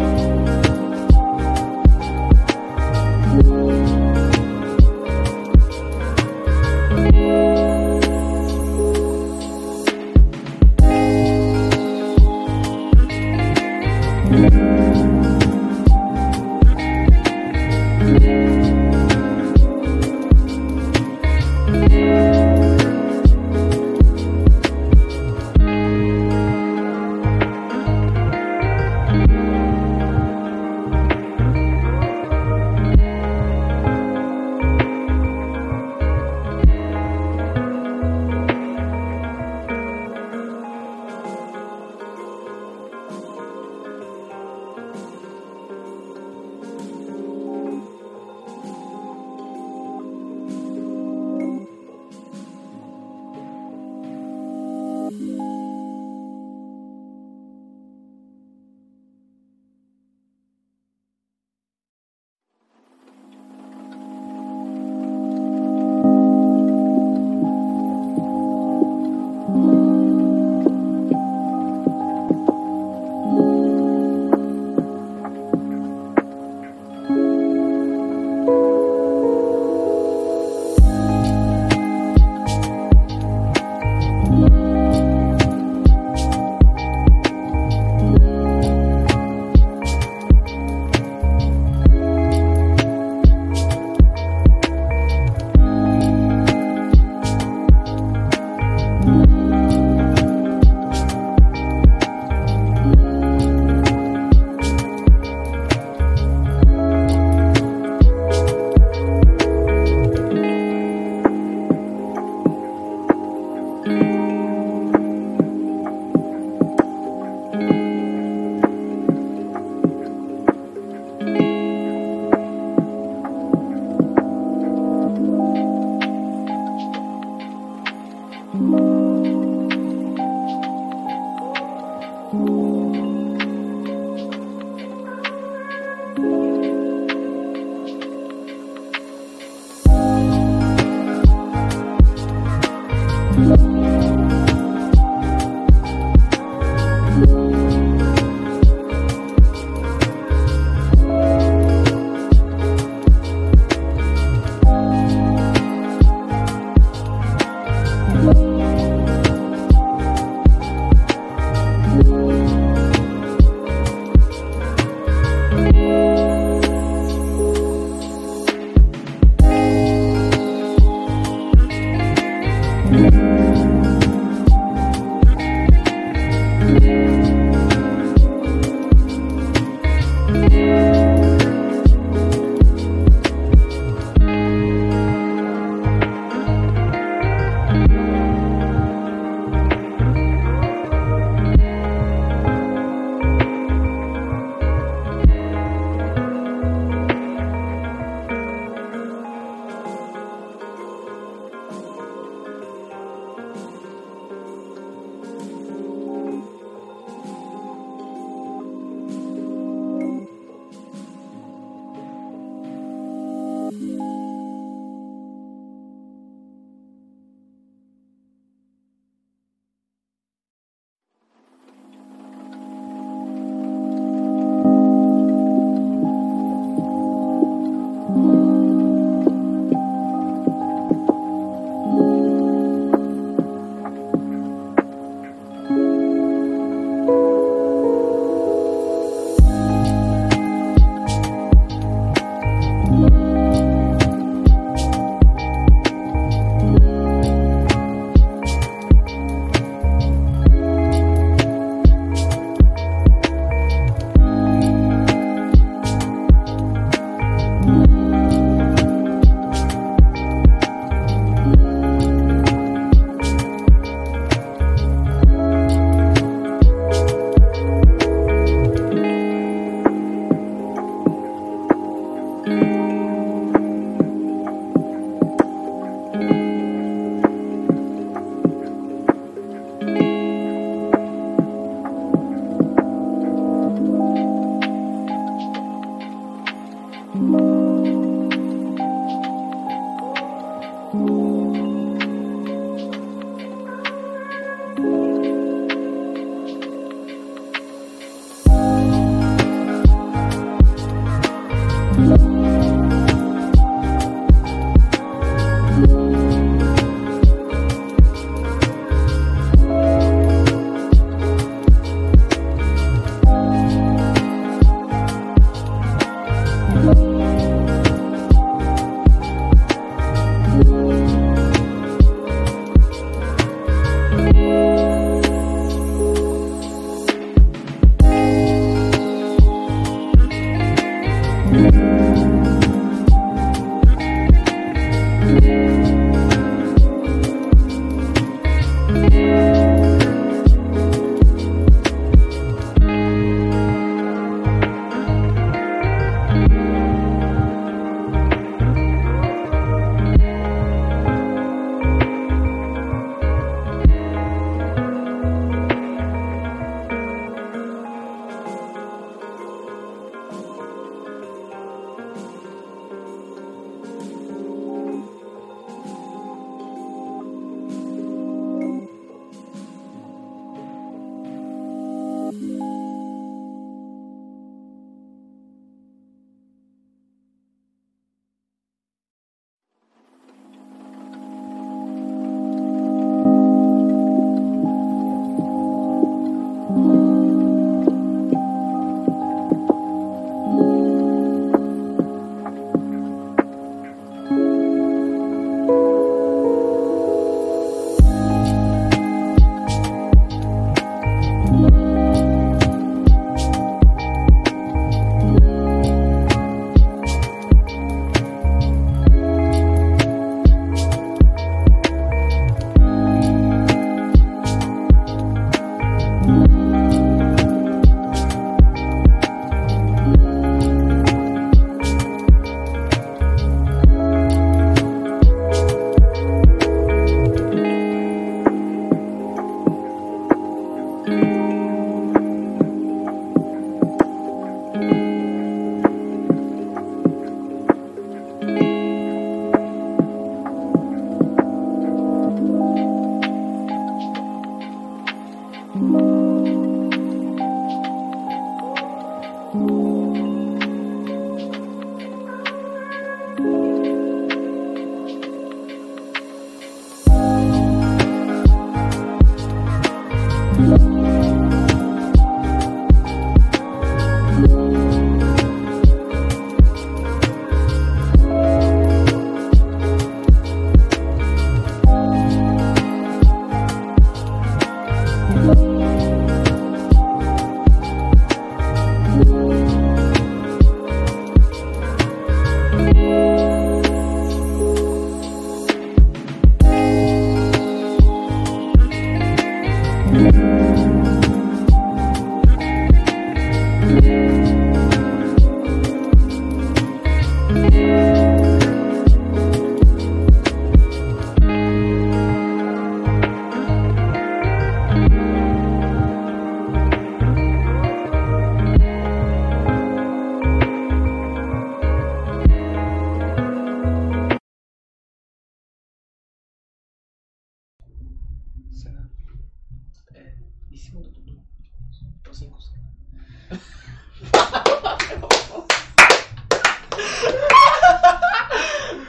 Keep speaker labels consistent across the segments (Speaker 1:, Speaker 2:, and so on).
Speaker 1: Música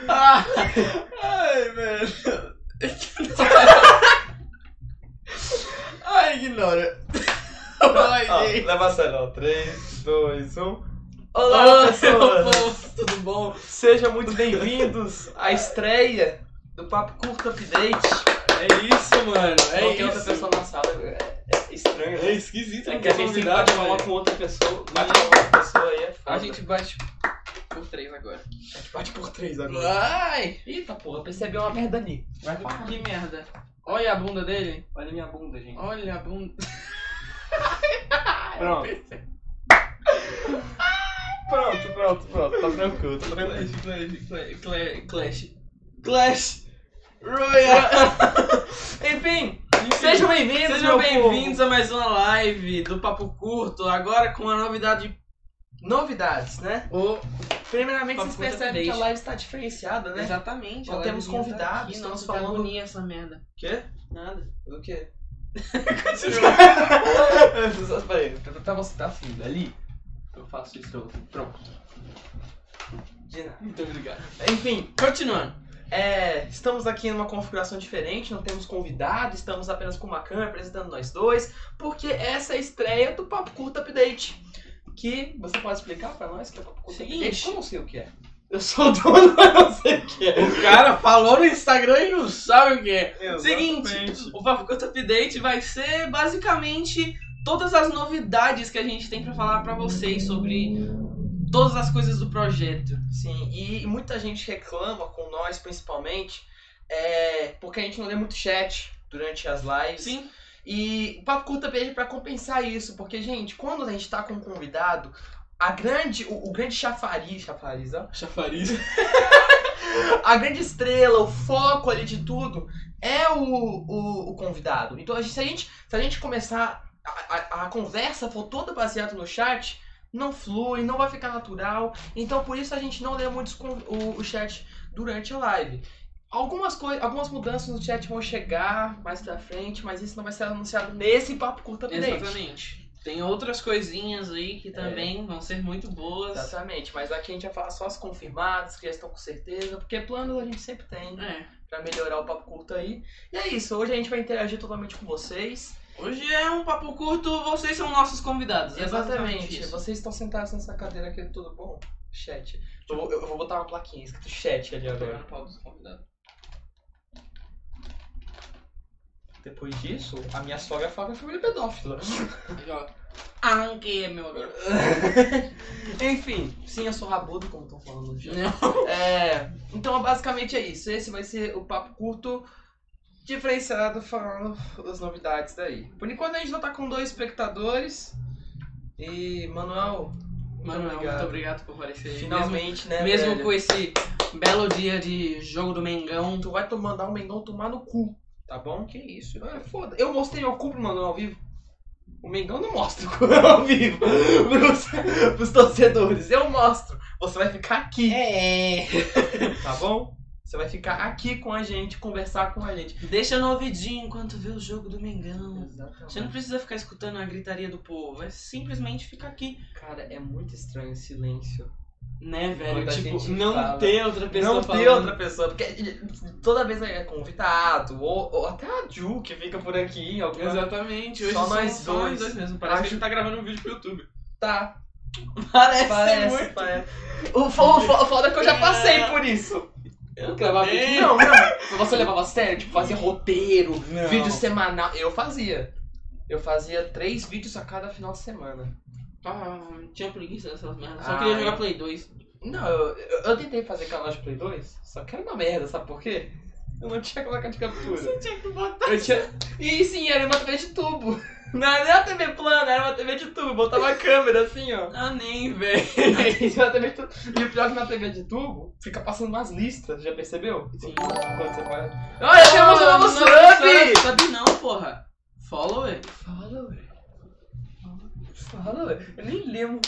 Speaker 2: É,
Speaker 1: Ai, velho. Ai, ignora. Ai,
Speaker 2: Ah,
Speaker 3: Ó,
Speaker 1: gente.
Speaker 3: leva a sério, ó. 3, 2, 1. Olá,
Speaker 1: Olá, meu
Speaker 3: pessoas!
Speaker 1: povo, tudo bom?
Speaker 3: Sejam muito bem-vindos à estreia do Papo Curto Update.
Speaker 1: É isso, mano. É
Speaker 3: Qualquer outra
Speaker 1: isso.
Speaker 3: pessoa na sala é, é estranho,
Speaker 1: É
Speaker 3: né?
Speaker 1: esquisito,
Speaker 3: É
Speaker 1: não
Speaker 3: que a gente tem que
Speaker 1: convidado,
Speaker 3: bater
Speaker 1: velho.
Speaker 3: falar com outra pessoa. Bate com outra pessoa aí é foda.
Speaker 2: A gente bate por três agora.
Speaker 3: bate por três
Speaker 1: Ai.
Speaker 3: Eita porra, percebeu uma merda ali. Vai falar.
Speaker 2: Que merda. Olha a bunda dele.
Speaker 3: Olha minha bunda, gente.
Speaker 2: Olha a bunda.
Speaker 3: Pronto. Pronto, pronto, pronto. Tá tranquilo, tá tranquilo.
Speaker 2: Clash, Clash, Clash.
Speaker 1: Clash Royale.
Speaker 2: Enfim, Enfim,
Speaker 3: Sejam bem-vindos,
Speaker 2: Sejam
Speaker 3: meu povo.
Speaker 2: bem-vindos a mais uma live do Papo Curto, agora com uma novidade.
Speaker 3: Novidades, né?
Speaker 2: O...
Speaker 3: Primeiramente,
Speaker 2: Papo
Speaker 3: vocês
Speaker 2: curto é
Speaker 3: percebem que a
Speaker 2: três.
Speaker 3: live está diferenciada, né?
Speaker 2: Exatamente.
Speaker 3: Nós
Speaker 2: a
Speaker 3: temos
Speaker 2: livezinha
Speaker 3: convidados,
Speaker 2: aqui,
Speaker 3: estamos
Speaker 2: nossa, que
Speaker 3: falando-
Speaker 2: agonia essa merda.
Speaker 3: Quê?
Speaker 2: Nada.
Speaker 3: Do quê?
Speaker 2: Continua.
Speaker 3: Peraí, pra tentar você tá assim, ali. Eu faço isso, eu... pronto. De nada.
Speaker 2: Muito obrigado.
Speaker 3: Enfim,
Speaker 2: Continuando.
Speaker 3: É, estamos aqui numa configuração diferente, não temos convidado, estamos apenas com uma câmera apresentando nós dois, porque essa é a estreia do Papo Curto Update. Que você pode explicar pra nós o que é o Papo Curto
Speaker 2: Seguinte.
Speaker 3: Update? Eu não sei o que é. Eu sou o dono, mas não sei o que é.
Speaker 2: O cara falou no Instagram e não sabe o que é. Seguinte,
Speaker 3: Seguinte.
Speaker 2: o Papo Curto Update vai ser basicamente todas as novidades que a gente tem pra falar pra vocês sobre todas as coisas do projeto.
Speaker 3: Sim, e muita gente reclama com nós principalmente, é, porque a gente não lê muito chat durante as lives.
Speaker 2: Sim?
Speaker 3: E o Papo Curta Beijo pra compensar isso, porque, gente, quando a gente tá com um convidado, a grande, o, o grande chafariz, chafariz, ó,
Speaker 1: Chafariz.
Speaker 3: a grande estrela, o foco ali de tudo é o, o, o convidado. Então, a gente- se a gente, se a gente começar, a, a- a conversa for toda baseada no chat, não flui, não vai ficar natural. Então, por isso a gente não lê muito os con- o, o chat durante a live. Algumas, coi- algumas mudanças no chat vão chegar mais pra frente, mas isso não vai ser anunciado nesse Papo Curta Update.
Speaker 2: Exatamente. Tem outras coisinhas aí que também vão ser muito boas.
Speaker 3: Exatamente, mas aqui a gente vai falar só as confirmadas, que já estão com certeza, porque planos a gente sempre tem né?
Speaker 2: É.
Speaker 3: pra melhorar o papo curto aí. E é isso, hoje a gente vai interagir totalmente com vocês.
Speaker 2: Hoje é um papo curto, vocês são nossos convidados. é basicamente isso.
Speaker 3: vocês estão sentados nessa cadeira aqui, tudo bom? Chat. Eu vou, eu vou botar uma plaquinha escrito chat ali
Speaker 2: Tô
Speaker 3: agora.
Speaker 2: pegando o pau dos convidados.
Speaker 3: Depois disso, a minha sogra fala que a família é pedófila.
Speaker 2: Aí, ó. Ah, que é meu agora.
Speaker 3: Enfim, sim, eu sou rabudo, como estão falando no chat.
Speaker 2: Não.
Speaker 3: É, então basicamente é isso. Esse vai ser o papo curto diferenciado falando das novidades daí. Por enquanto a gente só tá com dois espectadores. E Manuel, muito
Speaker 2: Manoel,
Speaker 3: obrigado.
Speaker 2: muito obrigado por aparecer aí.
Speaker 3: Finalmente, né?
Speaker 2: Mesmo, mesmo
Speaker 3: velho?
Speaker 2: com esse belo dia de jogo do Mengão.
Speaker 3: Tu vai to- mandar o Mengão tomar no cu, tá bom?
Speaker 2: Que isso?
Speaker 3: É, foda. Eu mostrei meu cu pro Manuel ao vivo. O Mengão não mostra o cu ao vivo pros, pros torcedores. Eu mostro. Você vai ficar aqui.
Speaker 2: É.
Speaker 3: Tá bom? Você vai ficar aqui com a gente, conversar com a gente.
Speaker 2: Deixa no ouvidinho enquanto vê o jogo do Mengão. Você
Speaker 3: Exatamente.
Speaker 2: não precisa ficar escutando a gritaria do povo, é simplesmente ficar aqui,
Speaker 3: Cara, é muito estranho o silêncio.
Speaker 2: né, velho?
Speaker 3: Enquanto a
Speaker 2: tipo,
Speaker 3: gente
Speaker 2: não
Speaker 3: fala.
Speaker 2: ter outra pessoa
Speaker 3: não
Speaker 2: falando.
Speaker 3: tem outra pessoa, porque toda vez é convidado, ou, ou até a Ju que fica por aqui, alguma
Speaker 2: Exatamente, hoje
Speaker 3: Só
Speaker 2: somos
Speaker 3: nós
Speaker 2: só
Speaker 3: dois.
Speaker 2: mesmo. Parece
Speaker 3: Acho-
Speaker 2: que a gente tá gravando um vídeo pro YouTube.
Speaker 3: Tá,
Speaker 2: Parece,
Speaker 3: parece, parece. O, fo- o fo- o foda é que eu já passei por isso.
Speaker 2: Eu
Speaker 3: Gravar
Speaker 2: também.
Speaker 3: vídeo. Não, não. Você levava a sério, tipo, fazia roteiro,
Speaker 2: Não.
Speaker 3: vídeo semanal. Eu fazia. Eu fazia três vídeos a cada final de semana.
Speaker 2: Ah, tinha preguiça dessas merdas. Só
Speaker 3: Ah,
Speaker 2: queria
Speaker 3: é.
Speaker 2: jogar Play 2.
Speaker 3: Não, eu, eu- eu tentei fazer canal de Play 2, só que era uma merda, sabe por quê? Eu não tinha placa de captura.
Speaker 2: tinha que botar.
Speaker 3: Eu tinha... E sim, era uma TV de tubo. Não era uma TV plana, era uma TV de tubo. Botava a câmera assim, ó.
Speaker 2: Ah, nem, velho.
Speaker 3: Era uma TV de tubo. E o pior é que na TV de tubo fica passando umas listas, já percebeu?
Speaker 2: Sim.
Speaker 3: Quando você vai. Olha, temos um novo
Speaker 2: Sabe
Speaker 3: sub!
Speaker 2: Sabe Ah, não, porra. Follower.
Speaker 3: Fala, ué. Fala, ué. Eu nem lembro.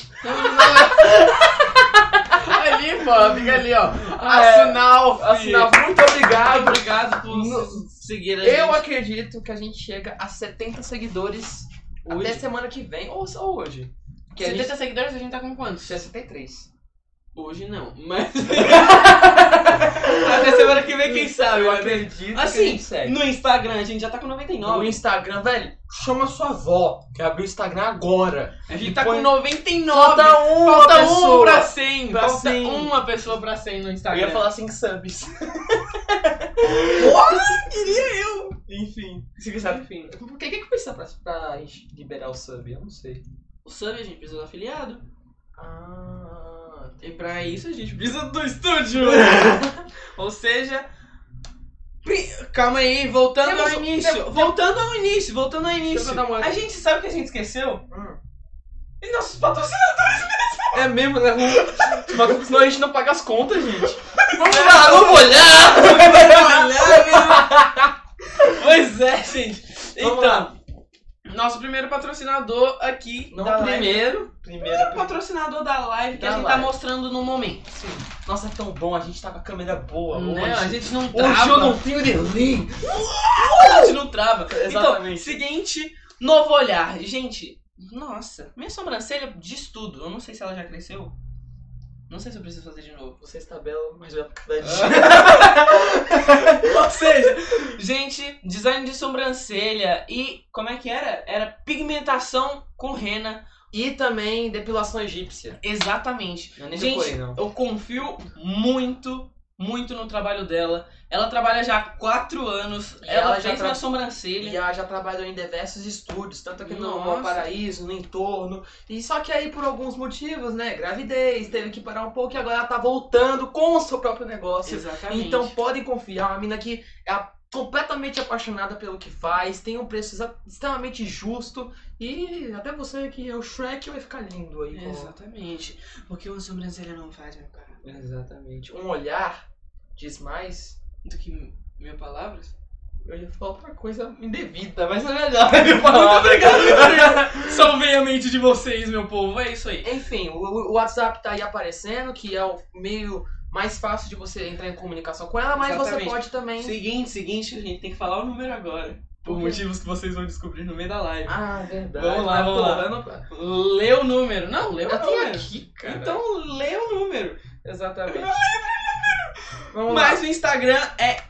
Speaker 2: ali, porra, fica ali, ó.
Speaker 3: É,
Speaker 2: Assinar o
Speaker 3: Assinar,
Speaker 2: filho.
Speaker 3: muito obrigado.
Speaker 2: Obrigado por
Speaker 3: No-
Speaker 2: seguir a
Speaker 3: Eu
Speaker 2: gente.
Speaker 3: acredito que a gente chega a 70 seguidores
Speaker 2: Hoje?
Speaker 3: até semana que vem, ou só hoje. Que a
Speaker 2: 70
Speaker 3: gente...
Speaker 2: seguidores, a gente tá com quantos?
Speaker 3: 63.
Speaker 2: Hoje não, mas. Até semana que vem, quem sabe,
Speaker 3: Eu
Speaker 2: né?
Speaker 3: acredito que a
Speaker 2: Assim,
Speaker 3: gente segue.
Speaker 2: No Instagram, a gente já tá com
Speaker 3: No
Speaker 2: 99.
Speaker 3: Instagram, velho, chama sua avó, que abriu o Instagram agora.
Speaker 2: A gente tá
Speaker 3: Põe-
Speaker 2: com 99.
Speaker 3: Falta uma
Speaker 2: Falta
Speaker 3: pessoa.
Speaker 2: um pra 100.
Speaker 3: Pra
Speaker 2: Falta
Speaker 3: 100.
Speaker 2: uma pessoa pra 100 no
Speaker 3: Eu
Speaker 2: Instagram.
Speaker 3: ia falar 5 subs. Ah,
Speaker 2: queria eu.
Speaker 3: Enfim.
Speaker 2: Enfim,
Speaker 3: Por que, que que precisa pra, pra liberar o sub? Eu não sei.
Speaker 2: o sub a gente precisa do afiliado.
Speaker 3: Ah.
Speaker 2: E pra isso a gente precisa do estúdio. Ou seja. pri- Calma aí, voltando
Speaker 3: Temos
Speaker 2: ao
Speaker 3: um-
Speaker 2: início.
Speaker 3: temos-
Speaker 2: voltando ao início, voltando ao
Speaker 3: Deixa eu
Speaker 2: início.
Speaker 3: dar uma-
Speaker 2: A gente sabe o que a gente esqueceu?
Speaker 3: Hum.
Speaker 2: E nossos patrocinadores.
Speaker 3: É mesmo, né? Ru? Mas senão a gente não paga as contas, gente. Vamos lá, vamos olhar!
Speaker 2: Olha, meu. pois é, gente.
Speaker 3: Vamos
Speaker 2: Então, nosso primeiro patrocinador aqui.
Speaker 3: Não
Speaker 2: da live.
Speaker 3: primeiro.
Speaker 2: É o
Speaker 3: Primeiro.
Speaker 2: patrocinador da live que
Speaker 3: Da
Speaker 2: a gente tá
Speaker 3: live.
Speaker 2: mostrando no momento. Sim.
Speaker 3: Nossa, é tão bom. A gente tá com a câmera boa.
Speaker 2: Né? A gente não trava.
Speaker 3: Hoje eu não tenho delay.
Speaker 2: a gente não trava. Então,
Speaker 3: Exatamente.
Speaker 2: seguinte, novo olhar. Gente, nossa, minha sobrancelha diz tudo. Eu não sei se ela já cresceu. Não sei se eu preciso fazer de novo.
Speaker 3: Você está tá belo, mas vai pra cada
Speaker 2: Ou seja, gente, design de sobrancelha e como é que era? Era pigmentação com rena.
Speaker 3: E também depilação egípcia.
Speaker 2: Exatamente.
Speaker 3: Eu nem
Speaker 2: Gente,
Speaker 3: decorei, não.
Speaker 2: Eu confio muito, muito no trabalho dela. Ela trabalha já há quatro anos.
Speaker 3: E
Speaker 2: Ela,
Speaker 3: ela já
Speaker 2: fez
Speaker 3: tra-
Speaker 2: minha sobrancelha.
Speaker 3: E ela já trabalhou em diversos estúdios, tanto aqui no
Speaker 2: Nossa.
Speaker 3: Paraíso, no entorno. E só que aí, por alguns motivos, né? Gravidez, teve que parar um pouco e agora ela tá voltando com o seu próprio negócio.
Speaker 2: Exatamente.
Speaker 3: Então podem confiar, é uma mina que é a- completamente apaixonada pelo que faz, tem um preço exa- extremamente justo. E até você que é o Shrek vai ficar lindo aí. com-
Speaker 2: Exatamente. Porque uma sobrancelha não faz, meu cara.
Speaker 3: Exatamente. Um olhar diz mais.
Speaker 2: Do que mil palavras?
Speaker 3: Eu ia falar outra coisa indevida, mas é melhor eu falar.
Speaker 2: muito obrigado. Salvei a mente de vocês, meu povo. É isso aí.
Speaker 3: Enfim, o, o WhatsApp tá aí aparecendo, que é o meio mais fácil de você entrar em comunicação com ela, mas
Speaker 2: Exatamente.
Speaker 3: você pode também.
Speaker 2: Seguinte, seguinte, a gente tem que falar o número agora. Por
Speaker 3: Por quê?
Speaker 2: motivos que vocês vão descobrir no meio da live.
Speaker 3: Ah, verdade.
Speaker 2: Vamos lá,
Speaker 3: Mas,
Speaker 2: vamos
Speaker 3: pô,
Speaker 2: lá.
Speaker 3: Eu, não...
Speaker 2: Lê Ah, o número. Não, lê o
Speaker 3: eu tenho
Speaker 2: número.
Speaker 3: aqui, cara.
Speaker 2: Então lê o número.
Speaker 3: Exatamente. Vamos
Speaker 2: Mas o Instagram é
Speaker 3: lá.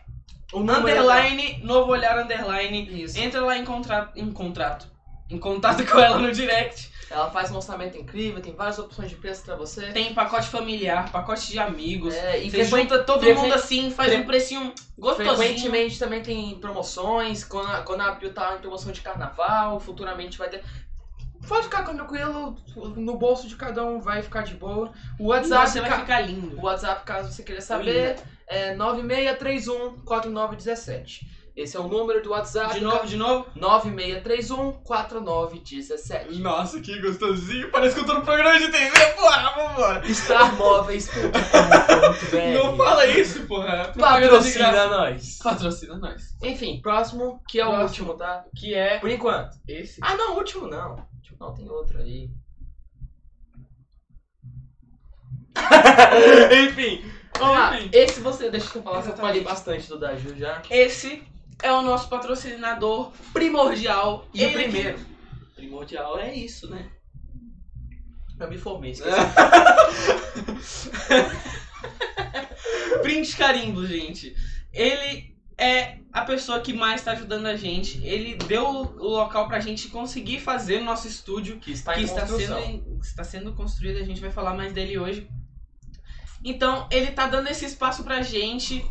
Speaker 3: O número
Speaker 2: underline, novo olhar underline.
Speaker 3: é- Isso.
Speaker 2: Entra lá em contrato. Em contrato. Em contato com ela no direct.
Speaker 3: Ela faz um orçamento incrível, tem várias opções de preço pra você.
Speaker 2: Tem pacote familiar, pacote de amigos.
Speaker 3: É, e
Speaker 2: Você
Speaker 3: frequen-
Speaker 2: junta todo
Speaker 3: frequen-
Speaker 2: mundo assim, faz
Speaker 3: fre-
Speaker 2: um precinho gostosinho.
Speaker 3: frequentemente também tem promoções. Quando a, quando a Abril tá em promoção de carnaval, futuramente vai ter. Pode ficar tranquilo, no bolso de cada um vai ficar de boa. O WhatsApp,
Speaker 2: Nossa,
Speaker 3: ca-
Speaker 2: vai ficar
Speaker 3: O
Speaker 2: lindo.
Speaker 3: WhatsApp, caso você queira saber, é 9631-4917. Esse é o número do WhatsApp.
Speaker 2: De novo, de novo.
Speaker 3: 9631-4917.
Speaker 2: Nossa, que gostosinho. Parece que eu tô no programa de TV, porra. Vambora.
Speaker 3: Star Móveis. Muito
Speaker 2: Não
Speaker 3: bem.
Speaker 2: fala isso, porra.
Speaker 3: É. Patrocina nós.
Speaker 2: Patrocina nós.
Speaker 3: Enfim, próximo, que é o
Speaker 2: Próximo.
Speaker 3: último, tá?
Speaker 2: Que é
Speaker 3: Por enquanto.
Speaker 2: esse.
Speaker 3: Ah, não, último não. Último não, tem outro aí.
Speaker 2: Enfim.
Speaker 3: Vamos lá.
Speaker 2: Enfim.
Speaker 3: Esse você, deixa eu falar, que eu
Speaker 2: Exatamente.
Speaker 3: falei bastante do Daju já.
Speaker 2: Esse é o nosso patrocinador primordial.
Speaker 3: E o
Speaker 2: Ele que-
Speaker 3: primeiro.
Speaker 2: Primordial é isso, né?
Speaker 3: Eu me formei, esqueci.
Speaker 2: É. Print carimbo, gente. Ele é a pessoa que mais tá ajudando a gente. Ele deu o local pra gente conseguir fazer o nosso estúdio,
Speaker 3: Que está
Speaker 2: que
Speaker 3: em
Speaker 2: está sendo,
Speaker 3: construção.
Speaker 2: em- está sendo construído. A gente vai falar mais dele hoje. Então, ele tá dando esse espaço pra gente.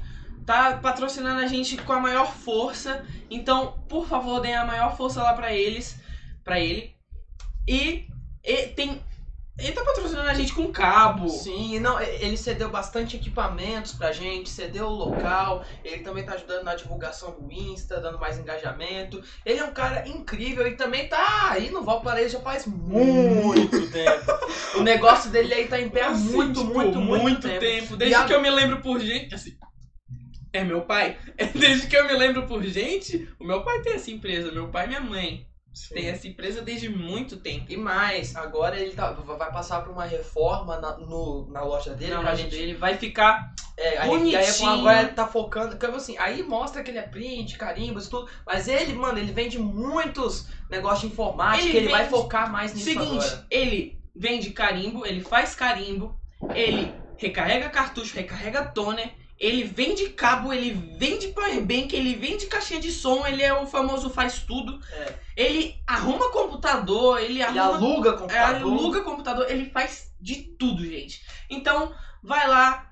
Speaker 2: Tá patrocinando a gente com a maior força. Então, por favor, deem a maior força lá pra eles. Pra ele. E, e tem. Ele tá patrocinando a gente com cabo.
Speaker 3: Sim, não, e- ele cedeu bastante equipamentos pra gente, cedeu o local, ele também tá ajudando na divulgação do Insta, dando mais engajamento. Ele é um cara incrível e também tá aí no Valparaíso já faz muito tempo. O negócio dele aí tá em pé há
Speaker 2: Assim,
Speaker 3: muito,
Speaker 2: Hum. tipo,
Speaker 3: muito, muito, tempo.
Speaker 2: Desde
Speaker 3: E a-
Speaker 2: que eu me lembro por gente. Assim, é meu pai. Desde que eu me lembro por gente, o meu pai tem essa empresa. Meu pai e minha mãe tem essa empresa desde muito tempo.
Speaker 3: E mais, agora ele tá, vai passar por uma reforma na, no- na loja dele,
Speaker 2: Na
Speaker 3: pra
Speaker 2: loja
Speaker 3: gente
Speaker 2: dele vai ficar.
Speaker 3: É, aí,
Speaker 2: Bonitinho.
Speaker 3: e aí pô, agora ele tá focando, como assim, aí mostra que ele é print, carimbos e tudo, mas ele, mano, ele vende muitos negócios de informática,
Speaker 2: Ele
Speaker 3: ele, vai
Speaker 2: vende-
Speaker 3: focar mais nisso
Speaker 2: Seguinte,
Speaker 3: agora.
Speaker 2: ele vende carimbo, ele faz carimbo, ele recarrega cartucho, recarrega toner. Ele vende cabo, ele vende powerbank, ele vende caixinha de som, ele é o famoso faz tudo.
Speaker 3: É.
Speaker 2: Ele arruma computador, ele
Speaker 3: Ele
Speaker 2: arruma
Speaker 3: aluga
Speaker 2: É,
Speaker 3: computador.
Speaker 2: aluga computador, ele faz de tudo, gente. Então, vai lá.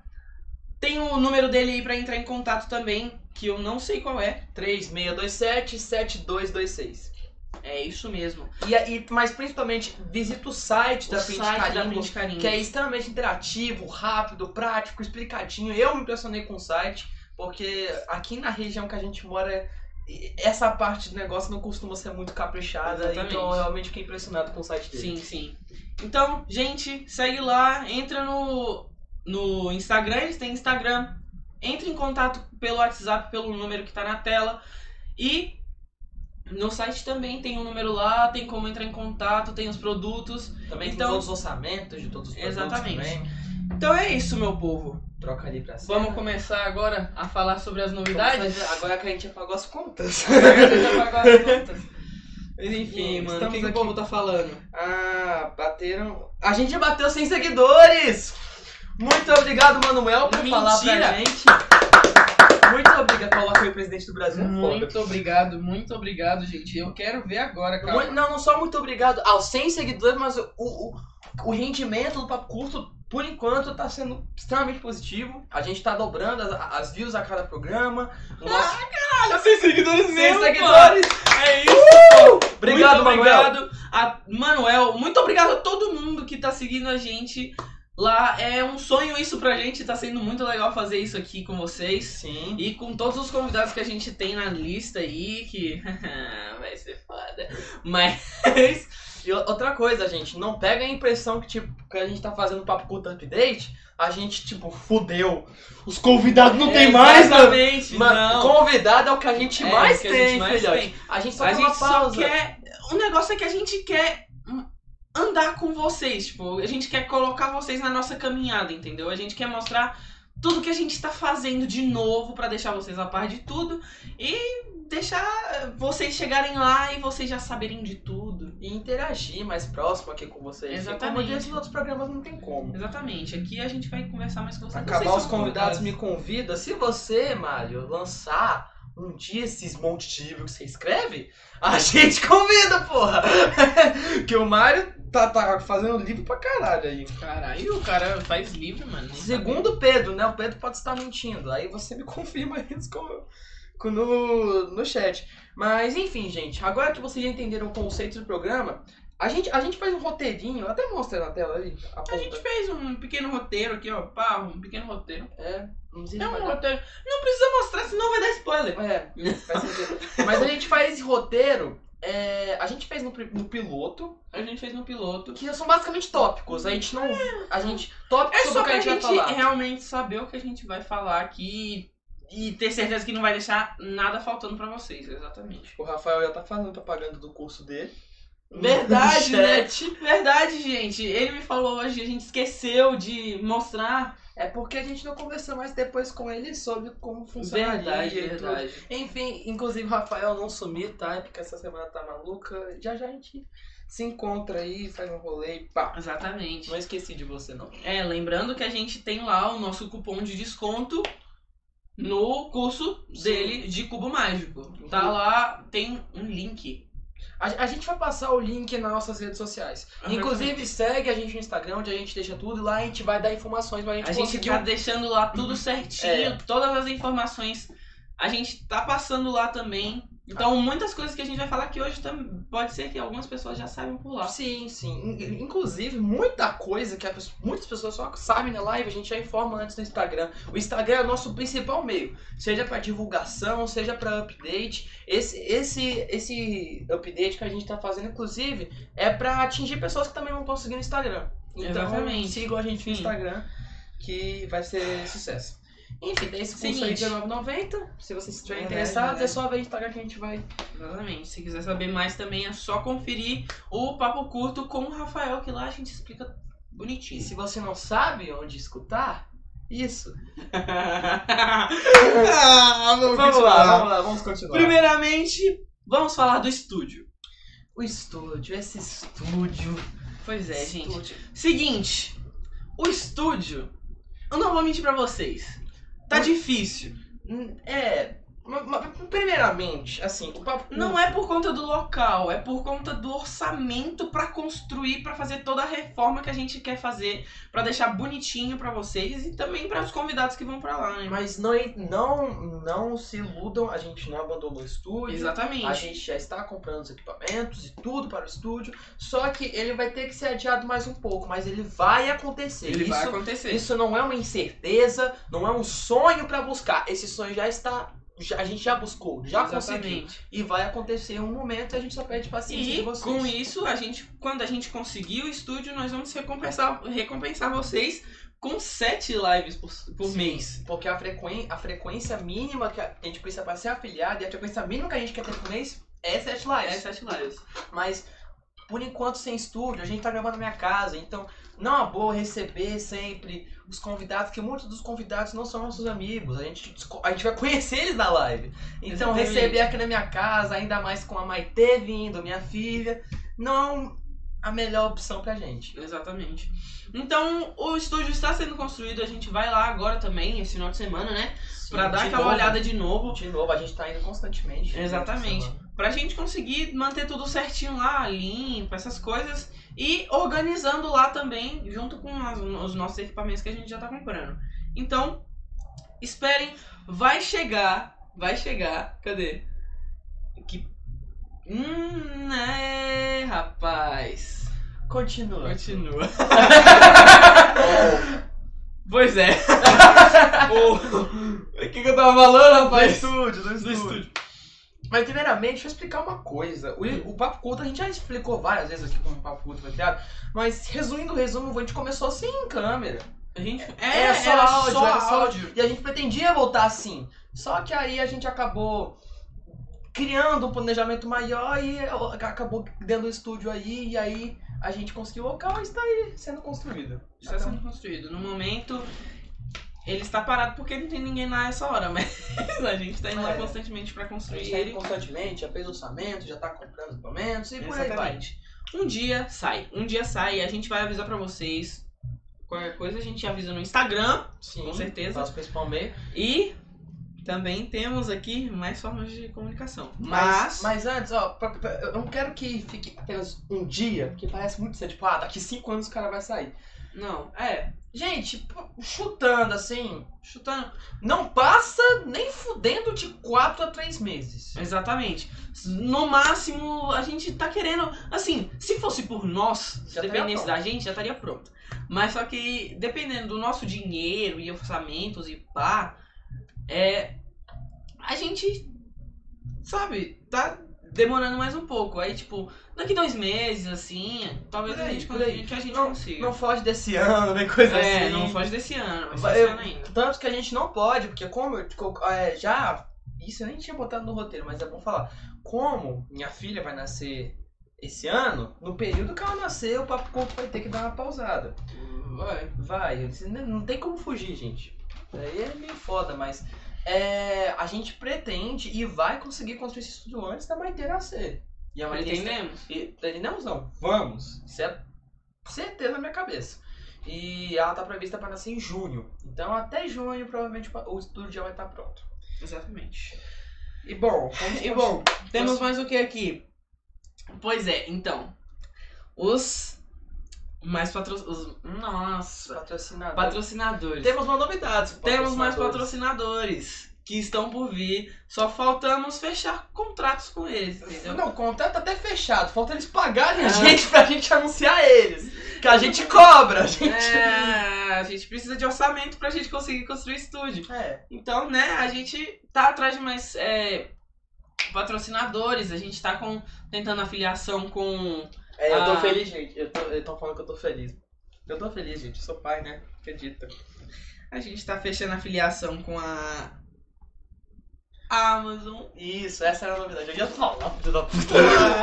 Speaker 2: Tem o número dele aí pra entrar em contato também, que eu não sei qual é.
Speaker 3: 3627-7226.
Speaker 2: É isso mesmo.
Speaker 3: E, aí- mas principalmente, visita o site da
Speaker 2: o
Speaker 3: Print
Speaker 2: site da
Speaker 3: Carimbo,
Speaker 2: Print Carimbo.
Speaker 3: que é extremamente interativo, rápido, prático, explicadinho. Eu me impressionei com o site, porque aqui na região que a gente mora, e- essa parte do negócio não costuma ser muito caprichada,
Speaker 2: Exatamente.
Speaker 3: então eu realmente fiquei impressionado com o site dele.
Speaker 2: Sim, sim. Então, gente, segue lá, entra no, no Instagram, eles têm Instagram. Entra em contato pelo WhatsApp, pelo número que tá na tela. E No site também tem um número lá, tem como entrar em contato, tem os produtos.
Speaker 3: Também
Speaker 2: Então-
Speaker 3: tem todos os orçamentos de todos os produtos
Speaker 2: Exatamente.
Speaker 3: também.
Speaker 2: Então é isso, meu povo.
Speaker 3: Troca ali pra cima.
Speaker 2: Vamos começar agora a falar sobre as
Speaker 3: Vamos
Speaker 2: novidades?
Speaker 3: fazer- Agora que a gente apagou as contas.
Speaker 2: Mas enfim,
Speaker 3: Estamos
Speaker 2: mano, o que, que o
Speaker 3: aqui.
Speaker 2: povo tá falando?
Speaker 3: Ah, bateram. A gente já bateu 100 seguidores! Muito obrigado, Manuel, por falar pra
Speaker 2: Mentira!
Speaker 3: gente. Muito obrigado. Coloca aí o presidente do Brasil. É Foda.
Speaker 2: Muito obrigado, muito obrigado, gente. Eu quero ver agora,
Speaker 3: Muito-
Speaker 2: cara.
Speaker 3: não, não só muito obrigado aos 100 seguidores, mas o, o, o rendimento do Papo Curto, por enquanto, tá sendo extremamente positivo. A gente tá dobrando as, as views a cada programa.
Speaker 2: Ah,
Speaker 3: O nosso
Speaker 2: Olha, 100 seguidores
Speaker 3: 100
Speaker 2: mano.
Speaker 3: seguidores!
Speaker 2: É isso.
Speaker 3: Obrigado,
Speaker 2: muito
Speaker 3: Manuel!
Speaker 2: obrigado a Manuel. Muito obrigado a todo mundo que tá seguindo a gente lá. É um sonho isso pra gente. Tá sendo muito legal fazer isso aqui com vocês.
Speaker 3: Sim.
Speaker 2: E com todos os convidados que a gente tem na lista aí, que vai ser foda. Mas
Speaker 3: E o- outra coisa, gente, não pega a impressão que, tipo, que a gente tá fazendo papo curto update, a gente, tipo, fudeu. Os convidados não tem mais, né? mano.
Speaker 2: Exatamente,
Speaker 3: Mano,
Speaker 2: não.
Speaker 3: convidado é o que a gente
Speaker 2: É,
Speaker 3: mais
Speaker 2: o que a gente
Speaker 3: tem,
Speaker 2: mais
Speaker 3: filhote.
Speaker 2: tem.
Speaker 3: A gente só
Speaker 2: a
Speaker 3: tem uma
Speaker 2: gente só
Speaker 3: pausa.
Speaker 2: quer. O negócio é que a gente quer hum, andar com vocês, tipo, a gente quer colocar vocês na nossa caminhada, entendeu? A gente quer mostrar tudo que a gente tá fazendo de novo pra deixar vocês a par de tudo e deixar eh, vocês chegarem lá e vocês já saberem de tudo.
Speaker 3: E interagir mais próximo aqui com vocês. Porque, Como eu
Speaker 2: Exatamente.
Speaker 3: disse, nos outros programas não tem como.
Speaker 2: Exatamente. Aqui a gente vai conversar mais com vocês. Vocês
Speaker 3: Acabar
Speaker 2: são
Speaker 3: os convidados me convida. Se você, Mário, lançar um dia esses monte de livro que você escreve, a gente convida, porra! que o Mário tá, tá fazendo livro pra caralho aí.
Speaker 2: Caralho, o cara faz livro, mano. nem
Speaker 3: Segundo o Pedro, né? O Pedro pode estar mentindo. Aí você me confirma isso com- com- no, no chat. Mas enfim, gente, agora que vocês já entenderam o conceito do programa, a gente, a gente faz um roteirinho, até mostra na tela ali. A
Speaker 2: sabia. A gente fez um pequeno roteiro aqui, ó. Pá, um pequeno roteiro.
Speaker 3: É, não sei se
Speaker 2: É
Speaker 3: vai
Speaker 2: um
Speaker 3: dar.
Speaker 2: roteiro. Não precisa mostrar, senão vai dar spoiler.
Speaker 3: É, faz sentido. Mas a gente faz esse roteiro. é, a gente fez no, pri- no piloto,
Speaker 2: A gente fez
Speaker 3: um
Speaker 2: no piloto.
Speaker 3: que são basicamente tópicos. A gente não. A gente. Tópicos
Speaker 2: É
Speaker 3: sobre
Speaker 2: só
Speaker 3: o que
Speaker 2: pra
Speaker 3: a gente,
Speaker 2: gente
Speaker 3: vai falar.
Speaker 2: realmente saber o que a gente vai falar aqui e ter certeza que não vai deixar nada faltando pra vocês, exatamente.
Speaker 3: O Rafael já tá fazendo propaganda do curso dele.
Speaker 2: Verdade,
Speaker 3: No
Speaker 2: né?
Speaker 3: chat.
Speaker 2: Verdade, gente. Ele me falou hoje, a gente esqueceu de mostrar.
Speaker 3: É porque a gente não conversou mais depois com ele sobre como funcionaria
Speaker 2: Verdade,
Speaker 3: e tudo.
Speaker 2: verdade.
Speaker 3: Enfim, inclusive o Rafael não sumiu, tá? É porque essa semana tá maluca. Já já a gente se encontra aí, faz um rolê e pá.
Speaker 2: Exatamente.
Speaker 3: Não esqueci de você, não.
Speaker 2: É, lembrando que a gente tem lá o nosso cupom de desconto no curso
Speaker 3: Sim. Uhum.
Speaker 2: dele de Cubo Mágico. Tá lá, tem um link.
Speaker 3: A, a gente vai passar o link nas nossas redes sociais. Inclusive, segue a gente no Instagram, onde a gente deixa tudo. e Lá a gente vai dar informações pra gente
Speaker 2: A gente É.
Speaker 3: conseguir
Speaker 2: tá deixando lá tudo certinho, todas as informações. A gente tá passando lá também. Então, muitas coisas que a gente vai falar aqui hoje tam- pode ser que algumas pessoas já saibam por lá.
Speaker 3: Sim, sim. In- Inclusive, muita coisa que a pessoa- muitas pessoas só sabem na live, a gente já informa antes no Instagram. O Instagram é o nosso principal meio, seja pra divulgação, seja pra update. Esse, esse, esse update que a gente tá fazendo, inclusive, é pra atingir pessoas que também não estão seguindo o Instagram. Então,
Speaker 2: Exatamente.
Speaker 3: sigam a gente no
Speaker 2: Sim.
Speaker 3: Instagram, que vai ser sucesso. Enfim, tem esse curso aí
Speaker 2: Seguinte.
Speaker 3: R$19,90. Se vocês estiverem
Speaker 2: Verdade,
Speaker 3: interessados, é
Speaker 2: verdade.
Speaker 3: só ver o Instagram que a gente vai.
Speaker 2: Exatamente. Se quiser saber mais também, é só conferir o Papo Curto com o Rafael, que lá a gente explica
Speaker 3: E
Speaker 2: bonitinho.
Speaker 3: se você não sabe onde escutar, isso.
Speaker 2: Ah, vamos
Speaker 3: lá, vamos continuar.
Speaker 2: Primeiramente, vamos falar do estúdio.
Speaker 3: O estúdio, esse estúdio.
Speaker 2: Pois é, gente.
Speaker 3: Estúdio.
Speaker 2: Seguinte, o estúdio, eu não vou mentir pra vocês, tá difícil.
Speaker 3: Hum, É. ma- ma- Primeiramente, assim, o papo.
Speaker 2: Não é por conta do local, é por conta do orçamento pra construir, pra fazer toda a reforma que a gente quer fazer, pra deixar bonitinho pra vocês e também pra os convidados que vão pra lá, né?
Speaker 3: é, Mas não, não, não se iludam, a gente não abandonou o estúdio.
Speaker 2: Exatamente.
Speaker 3: A gente já está comprando os equipamentos e tudo para o estúdio. Só que ele vai ter que ser adiado mais um pouco, mas ele vai acontecer.
Speaker 2: Ele
Speaker 3: isso,
Speaker 2: vai acontecer.
Speaker 3: isso não é uma incerteza, não é um sonho para buscar. Esse sonho já está. já- a gente já buscou, já conseguiu.
Speaker 2: Exatamente.
Speaker 3: E vai acontecer um momento e a gente só pede paciência de
Speaker 2: E
Speaker 3: vocês.
Speaker 2: com isso, a gente, quando a gente conseguir o estúdio, nós vamos recompensar, recompensar vocês com sete lives por, por
Speaker 3: Sim,
Speaker 2: mês.
Speaker 3: Porque a, frequen a frequência mínima que a que a gente precisa para ser afiliado e a frequência mínima que a gente quer ter por mês É Sete
Speaker 2: É
Speaker 3: Lives.
Speaker 2: Sete Lives.
Speaker 3: Mas, por enquanto, sem estúdio, a gente tá gravando na minha casa, então não é uma boa receber sempre os convidados, porque muitos dos convidados não são nossos amigos. A gente, desco- a gente vai conhecer eles na live. Então,
Speaker 2: Exatamente.
Speaker 3: receber aqui na minha casa, ainda mais com a Maite vindo, minha filha, não é a melhor opção pra gente.
Speaker 2: Exatamente. Então, o estúdio está sendo construído, a gente vai lá agora também, esse final de semana, né? Pra dar
Speaker 3: De
Speaker 2: aquela
Speaker 3: novo.
Speaker 2: olhada de novo.
Speaker 3: De novo, a gente tá indo constantemente.
Speaker 2: Exatamente. Pra gente conseguir manter tudo certinho lá, limpo, essas coisas. E organizando lá também, junto com as- os nossos equipamentos que a gente já tá comprando. Então, esperem, vai chegar, vai chegar. Cadê? Que. Hum, né, rapaz.
Speaker 3: Continua.
Speaker 2: Continua. pois é. o o que, que eu tava falando,
Speaker 3: No
Speaker 2: rapaz?
Speaker 3: estúdio, no
Speaker 2: No estúdio.
Speaker 3: Mas primeiramente, deixa eu explicar uma coisa. O, o Papo Culto a gente já explicou várias vezes aqui como o Papo Culto foi criado. Mas resumindo o resumo, a gente começou sem câmera.
Speaker 2: A gente.
Speaker 3: É,
Speaker 2: É,
Speaker 3: só
Speaker 2: era
Speaker 3: áudio,
Speaker 2: só
Speaker 3: era só
Speaker 2: áudio.
Speaker 3: E a gente pretendia voltar assim. Só que aí a gente acabou criando um planejamento maior e acabou dando o estúdio aí. E aí a gente conseguiu o local e está aí sendo construído.
Speaker 2: Está sendo construído. No momento, ele está parado porque não tem ninguém lá essa hora, mas a gente está indo lá
Speaker 3: É.
Speaker 2: constantemente para
Speaker 3: A
Speaker 2: construir
Speaker 3: gente tá indo
Speaker 2: ele.
Speaker 3: constantemente, já fez orçamento, já tá comprando equipamentos e por aí vai.
Speaker 2: Exatamente. Um dia sai. Um dia sai e a gente vai avisar para vocês. Qualquer coisa a gente avisa no Instagram.
Speaker 3: Sim,
Speaker 2: Com certeza.
Speaker 3: Nosso principal meio.
Speaker 2: E também temos aqui mais formas de comunicação. Mas.
Speaker 3: Mas, mas antes, ó, pra- pra- eu não quero que fique apenas um dia, porque parece muito ser tipo, ah, daqui cinco anos o cara vai sair.
Speaker 2: Não, é.
Speaker 3: Gente, pô, chutando assim,
Speaker 2: Chutando.
Speaker 3: não passa nem fudendo de quatro a três meses.
Speaker 2: Exatamente. No máximo, a gente tá querendo. Assim, se fosse por nós, se
Speaker 3: Já estaria
Speaker 2: dependesse
Speaker 3: pronto.
Speaker 2: da gente, já estaria pronto. Mas só que, dependendo do nosso dinheiro e orçamentos e pá, é. A gente. Sabe, tá demorando mais um pouco. Aí, tipo, daqui dois meses, assim, talvez
Speaker 3: Por aí,
Speaker 2: a gente
Speaker 3: por aí.
Speaker 2: consiga. Que a gente consiga.
Speaker 3: Não foge desse ano, nem coisa
Speaker 2: é,
Speaker 3: assim.
Speaker 2: não foge desse ano, mas
Speaker 3: Vai-
Speaker 2: desse ano ainda.
Speaker 3: Tanto que a gente não pode, porque como eu co- é, já. Isso eu nem tinha botado no roteiro, mas é bom falar. Como minha filha vai nascer esse ano, no período que ela nascer, o Papo Corpo vai ter que dar uma pausada.
Speaker 2: Vai.
Speaker 3: Vai, eu disse, "Não- não tem como fugir, gente. Daí é meio foda, mas é, a gente pretende e vai conseguir construir esse estúdio antes da Maite nascer. E a Maite
Speaker 2: Entendemos.
Speaker 3: e Entendemos não, vamos. Isso é certeza na minha cabeça. E ela tá prevista pra nascer em junho. Então até junho provavelmente o estúdio já vai estar pronto.
Speaker 2: Exatamente.
Speaker 3: E bom, vamos
Speaker 2: E bom, temos mais o que aqui? Pois é, então. Os mais patrocinadores. Nossa!
Speaker 3: patrocinador.
Speaker 2: Patrocinadores.
Speaker 3: Temos uma novidade.
Speaker 2: Temos mais
Speaker 3: patrocinadores.
Speaker 2: patrocinadores que estão por vir. Só faltamos fechar contratos com eles, entendeu?
Speaker 3: Não, o contrato tá até fechado. Falta eles pagarem a
Speaker 2: Ah.
Speaker 3: gente pra gente anunciar eles. Que a gente cobra, a gente.
Speaker 2: É, a gente precisa de orçamento pra gente conseguir construir estúdio.
Speaker 3: É.
Speaker 2: Então, né, a gente tá atrás de mais é, patrocinadores, a gente tá com, tentando afiliação com.
Speaker 3: É, eu tô
Speaker 2: Ah.
Speaker 3: feliz, gente. Eu tô, eu tô falando que eu tô feliz. Eu tô feliz, gente. Eu sou pai, né? Acredita.
Speaker 2: A gente tá fechando afiliação com a Amazon.
Speaker 3: Isso, essa era a novidade. Eu ia falar, filho da puta.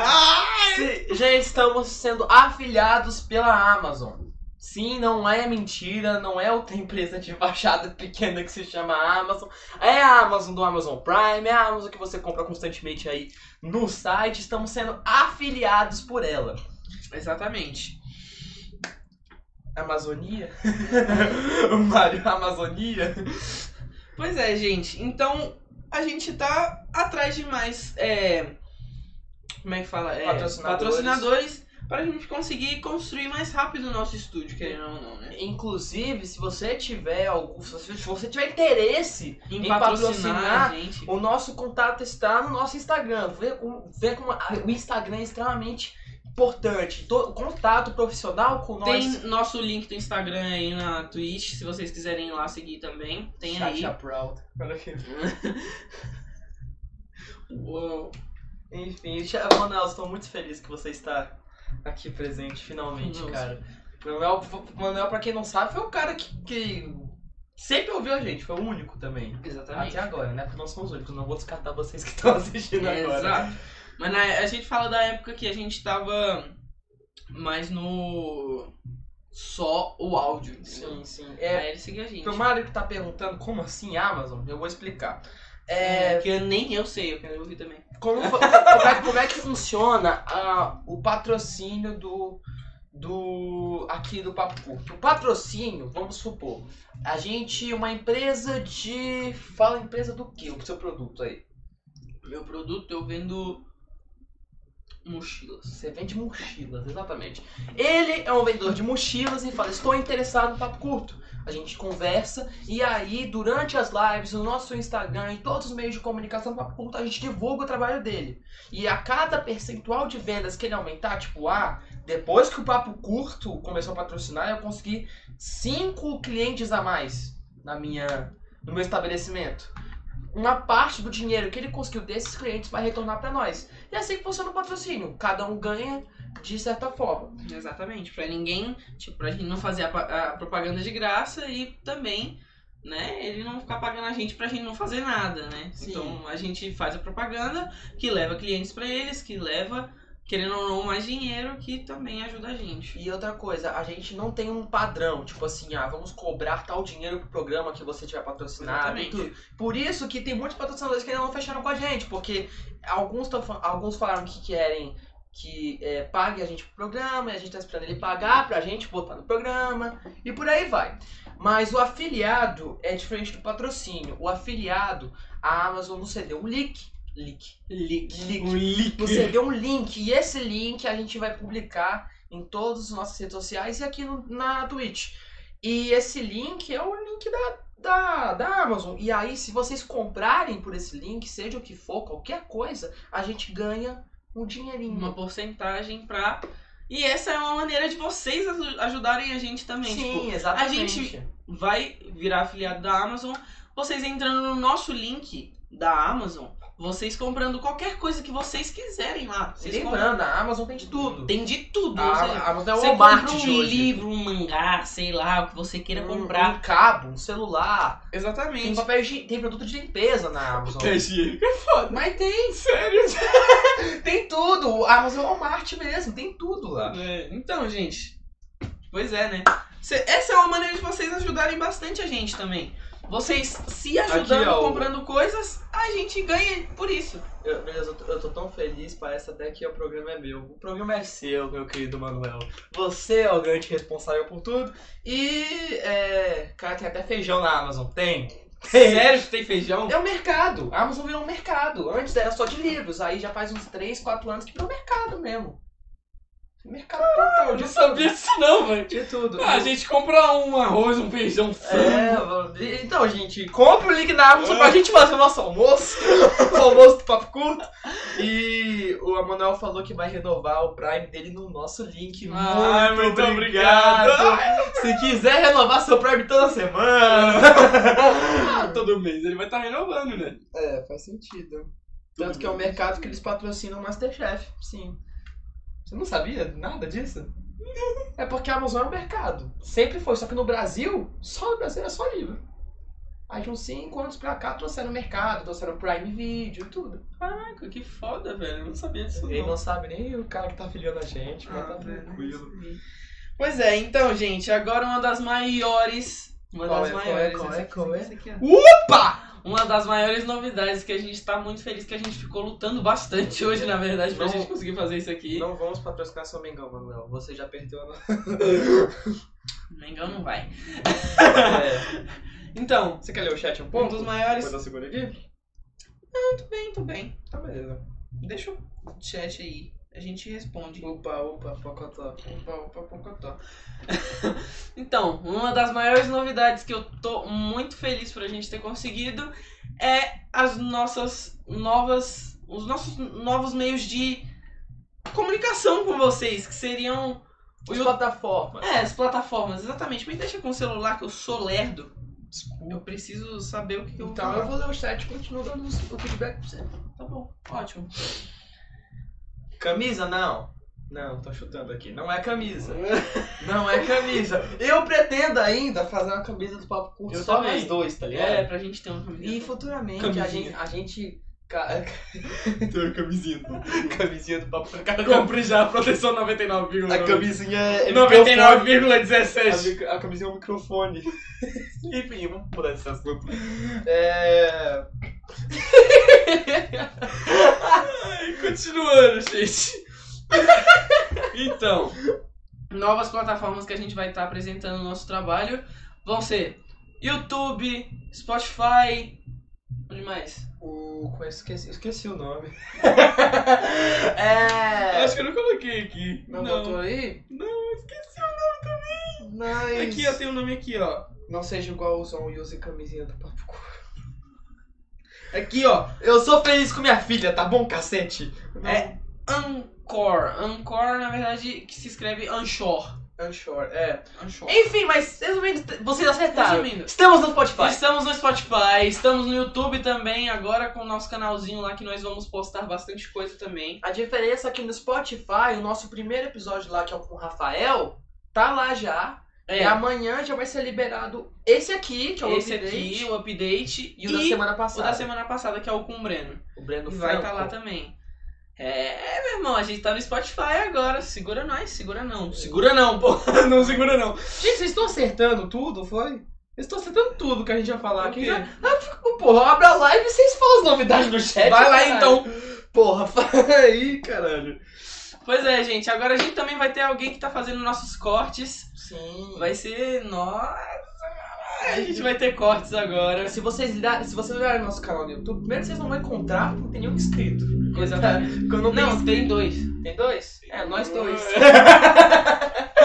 Speaker 2: Ah!
Speaker 3: Se- Gente, estamos sendo afiliados pela Amazon. Sim, não é mentira, não é outra empresa de fachada pequena que se chama Amazon. É a Amazon do Amazon Prime, é a Amazon que você compra constantemente aí no site. Estamos sendo afiliados por ela.
Speaker 2: Exatamente.
Speaker 3: Amazonia? o Mário Amazonia?
Speaker 2: Pois é, gente. Então a gente tá atrás de mais. é, Como é que fala? É,
Speaker 3: Patrocinadores.
Speaker 2: patrocinadores pra gente conseguir construir mais rápido o nosso estúdio, querendo ou não, né?
Speaker 3: Inclusive, se você tiver algum, se você- se você tiver interesse
Speaker 2: Em,
Speaker 3: Em patrocinar,
Speaker 2: patrocinar, a gente.
Speaker 3: O nosso contato está no nosso Instagram. Vê como, vê como a- o Instagram é extremamente importante. To- O contato profissional com
Speaker 2: Tem
Speaker 3: nós.
Speaker 2: nosso link do Instagram aí na Twitch, se vocês quiserem ir lá seguir também. Tem aí.
Speaker 3: Chacha é Proud.
Speaker 2: Uou.
Speaker 3: Enfim, Cha- Ronaldo, estou muito feliz que você está aqui presente, finalmente,
Speaker 2: Nossa.
Speaker 3: cara. Manuel, Manuel, pra quem não sabe, foi o cara que, que sempre ouviu a gente, foi o único também.
Speaker 2: Exatamente.
Speaker 3: Até agora, né? Porque nós somos os únicos, não vou descartar vocês que estão assistindo
Speaker 2: É,
Speaker 3: agora.
Speaker 2: Exato. Mas na- a gente fala da época que a gente tava mais no. só o áudio, entendeu?
Speaker 3: Sim, sim. É,
Speaker 2: Aí ele seguia a gente.
Speaker 3: pro Mário que tá perguntando como assim Amazon, eu vou explicar. É,
Speaker 2: É, que eu- nem eu sei, eu quero ouvir também.
Speaker 3: como, fa- como é, como é que funciona ah, o patrocínio do, do aqui do Papo Curto? O patrocínio, vamos supor, a gente, uma empresa de... Fala empresa do que? O seu produto aí.
Speaker 2: Meu produto eu vendo. mochilas.
Speaker 3: Você vende mochilas, exatamente. Ele é um vendedor de mochilas e fala: Estou interessado no papo curto. A gente conversa e aí, durante as lives, no nosso Instagram, em todos os meios de comunicação do papo curto, a gente divulga o trabalho dele. E a cada percentual de vendas que ele aumentar, tipo, ah, depois que o papo curto começou a patrocinar, eu consegui cinco clientes a mais na minha, no meu estabelecimento. Uma parte do dinheiro que ele conseguiu desses clientes vai retornar pra nós. E é assim que funciona o patrocínio. Cada um ganha de certa forma.
Speaker 2: Exatamente, pra ninguém, tipo, pra gente não fazer a, pa- a propaganda de graça e também, né, ele não ficar pagando a gente pra gente não fazer nada, né?
Speaker 3: Sim.
Speaker 2: Então a gente faz a propaganda que leva clientes pra eles, que leva, querendo ou não, mais dinheiro, que também ajuda a gente.
Speaker 3: E outra coisa, a gente não tem um padrão, tipo assim, ah, vamos cobrar tal dinheiro pro programa que você tiver patrocinado e
Speaker 2: Exatamente.
Speaker 3: tudo. Por isso que tem muitos patrocinadores que ainda não fecharam com a gente, porque alguns, tão fa- alguns falaram que querem que é, pague a gente pro programa, e a gente tá esperando ele pagar pra gente botar no programa, e por aí vai. Mas o afiliado é diferente do patrocínio. O afiliado, a Amazon nos cedeu um leak. Leak. Leak. Leak. Você deu um link e esse link a gente vai publicar em todas as nossas redes sociais e aqui no- na Twitch. E esse link é o link da, da, da Amazon. E aí, se vocês comprarem por esse link, seja o que for, qualquer coisa, a gente ganha um dinheirinho.
Speaker 2: Uma porcentagem pra. E essa é uma maneira de vocês aju- ajudarem a gente também. tipo,
Speaker 3: Sim, exatamente.
Speaker 2: a gente- vai virar afiliado da Amazon, vocês entrando no nosso link da Amazon, vocês comprando qualquer coisa que vocês quiserem lá. Vocês compram-
Speaker 3: Lembrando, a Amazon tem de tudo.
Speaker 2: Tem de tudo. Ah,
Speaker 3: a,
Speaker 2: você
Speaker 3: a Amazon é o
Speaker 2: você
Speaker 3: Walmart
Speaker 2: compra um
Speaker 3: de hoje.
Speaker 2: livro, um mangá, sei lá, o que você queira
Speaker 3: Um-
Speaker 2: comprar.
Speaker 3: Um cabo, um celular. Tem,
Speaker 2: Hum, Exatamente.
Speaker 3: papel, higie- tem produto de limpeza na Amazon. Mas tem,
Speaker 2: Sério?
Speaker 3: tem tudo. A Amazon é o Walmart mesmo, tem tudo lá.
Speaker 2: então, gente. Pois é, né? Cê- essa é uma maneira de vocês ajudarem bastante a gente também. Vocês se ajudando,
Speaker 3: ó, o-
Speaker 2: comprando coisas, a gente ganha por isso.
Speaker 3: Eu, meu Deus, eu tô, eu tô tão feliz, parece até que o programa é meu. O programa é seu, meu querido Manuel. Você é o grande responsável por tudo. E, é, cara, tem até feijão na Amazon. Tem.
Speaker 2: Sério que tem feijão?
Speaker 3: É um mercado. A Amazon virou um mercado. Antes era só de livros. Aí já faz uns 3, 4 anos que virou mercado mesmo. Mercado
Speaker 1: Eu
Speaker 3: total, de
Speaker 1: não
Speaker 3: tudo.
Speaker 1: sabia disso não, velho.
Speaker 3: De tudo.
Speaker 1: Ah, a gente compra um arroz, um feijão, um frango.
Speaker 3: É, mano. então, gente, compra o link da Amazon pra gente fazer o nosso almoço. o almoço do Papo Curto. E o Emanuel falou que vai renovar o Prime dele no nosso link.
Speaker 1: Ai, muito
Speaker 3: Se quiser renovar seu Prime toda semana.
Speaker 1: Ah, todo mês ele vai
Speaker 2: tá
Speaker 1: estar renovando, né?
Speaker 3: É, faz sentido. Tanto que é o mercado que eles patrocinam o Masterchef, sim. Você não sabia nada disso? É porque a Amazon é um mercado. Sempre foi, só que no Brasil, só no Brasil era só livro. Aí de uns 5 anos pra cá trouxeram o mercado, trouxeram o Prime Video, tudo.
Speaker 2: Caraca, que foda, velho. Eu não sabia disso
Speaker 3: Ele
Speaker 2: não.
Speaker 3: não sabe nem o cara que tá afiliando a gente, mas tá
Speaker 2: Ah, velho,
Speaker 3: tranquilo.
Speaker 2: não sabia. Pois é, então, gente, agora uma das maiores. Uma
Speaker 3: Qual
Speaker 2: das
Speaker 3: é, qual é,
Speaker 2: maiores.
Speaker 3: qual é,
Speaker 2: essa aqui,
Speaker 3: qual é?
Speaker 2: essa aqui, essa aqui,
Speaker 3: Opa!
Speaker 2: ó. Uma das maiores novidades que a gente tá muito feliz que a gente ficou lutando bastante hoje, na verdade, pra
Speaker 3: Não.
Speaker 2: gente conseguir fazer isso aqui.
Speaker 3: Não vamos patrocinar seu Mengão, Manuel. Você já perdeu a nossa.
Speaker 2: Mengão não vai.
Speaker 3: É.
Speaker 2: Então,
Speaker 3: Você quer ler o chat um
Speaker 2: um
Speaker 3: pouco?
Speaker 2: dos maiores.
Speaker 3: Depois da segunda aqui?
Speaker 2: Tudo bem, tudo bem.
Speaker 3: Tá beleza.
Speaker 2: Deixa o chat aí. A gente responde.
Speaker 3: Opa, opa, pocotó.
Speaker 2: Opa, opa, pocotó. então, uma das maiores novidades que eu tô muito feliz pra gente ter conseguido é as nossas novas. Os nossos novos meios de comunicação com vocês, que seriam. O
Speaker 3: Os
Speaker 2: Yu-
Speaker 3: plataformas.
Speaker 2: É, as plataformas, exatamente. Me deixa com o celular que eu sou lerdo. Eu preciso saber o que, que eu
Speaker 3: Então eu vou ler o chat e continuo dando o feedback pra você.
Speaker 2: Tá bom, ótimo.
Speaker 3: Camisa não. Não, tô chutando aqui. Não é camisa. Não é camisa. Eu pretendo ainda fazer uma camisa do Papo Curto
Speaker 1: Eu
Speaker 3: só
Speaker 1: também.
Speaker 3: nós dois, tá ligado?
Speaker 2: É, pra gente ter uma
Speaker 3: E
Speaker 2: camiseta.
Speaker 3: futuramente a
Speaker 1: Camisinha.
Speaker 3: gente, a gente Ca-
Speaker 4: Tem uma camisinha.
Speaker 3: Camisinha do papo.
Speaker 1: Cara, comprei já a proteção 99,
Speaker 4: A camisinha é. é microfone.
Speaker 1: 99,17.
Speaker 4: A mi- A camisinha é um microfone.
Speaker 3: Enfim, vamos mudar esse assunto.
Speaker 4: É.
Speaker 1: Continuando, gente. Então,
Speaker 2: novas plataformas que a gente vai estar apresentando no nosso trabalho vão ser YouTube, Spotify, onde mais?
Speaker 4: O. como é que- Esqueci, esqueci o nome.
Speaker 3: É.
Speaker 1: acho que eu não coloquei aqui.
Speaker 4: Não,
Speaker 1: não.
Speaker 4: botou aí?
Speaker 1: Não, esqueci.
Speaker 4: Nice.
Speaker 1: Aqui, ó, tem o nome aqui, ó.
Speaker 4: Não seja igual o Zon e use camisinha do papo Cool. Aqui, ó.
Speaker 3: Eu sou feliz com minha filha, tá bom, cacete?
Speaker 2: É Anchor. Anchor, na verdade, que se escreve Anchor.
Speaker 4: Anshore, é.
Speaker 2: Anchor.
Speaker 3: Enfim, mas resumindo, vocês acertaram.
Speaker 2: Resumindo.
Speaker 3: Estamos no Spotify.
Speaker 2: Estamos no Spotify, estamos no YouTube também, agora com o nosso canalzinho lá que nós vamos postar bastante coisa também.
Speaker 3: A diferença é que no Spotify, o nosso primeiro episódio lá, que é o com o Rafael, tá lá já.
Speaker 2: É,
Speaker 3: E amanhã já vai ser liberado É. esse aqui, que é o
Speaker 2: esse
Speaker 3: update,
Speaker 2: aqui, o update.
Speaker 3: e o da semana
Speaker 2: o
Speaker 3: passada.
Speaker 2: da semana passada, que é o com o Breno.
Speaker 3: O Breno
Speaker 2: Vai
Speaker 3: Franco.
Speaker 2: estar lá também. É, meu irmão, a gente tá no Spotify agora. Segura nós, segura não.
Speaker 3: Segura não, pô.
Speaker 1: Não segura, não.
Speaker 3: Gente, vocês estão acertando tudo, foi? Vocês estão acertando tudo que a gente ia falar
Speaker 2: O
Speaker 3: aqui.
Speaker 2: quê?
Speaker 3: Já... Ah, fica- porra, abre a live e vocês falam as novidades do chat.
Speaker 2: Vai lá,
Speaker 3: caralho.
Speaker 2: então.
Speaker 3: Porra, fala aí, caralho.
Speaker 2: Pois é, gente. Agora a gente também vai ter alguém que tá fazendo nossos cortes.
Speaker 3: Sim.
Speaker 2: Vai ser nós. A gente vai ter cortes agora.
Speaker 3: Se vocês, olhar- se vocês olharem nosso canal no YouTube, primeiro vocês não vão encontrar porque não tem nenhum inscrito.
Speaker 2: Exatamente.
Speaker 3: Quando não,
Speaker 2: Não,
Speaker 3: tem
Speaker 2: tem dois.
Speaker 3: Tem dois? É, nós dois.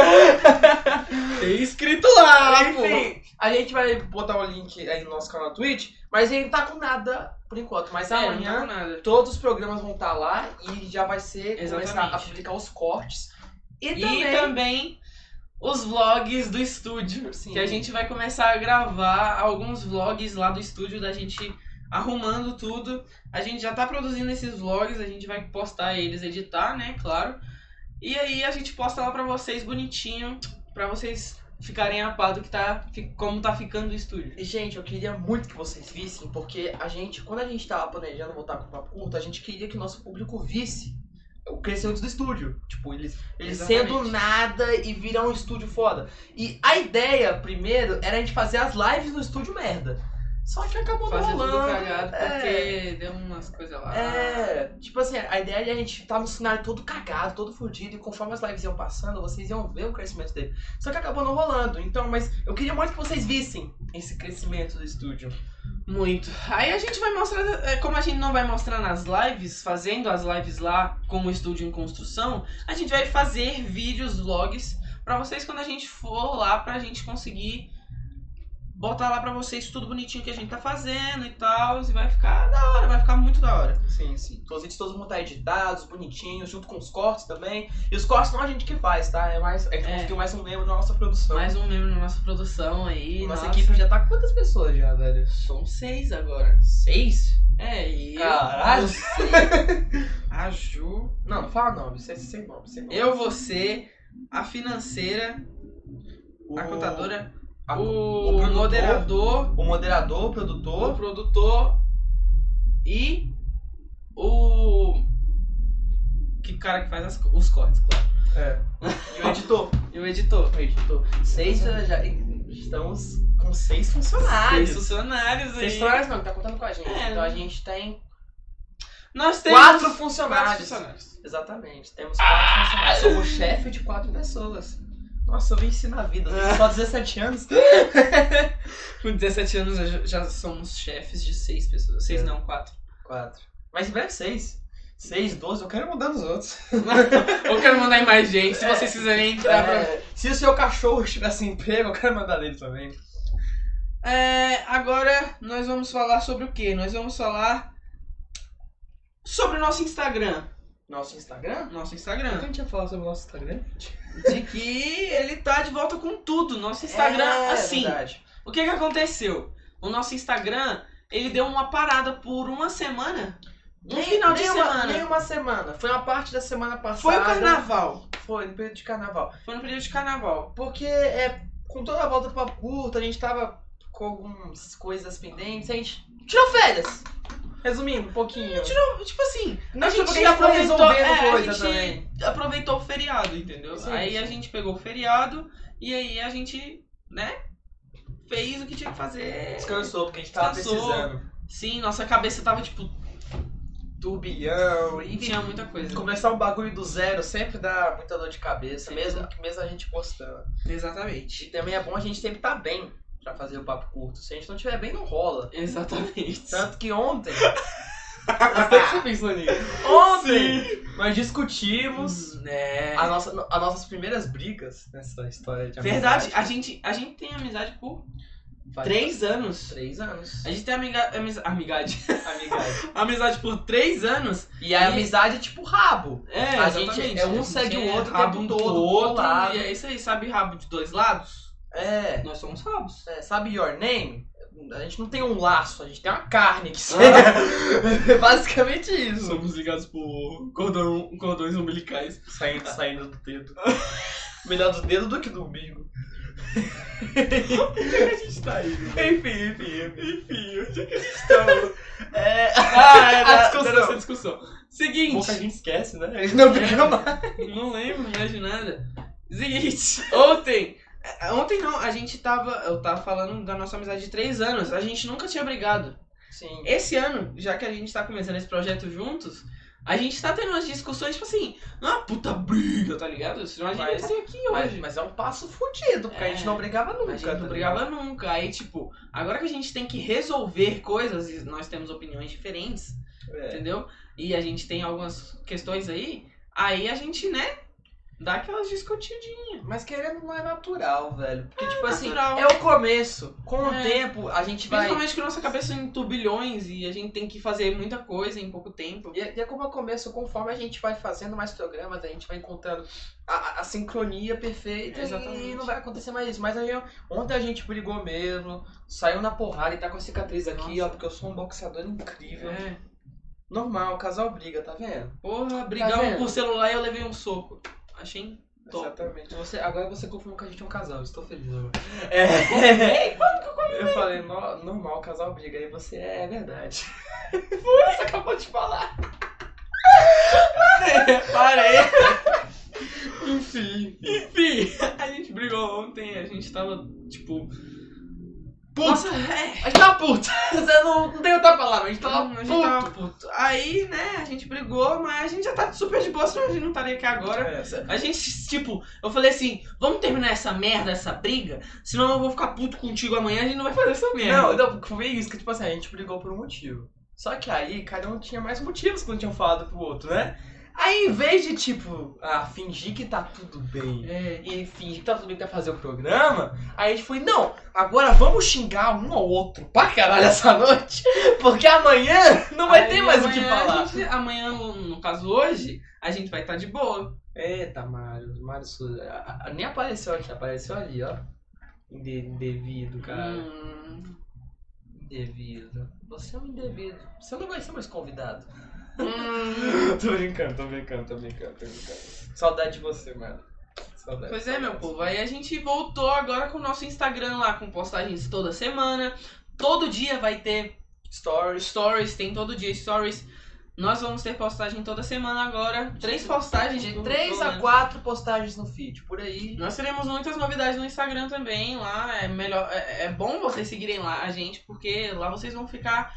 Speaker 1: Tem escrito lá, pô.
Speaker 3: Enfim, a gente vai botar o link aí no nosso canal na Twitch, mas ele não tá com nada por enquanto. Mas
Speaker 2: É, não tá
Speaker 3: amanhã
Speaker 2: com nada.
Speaker 3: todos os programas vão estar lá e já vai ser começar a
Speaker 2: Exatamente.
Speaker 3: publicar os cortes. E,
Speaker 2: E
Speaker 3: também.
Speaker 2: também os vlogs do estúdio.
Speaker 3: Sim.
Speaker 2: Que a gente vai começar a gravar alguns vlogs lá do estúdio da gente arrumando tudo. A gente já tá produzindo esses vlogs, a gente vai postar eles, editar, né, claro. E aí a gente posta lá pra vocês bonitinho, pra vocês ficarem a par do que tá fi- como tá ficando o estúdio.
Speaker 3: E, Gente, eu queria muito que vocês vissem, porque a gente, quando a gente tava planejando voltar com o papo curto, a gente queria que o nosso público visse o crescimento do estúdio. Tipo, eles, eles
Speaker 2: Exatamente.
Speaker 3: sendo nada e virar um estúdio foda. E a ideia, primeiro, era a gente fazer as lives no estúdio merda. Só que acabou não
Speaker 2: Fazer tudo
Speaker 3: rolando.
Speaker 2: cagado,
Speaker 3: é,
Speaker 2: porque deu umas coisas lá.
Speaker 3: é, tipo assim, a ideia era a gente estar no cenário todo cagado, todo fudido, e conforme as lives iam passando, vocês iam ver o crescimento dele. Só que acabou não rolando. Então, mas eu queria muito que vocês vissem esse crescimento do estúdio.
Speaker 2: Muito. Aí a gente vai mostrar, é, como a gente não vai mostrar nas lives, fazendo as lives lá com o estúdio em construção, a gente vai fazer vídeos, vlogs pra vocês quando a gente for lá pra gente conseguir botar lá pra vocês tudo bonitinho que a gente tá fazendo e tal, e vai ficar da hora, vai ficar muito da hora.
Speaker 3: Sim, sim. Os vídeos todos vão estar tá editados, bonitinhos, junto com os cortes também. E os cortes não é a gente que faz, tá? É mais, a gente
Speaker 2: É.
Speaker 3: conseguiu mais um membro da nossa produção.
Speaker 2: Mais um membro da nossa produção aí.
Speaker 3: nossa, equipe já tá com quantas pessoas já, velho?
Speaker 2: São seis agora. Seis? É, e. eu,
Speaker 3: Caralho!
Speaker 2: A Ju.
Speaker 3: Não, não fala nome, é sem, sem nome, sem nome.
Speaker 2: Eu, você, a financeira, a
Speaker 3: O-
Speaker 2: contadora. é
Speaker 3: a-
Speaker 2: Ah, o,
Speaker 3: o produtor.
Speaker 2: moderador,
Speaker 3: o moderador, o
Speaker 2: o
Speaker 3: produtor,
Speaker 2: produtor e o que cara que faz as co- os cortes, claro.
Speaker 3: é. e o editor.
Speaker 2: E o editor.
Speaker 3: O editor. Seis já, já- estamos com seis
Speaker 2: Seis
Speaker 3: funcionários.
Speaker 2: funcionários aí.
Speaker 3: Seis funcionários não, que tá contando com a gente.
Speaker 2: É.
Speaker 3: Então a gente tem
Speaker 2: Nós temos
Speaker 3: quatro
Speaker 2: quatro
Speaker 3: funcionários. Ah!
Speaker 2: funcionários.
Speaker 3: Exatamente. Temos quatro funcionários. Sou o chefe de quatro pessoas. Nossa, eu venci na vida. Eu tenho só 17 anos.
Speaker 2: Com 17 anos já- já somos chefes de seis pessoas. Seis
Speaker 3: É.
Speaker 2: não, quatro.
Speaker 3: Quatro. Mas em breve seis. Seis, doze. Eu quero mudar nos outros.
Speaker 2: Eu quero mandar em mais gente, se vocês quiserem entrar pra
Speaker 3: É, se o seu cachorro estiver sem pego, eu quero mandar nele também.
Speaker 2: É, agora nós vamos falar sobre o quê? Nós vamos falar sobre o nosso Instagram.
Speaker 3: Nosso Instagram?
Speaker 2: Nosso
Speaker 3: Nunca a
Speaker 2: Instagram.
Speaker 3: gente ia falar sobre o nosso Instagram?
Speaker 2: De que ele tá de volta com tudo. Nosso Instagram,
Speaker 3: É,
Speaker 2: assim.
Speaker 3: verdade.
Speaker 2: O que que aconteceu? O nosso Instagram, ele deu uma parada por uma semana. Um
Speaker 3: Nem-
Speaker 2: final de
Speaker 3: nem
Speaker 2: semana.
Speaker 3: Uma, nem uma semana. Foi uma parte da semana passada.
Speaker 2: Foi o carnaval.
Speaker 3: Foi, no período de carnaval.
Speaker 2: Foi no período de carnaval.
Speaker 3: Porque é, com toda a volta do papo curto, a gente tava com algumas coisas pendentes, a gente tirou férias.
Speaker 4: Resumindo, um pouquinho.
Speaker 2: Tipo assim,
Speaker 4: Não,
Speaker 2: a
Speaker 4: tipo,
Speaker 2: gente
Speaker 4: que a gente foi
Speaker 2: aproveitou,
Speaker 4: resolvendo
Speaker 2: é,
Speaker 4: coisa
Speaker 2: a gente
Speaker 4: também.
Speaker 2: aproveitou o feriado, entendeu?
Speaker 4: Sim,
Speaker 2: aí
Speaker 4: sim.
Speaker 2: a gente pegou o feriado e aí a gente, né, fez o que tinha que fazer.
Speaker 4: Descansou, porque a gente
Speaker 3: Tá
Speaker 4: tava
Speaker 2: Descansou.
Speaker 4: precisando.
Speaker 2: Sim, nossa cabeça tava tipo,
Speaker 4: Turbilhão,
Speaker 2: e
Speaker 4: enfim.
Speaker 2: tinha muita coisa.
Speaker 3: Começar um bagulho do zero sempre dá muita dor de cabeça, mesmo, que mesmo a gente gostando. E
Speaker 2: Exatamente.
Speaker 3: também é bom a gente sempre estar bem pra fazer o papo curto. Se a gente não estiver bem, não rola.
Speaker 2: Exatamente.
Speaker 4: Então,
Speaker 3: Tanto que ontem,
Speaker 1: Você pensou nisso?
Speaker 3: ontem, é,
Speaker 4: Mas discutimos.
Speaker 2: Né?
Speaker 3: a nossa, as nossas primeiras brigas nessa história de
Speaker 2: Verdade,
Speaker 3: amizade.
Speaker 2: a gente, a gente tem amizade por
Speaker 3: Vai-
Speaker 2: três anos.
Speaker 3: Três É anos.
Speaker 2: A gente tem amiga, amiz, amigade.
Speaker 3: Amizade.
Speaker 2: amizade por três anos.
Speaker 3: E a
Speaker 2: E-
Speaker 3: amizade é tipo rabo.
Speaker 2: É,
Speaker 3: A gente-
Speaker 2: exatamente.
Speaker 3: é um
Speaker 2: A gente
Speaker 3: segue o outro o
Speaker 2: rabo um
Speaker 3: tempo
Speaker 2: do
Speaker 3: todo,
Speaker 2: outro,
Speaker 3: colado.
Speaker 2: E é isso aí, sabe rabo de dois lados?
Speaker 3: É,
Speaker 2: Nós somos rabos.
Speaker 3: é, sabe your name? A gente não tem um laço, a gente tem uma carne que é basicamente isso.
Speaker 1: Somos ligados por cordão, cordões umbilicais.
Speaker 3: Saindo, saindo do dedo. Melhor do dedo do que do umbigo.
Speaker 1: Onde é que a gente tá indo?
Speaker 3: Enfim, enfim.
Speaker 1: Enfim, onde é que
Speaker 3: É,
Speaker 1: ah, é
Speaker 3: A
Speaker 1: da,
Speaker 3: discussão.
Speaker 1: da nossa discussão. Seguinte.
Speaker 3: pouca gente esquece, né? A gente não briga mais.
Speaker 2: Não lembro mais de nada. Seguinte, ontem. eh, Ontem não, a gente tava. Eu tava falando da nossa amizade de três anos. A gente nunca tinha brigado.
Speaker 3: Sim.
Speaker 2: Esse ano, já que a gente tá começando esse projeto juntos, a gente tá tendo umas discussões, tipo assim, ah, puta briga, tá ligado? Senão a gente
Speaker 3: Mas-
Speaker 2: ia ser aqui
Speaker 3: Mas,
Speaker 2: hoje.
Speaker 3: mas é um passo fudido, porque a gente
Speaker 2: É.
Speaker 3: não brigava nunca.
Speaker 2: a gente
Speaker 3: tá
Speaker 2: não brigava nunca. Aí, tipo, agora que a gente tem que resolver coisas e nós temos opiniões diferentes,
Speaker 3: ligado? É.
Speaker 2: entendeu? E a gente tem algumas questões aí, aí a gente, né, dá aquelas discutidinhas.
Speaker 3: Mas querendo não é natural, velho. Porque, tipo assim,
Speaker 2: natural.
Speaker 3: é o começo. Com o
Speaker 2: É.
Speaker 3: tempo, a gente vai.
Speaker 2: Principalmente que nossa cabeça é em turbilhões e a gente tem que fazer muita coisa em pouco tempo.
Speaker 3: E, é- e é como eu começo, conforme a gente vai fazendo mais programas, a gente vai encontrando a, a- a sincronia perfeita
Speaker 2: Exatamente.
Speaker 3: e não vai acontecer mais isso. Mas aí, eu- ontem a gente brigou mesmo, saiu na porrada e tá com a cicatriz aqui,
Speaker 2: Nossa.
Speaker 3: ó, porque eu sou um boxeador incrível.
Speaker 2: É.
Speaker 3: Normal, casal briga, tá vendo?
Speaker 2: Porra, brigamos
Speaker 3: vendo?
Speaker 2: por celular e eu levei um soco. Achei top.
Speaker 3: Exatamente. Você, agora você confirmou que a gente é um casal, estou feliz agora. É. eu falei, "No- normal, casal briga. Aí você, é, é verdade. você acabou de falar.
Speaker 2: Parei.
Speaker 3: Enfim.
Speaker 2: Enfim, a gente brigou ontem, a gente tava, tipo...
Speaker 3: Puto.
Speaker 2: Nossa, é.
Speaker 3: A gente tava puto. Você não, não tem outra palavra, a gente tava
Speaker 2: a
Speaker 3: puto.
Speaker 2: gente tava puto. Aí, né, a gente brigou, mas a gente já tá super de boa, senão a gente não estaria aqui agora.
Speaker 3: É, cê-
Speaker 2: A gente, tipo, eu falei assim, vamos terminar essa merda, essa briga, senão eu vou ficar puto contigo amanhã, a gente não vai fazer essa merda.
Speaker 3: Não, não, foi isso que, tipo assim, a gente brigou por um motivo. Só que aí, cada um tinha mais motivos que não tinham falado pro outro, né? Aí, em vez de, tipo, ah, fingir que tá tudo bem
Speaker 2: É,
Speaker 3: e fingir que tá tudo bem pra fazer o programa, aí a gente foi, não, agora vamos xingar um ao outro pra caralho essa noite, porque amanhã não vai
Speaker 2: Aí
Speaker 3: ter mais o
Speaker 2: amanhã
Speaker 3: que
Speaker 2: a
Speaker 3: falar.
Speaker 2: gente- amanhã, no, no caso hoje, a gente vai estar de boa.
Speaker 3: Eita, Mário, Mário Souza, a- a- nem apareceu aqui, apareceu ali, ó. Inde- Indevido, cara.
Speaker 2: Hum,
Speaker 3: Indevido. Você é um indevido. Você não vai ser mais convidado.
Speaker 2: hum.
Speaker 3: tô brincando, tô brincando, tô brincando, tô brincando. Saudade de você, mano. Saudade.
Speaker 2: Pois é, meu povo. Aí a gente voltou agora com o nosso Instagram lá, com postagens toda semana. Todo dia vai ter
Speaker 3: Stories.
Speaker 2: stories, tem todo dia stories. Nós vamos ter postagem toda semana agora. Três postagens.
Speaker 3: De
Speaker 2: por-
Speaker 3: 3
Speaker 2: pelo
Speaker 3: a
Speaker 2: menos.
Speaker 3: 4 postagens no feed, por aí.
Speaker 2: Nós teremos muitas novidades no Instagram também lá. É melhor, é, é bom vocês seguirem lá a gente, porque lá vocês vão ficar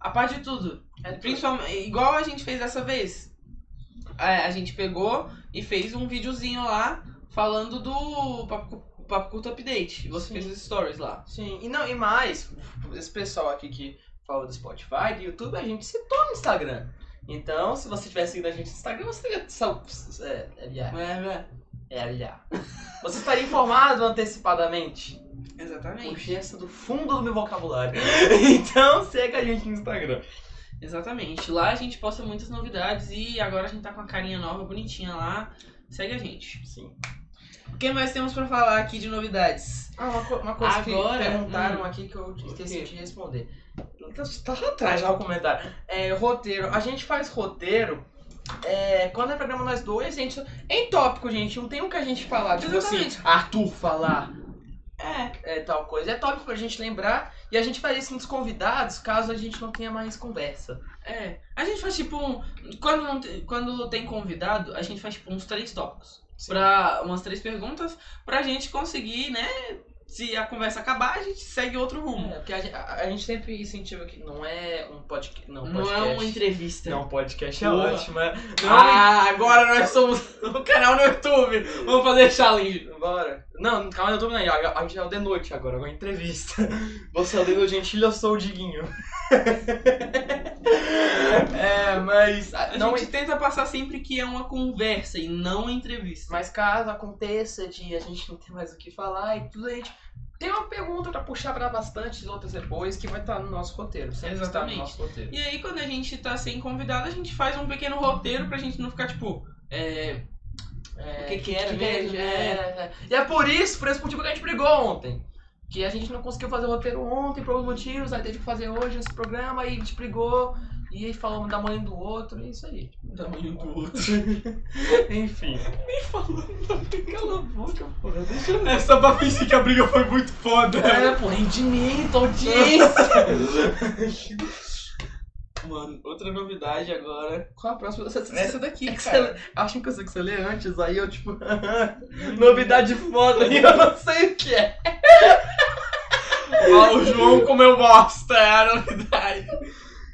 Speaker 2: a par de tudo.
Speaker 3: É,
Speaker 2: Principalmente, igual a gente fez dessa vez. É, a gente pegou e fez um videozinho lá falando do Papo, Cu- Papo Curto Update. Você
Speaker 3: Sim.
Speaker 2: fez os stories lá.
Speaker 3: Sim, e não, e mais, esse pessoal aqui que fala do Spotify, do YouTube, a gente citou no Instagram. Então, se você tivesse seguido a gente no Instagram, você teria. sal- É, LA.
Speaker 2: É,
Speaker 3: É, LA. Você estaria informado antecipadamente.
Speaker 2: é. Exatamente.
Speaker 3: O gesto do fundo do meu vocabulário. então segue a gente no Instagram.
Speaker 2: Exatamente. Lá a gente posta muitas novidades e agora a gente tá com a carinha nova, bonitinha lá. Segue a gente.
Speaker 3: Sim.
Speaker 2: O que mais temos pra falar aqui de novidades?
Speaker 3: Ah, uma, co- uma coisa
Speaker 2: Agora,
Speaker 3: que perguntaram
Speaker 2: hum.
Speaker 3: aqui que eu esqueci
Speaker 2: quê?
Speaker 3: de responder. Então, você Tá lá atrás já o comentário. É, roteiro. A gente faz roteiro. é, quando é programa nós dois, a gente. Em tópico, gente, não tem um que a gente falar. Tipo
Speaker 2: Exatamente.
Speaker 3: assim, Arthur falar
Speaker 2: É,
Speaker 3: é, tal coisa. É tópico pra gente lembrar. E a gente faz isso nos convidados, caso a gente não tenha mais conversa.
Speaker 2: É. A gente faz tipo um. Quando, não tem, quando tem convidado, a gente faz tipo uns três tópicos. Pra, umas três perguntas pra gente conseguir, né? Se a conversa acabar, a gente segue outro rumo.
Speaker 3: É, porque a, gente- a- a gente sempre incentiva que não é um podcast. Não,
Speaker 2: Não
Speaker 3: podcast.
Speaker 2: é uma entrevista.
Speaker 3: Não, podcast é
Speaker 2: Boa.
Speaker 3: ótimo. é. Não,
Speaker 2: Ah, agora nós somos
Speaker 3: o canal no YouTube. Vamos fazer challenge. Bora. Não, canal no YouTube não. A, a gente é o The Noite agora, agora é entrevista. Você é o The Noite Gentil, eu sou o Diguinho. é, mas.
Speaker 2: A
Speaker 3: Não,
Speaker 2: gente tenta passar sempre que é uma conversa e não uma entrevista.
Speaker 3: mas caso aconteça de a gente não ter mais o que falar e tudo, a gente. Tem uma pergunta pra puxar pra bastante outras depois que vai estar no nosso roteiro. Sempre está no
Speaker 2: Exatamente.
Speaker 3: nosso roteiro.
Speaker 2: E aí, quando a gente tá sem convidado, a gente faz um pequeno roteiro pra gente não ficar tipo. É,
Speaker 3: É,
Speaker 2: O que que era mesmo? né?
Speaker 3: é, é. E é por isso, por esse motivo que a gente brigou ontem. Que a gente não conseguiu fazer o roteiro ontem por alguns motivos, aí teve que fazer hoje esse programa, aí a gente brigou, e aí falamos da mãe do outro, e é isso aí.
Speaker 2: da manhã um do outro.
Speaker 3: Enfim.
Speaker 2: Cala a boca, porra.
Speaker 1: Essa bafice que a briga foi muito foda.
Speaker 3: É, pô, rendimento, audiência.
Speaker 2: Mano, outra novidade agora.
Speaker 3: Qual a próxima? Você, você,
Speaker 2: Essa daqui,
Speaker 3: é que
Speaker 2: cara.
Speaker 3: você- acho que eu sei que você lê antes, aí eu tipo. novidade foda, e eu não sei o que é.
Speaker 1: Ah, o João comeu bosta, é a novidade.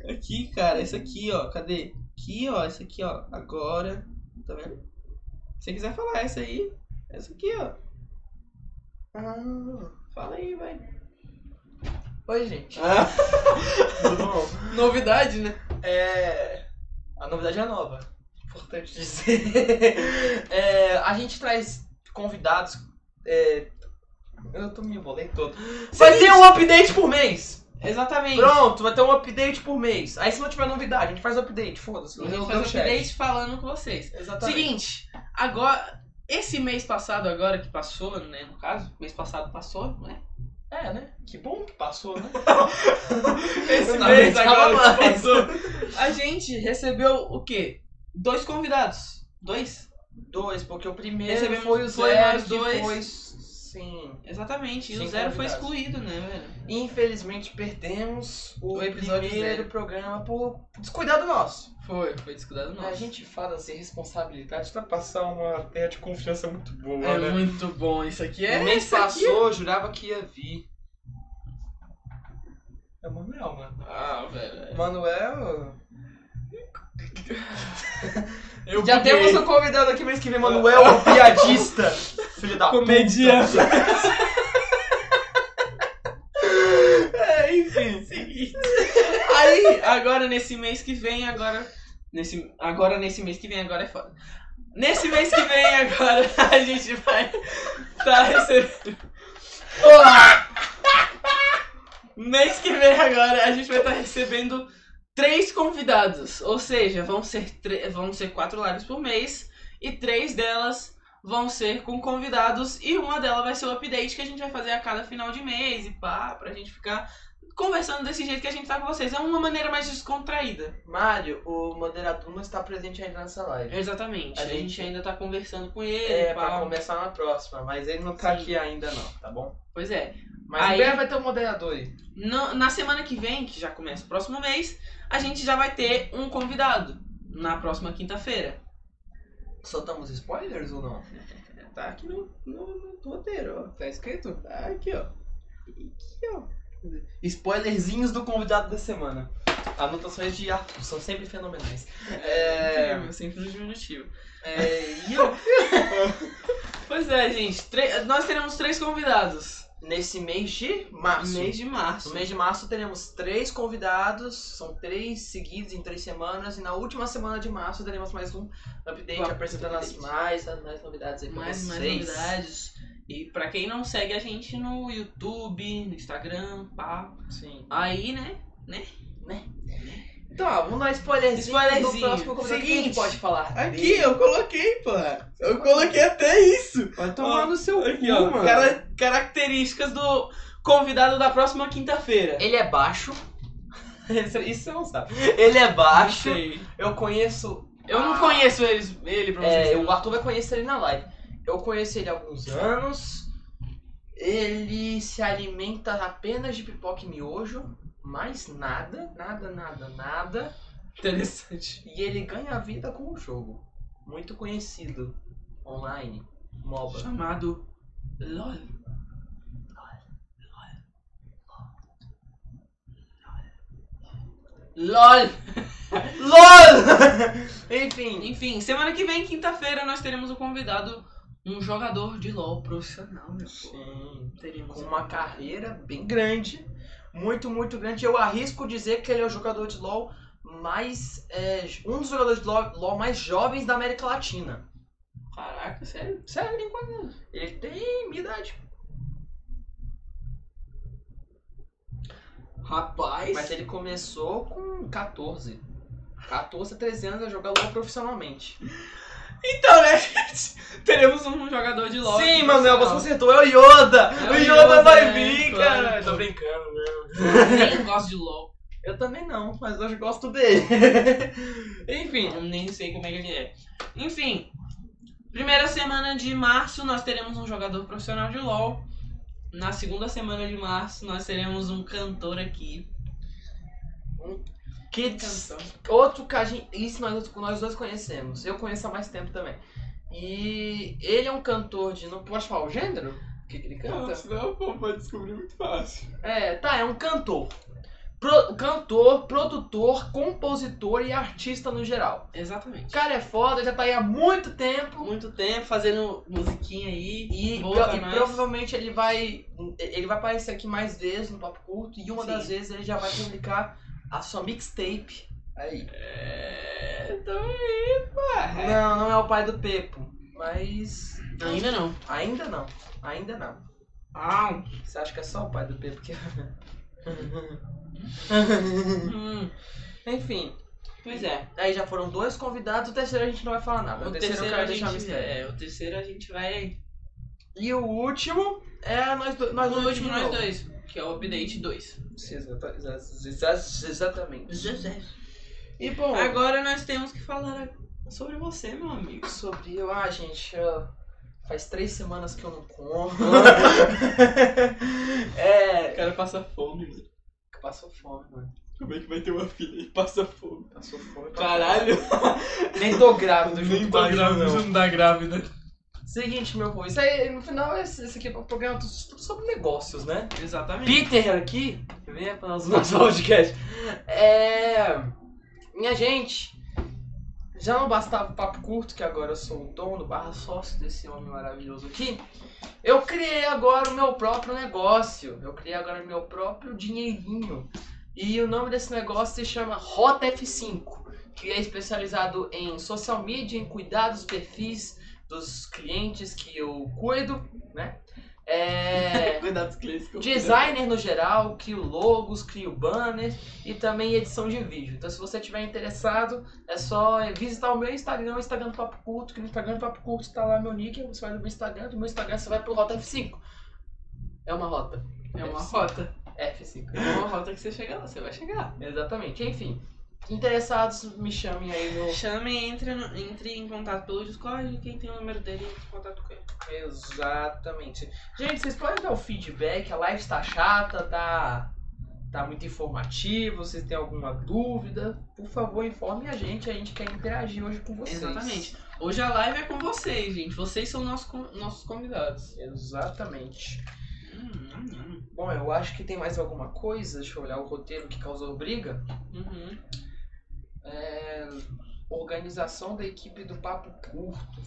Speaker 2: Aqui, cara, essa aqui, ó. Cadê? Aqui, ó. Essa aqui, ó. Agora. Tá vendo? Se você quiser falar essa aí, essa aqui, ó. Ah, fala aí, vai.
Speaker 3: Oi, gente.
Speaker 2: Ah,
Speaker 3: Tudo bom?
Speaker 2: novidade, né?
Speaker 3: É. A novidade é nova. Importante dizer. É, a gente traz convidados. é, eu tô me embolei todo. Vai ter um update por mês!
Speaker 2: Exatamente.
Speaker 3: Pronto, vai ter um update por mês. Aí se não tiver novidade, a gente faz update, foda-se.
Speaker 2: A gente
Speaker 3: Eu
Speaker 2: faz
Speaker 3: dou
Speaker 2: update
Speaker 3: check.
Speaker 2: falando com vocês.
Speaker 3: Exatamente.
Speaker 2: Seguinte, agora. Esse mês passado, agora que passou, né? No caso, mês passado passou, né?
Speaker 3: É, né? Que bom que passou, né?
Speaker 1: Esse
Speaker 3: Eu não
Speaker 1: mês
Speaker 3: aguentava
Speaker 1: agora que
Speaker 3: mais.
Speaker 1: passou.
Speaker 2: A gente recebeu o quê? Dois convidados. Dois?
Speaker 3: Dois, porque o primeiro
Speaker 2: Recebemos-
Speaker 3: foi o
Speaker 2: foi
Speaker 3: zero,
Speaker 2: mais
Speaker 3: que
Speaker 2: dois.
Speaker 3: foi- Sim.
Speaker 2: Exatamente. E o
Speaker 3: Sim,
Speaker 2: zero foi
Speaker 3: convidados.
Speaker 2: excluído, né, velho?
Speaker 3: Infelizmente perdemos o,
Speaker 2: O episódio
Speaker 3: primeiro
Speaker 2: zero.
Speaker 3: programa por descuidado nosso.
Speaker 2: Foi, foi descuidado
Speaker 3: A
Speaker 2: nosso.
Speaker 3: gente fala assim, responsabilidade tá passando.
Speaker 1: Passar uma terra de confiança muito boa,
Speaker 2: É
Speaker 1: né?
Speaker 2: muito bom isso aqui. É
Speaker 3: o mês
Speaker 2: isso aqui.
Speaker 3: passou, eu jurava que ia vir. É o Manuel, mano.
Speaker 2: Ah, velho.
Speaker 3: Manuel.
Speaker 1: Eu
Speaker 3: Já
Speaker 1: buguei.
Speaker 3: temos um convidado aqui mês que vem, Manuel, o piadista. Filho da
Speaker 1: comediante.
Speaker 3: puta. É, enfim.
Speaker 2: Aí, agora nesse mês que vem, agora. Nesse, agora nesse mês que vem, agora é foda. Nesse mês que vem, agora a gente vai tá recebendo. Olá! Mês que vem, agora a gente vai estar recebendo três convidados. Ou seja, vão ser, tre- vão ser quatro lives por mês e três delas vão ser com convidados e uma delas vai ser o update que a gente vai fazer a cada final de mês e pá, pra gente ficar conversando desse jeito que a gente tá com vocês. É uma maneira mais descontraída.
Speaker 3: Mário, o moderador não está presente ainda nessa live.
Speaker 2: Exatamente. A,
Speaker 3: A
Speaker 2: gente...
Speaker 3: gente
Speaker 2: ainda tá conversando com ele.
Speaker 3: É,
Speaker 2: pá.
Speaker 3: pra começar na próxima, mas ele não tá
Speaker 2: Sim.
Speaker 3: aqui ainda não, tá bom?
Speaker 2: Pois é.
Speaker 3: Mas
Speaker 2: Aí-
Speaker 3: em breve vai ter um moderador aí.
Speaker 2: Na, na semana que vem, que já começa o próximo mês, a gente já vai ter um convidado. Na próxima quinta-feira.
Speaker 3: Soltamos spoilers ou não?
Speaker 2: Tá aqui no, no, no roteiro,
Speaker 3: Tá escrito?
Speaker 2: ó. Tá aqui, ó. Aqui, ó.
Speaker 3: Spoilerzinhos do convidado da semana. Anotações de Arthur são sempre fenomenais.
Speaker 2: É...
Speaker 3: É.
Speaker 2: Incrível, sempre no diminutivo.
Speaker 3: é, e eu-
Speaker 2: Pois é, gente. tre- Nós teremos três convidados.
Speaker 3: nesse mês de março.
Speaker 2: Mês de março.
Speaker 3: No mês de março teremos três convidados, são três seguidos em três semanas, e na última semana de março teremos mais um update
Speaker 2: Vamos,
Speaker 3: apresentando as
Speaker 2: update.
Speaker 3: mais, as mais novidades aí pra
Speaker 2: mais, mais
Speaker 3: vocês.
Speaker 2: novidades. E pra quem não segue a gente no YouTube, no Instagram, pá.
Speaker 3: Sim.
Speaker 2: Aí, né?
Speaker 3: Então, ó, vamos dar spoilerzinhos spoilerzinho. do
Speaker 2: Spoilerzinho.
Speaker 3: próximo convidado. Quem
Speaker 2: Seguinte.
Speaker 3: pode falar?
Speaker 2: eu coloquei, pô. Eu coloquei até isso.
Speaker 3: Vai
Speaker 2: tomar
Speaker 3: no seu
Speaker 2: Aqui, ó. cara- características do convidado da próxima quinta-feira.
Speaker 3: Ele é baixo. Isso isso você não sabe. Ele é baixo.
Speaker 2: Não sei.
Speaker 3: Eu conheço.
Speaker 2: Eu não
Speaker 3: Ah.
Speaker 2: conheço eles, ele pra vocês.
Speaker 3: é, o Arthur vai conhecer ele na live. Eu conheço ele há alguns anos. Ele se alimenta apenas de pipoca e miojo. Mais nada, nada, nada, nada. Interessante. E ele ganha a vida com um jogo muito conhecido online, MOBA.
Speaker 2: Chamado LOL. LOL!
Speaker 3: LOL! Enfim,
Speaker 2: Enfim, semana que vem, quinta-feira, nós teremos um convidado, um jogador de LOL profissional, meu povo.
Speaker 3: sim,
Speaker 2: Teremos
Speaker 3: com
Speaker 2: um-
Speaker 3: uma carreira bem grande, muito, muito grande. Eu arrisco dizer que ele é o jogador de LoL mais. é, um dos jogadores de LoL, LoL mais jovens da América Latina.
Speaker 2: Caraca, sério?
Speaker 3: Sério, ele tem quantos anos? Ele tem minha idade.
Speaker 2: Rapaz!
Speaker 3: Mas ele começou com 14. 14, 13 anos a jogar LoL profissionalmente.
Speaker 2: Então, né, gente? Teremos um jogador de LOL.
Speaker 3: Sim,
Speaker 2: profissional.
Speaker 3: Manuel, você acertou. É o Yoda!
Speaker 2: É
Speaker 3: o
Speaker 2: o
Speaker 3: Yoda, né?
Speaker 2: Yoda,
Speaker 3: vai
Speaker 2: é,
Speaker 3: vir,
Speaker 2: claro.
Speaker 3: cara!
Speaker 1: Tô brincando, né?
Speaker 2: Nem gosto de LOL.
Speaker 3: Eu também não, mas hoje gosto dele. Enfim,
Speaker 2: Eu nem sei como é que ele é. Enfim, primeira semana de março nós teremos um jogador profissional de LOL. Na segunda semana de março nós teremos um cantor aqui.
Speaker 3: Kids, outro que a gente. Isso nós, nós dois conhecemos. Eu conheço há mais tempo também. E ele é um cantor de. Não pode falar o gênero? Que que ele canta?
Speaker 1: senão o povo vai descobrir muito fácil.
Speaker 3: É, tá, é um cantor. Pro- cantor, produtor, compositor e artista no geral. O
Speaker 2: Exatamente.
Speaker 3: cara é foda, já tá aí há muito tempo.
Speaker 2: Muito tempo fazendo musiquinha aí.
Speaker 3: E,
Speaker 2: Boa
Speaker 3: pro-
Speaker 2: pra
Speaker 3: e
Speaker 2: nós.
Speaker 3: provavelmente ele vai. Ele vai aparecer aqui mais vezes no Papo Curto. E uma
Speaker 2: Sim.
Speaker 3: das vezes ele já vai publicar a sua mixtape. Aí.
Speaker 2: É, então aí, pá.
Speaker 3: Não, não é o pai do Pepo. Mas.
Speaker 2: Ainda não.
Speaker 3: Ainda não. Ainda não.
Speaker 2: Ah,
Speaker 3: Você acha que é só o pai do Pepo que.
Speaker 2: hum.
Speaker 3: Enfim.
Speaker 2: Pois é.
Speaker 3: Aí já foram dois convidados, o terceiro a gente não vai falar nada. O, terceiro, eu
Speaker 2: a
Speaker 3: quero deixar
Speaker 2: gente,
Speaker 3: mistério.
Speaker 2: é, o terceiro a gente vai.
Speaker 3: E o último é nós dois. Nós
Speaker 2: No
Speaker 3: dois
Speaker 2: último
Speaker 3: de
Speaker 2: nós
Speaker 3: novo.
Speaker 2: dois, que é o update 2.
Speaker 3: Exata- tá, exa- exa- Exatamente. E bom,
Speaker 2: Agora nós temos que falar sobre você, meu amigo.
Speaker 3: sobre eu. Ah, gente, eu- faz três semanas que eu não como. é.
Speaker 1: O cara passa fome, mano.
Speaker 3: Passou fome, mano.
Speaker 1: Como é que vai ter uma filha e passa fome?
Speaker 3: Passou fome.
Speaker 1: Caralho,
Speaker 3: Nem tô grávido,
Speaker 1: nem
Speaker 3: Tá junto
Speaker 1: tô
Speaker 3: com isso,
Speaker 1: grávida,
Speaker 3: não.
Speaker 1: não tá grávida.
Speaker 3: Seguinte, meu povo, isso aí, no final, esse, esse aqui é um programa tudo tudo sobre negócios, né?
Speaker 2: Exatamente.
Speaker 3: Peter aqui, vem para os nossos podcasts. É. Minha gente, já não bastava o papo curto, que agora eu sou o dono barra sócio desse homem maravilhoso aqui. Eu criei agora o meu próprio negócio. Eu criei agora o meu próprio dinheirinho. E o nome desse negócio se chama Rota F5, que é especializado em social media, em cuidar dos perfis dos clientes que eu cuido, né? É.
Speaker 1: Cuidado com clientes que eu
Speaker 3: designer no geral, crio logos, crio banner e também edição de vídeo. Então se você estiver interessado, é só visitar o meu Instagram, o Instagram do Papo Curto, que no Instagram do Papo Curto tá lá meu nick, você vai no meu Instagram, do meu Instagram você vai pro Rota F5. É uma rota.
Speaker 2: É uma rota.
Speaker 3: F5.
Speaker 2: É uma rota que você chega lá, você vai chegar.
Speaker 3: Exatamente. Enfim, interessados me chamem aí no
Speaker 2: Chame e entre, no- entre em contato pelo Discord e quem tem o número dele entre em contato com ele.
Speaker 3: Exatamente. Gente, vocês podem dar o feedback, a live está chata, tá, tá muito informativa, vocês têm alguma dúvida, por favor, informe a gente, a gente quer interagir hoje com vocês.
Speaker 2: Exatamente. Hoje a live é com vocês, gente. Vocês são nosso, con- nossos convidados.
Speaker 3: Exatamente.
Speaker 2: Uhum.
Speaker 3: Bom, eu acho que tem mais alguma coisa, deixa eu olhar o roteiro que causou briga.
Speaker 2: Uhum.
Speaker 3: Organização da equipe do Papo Curto.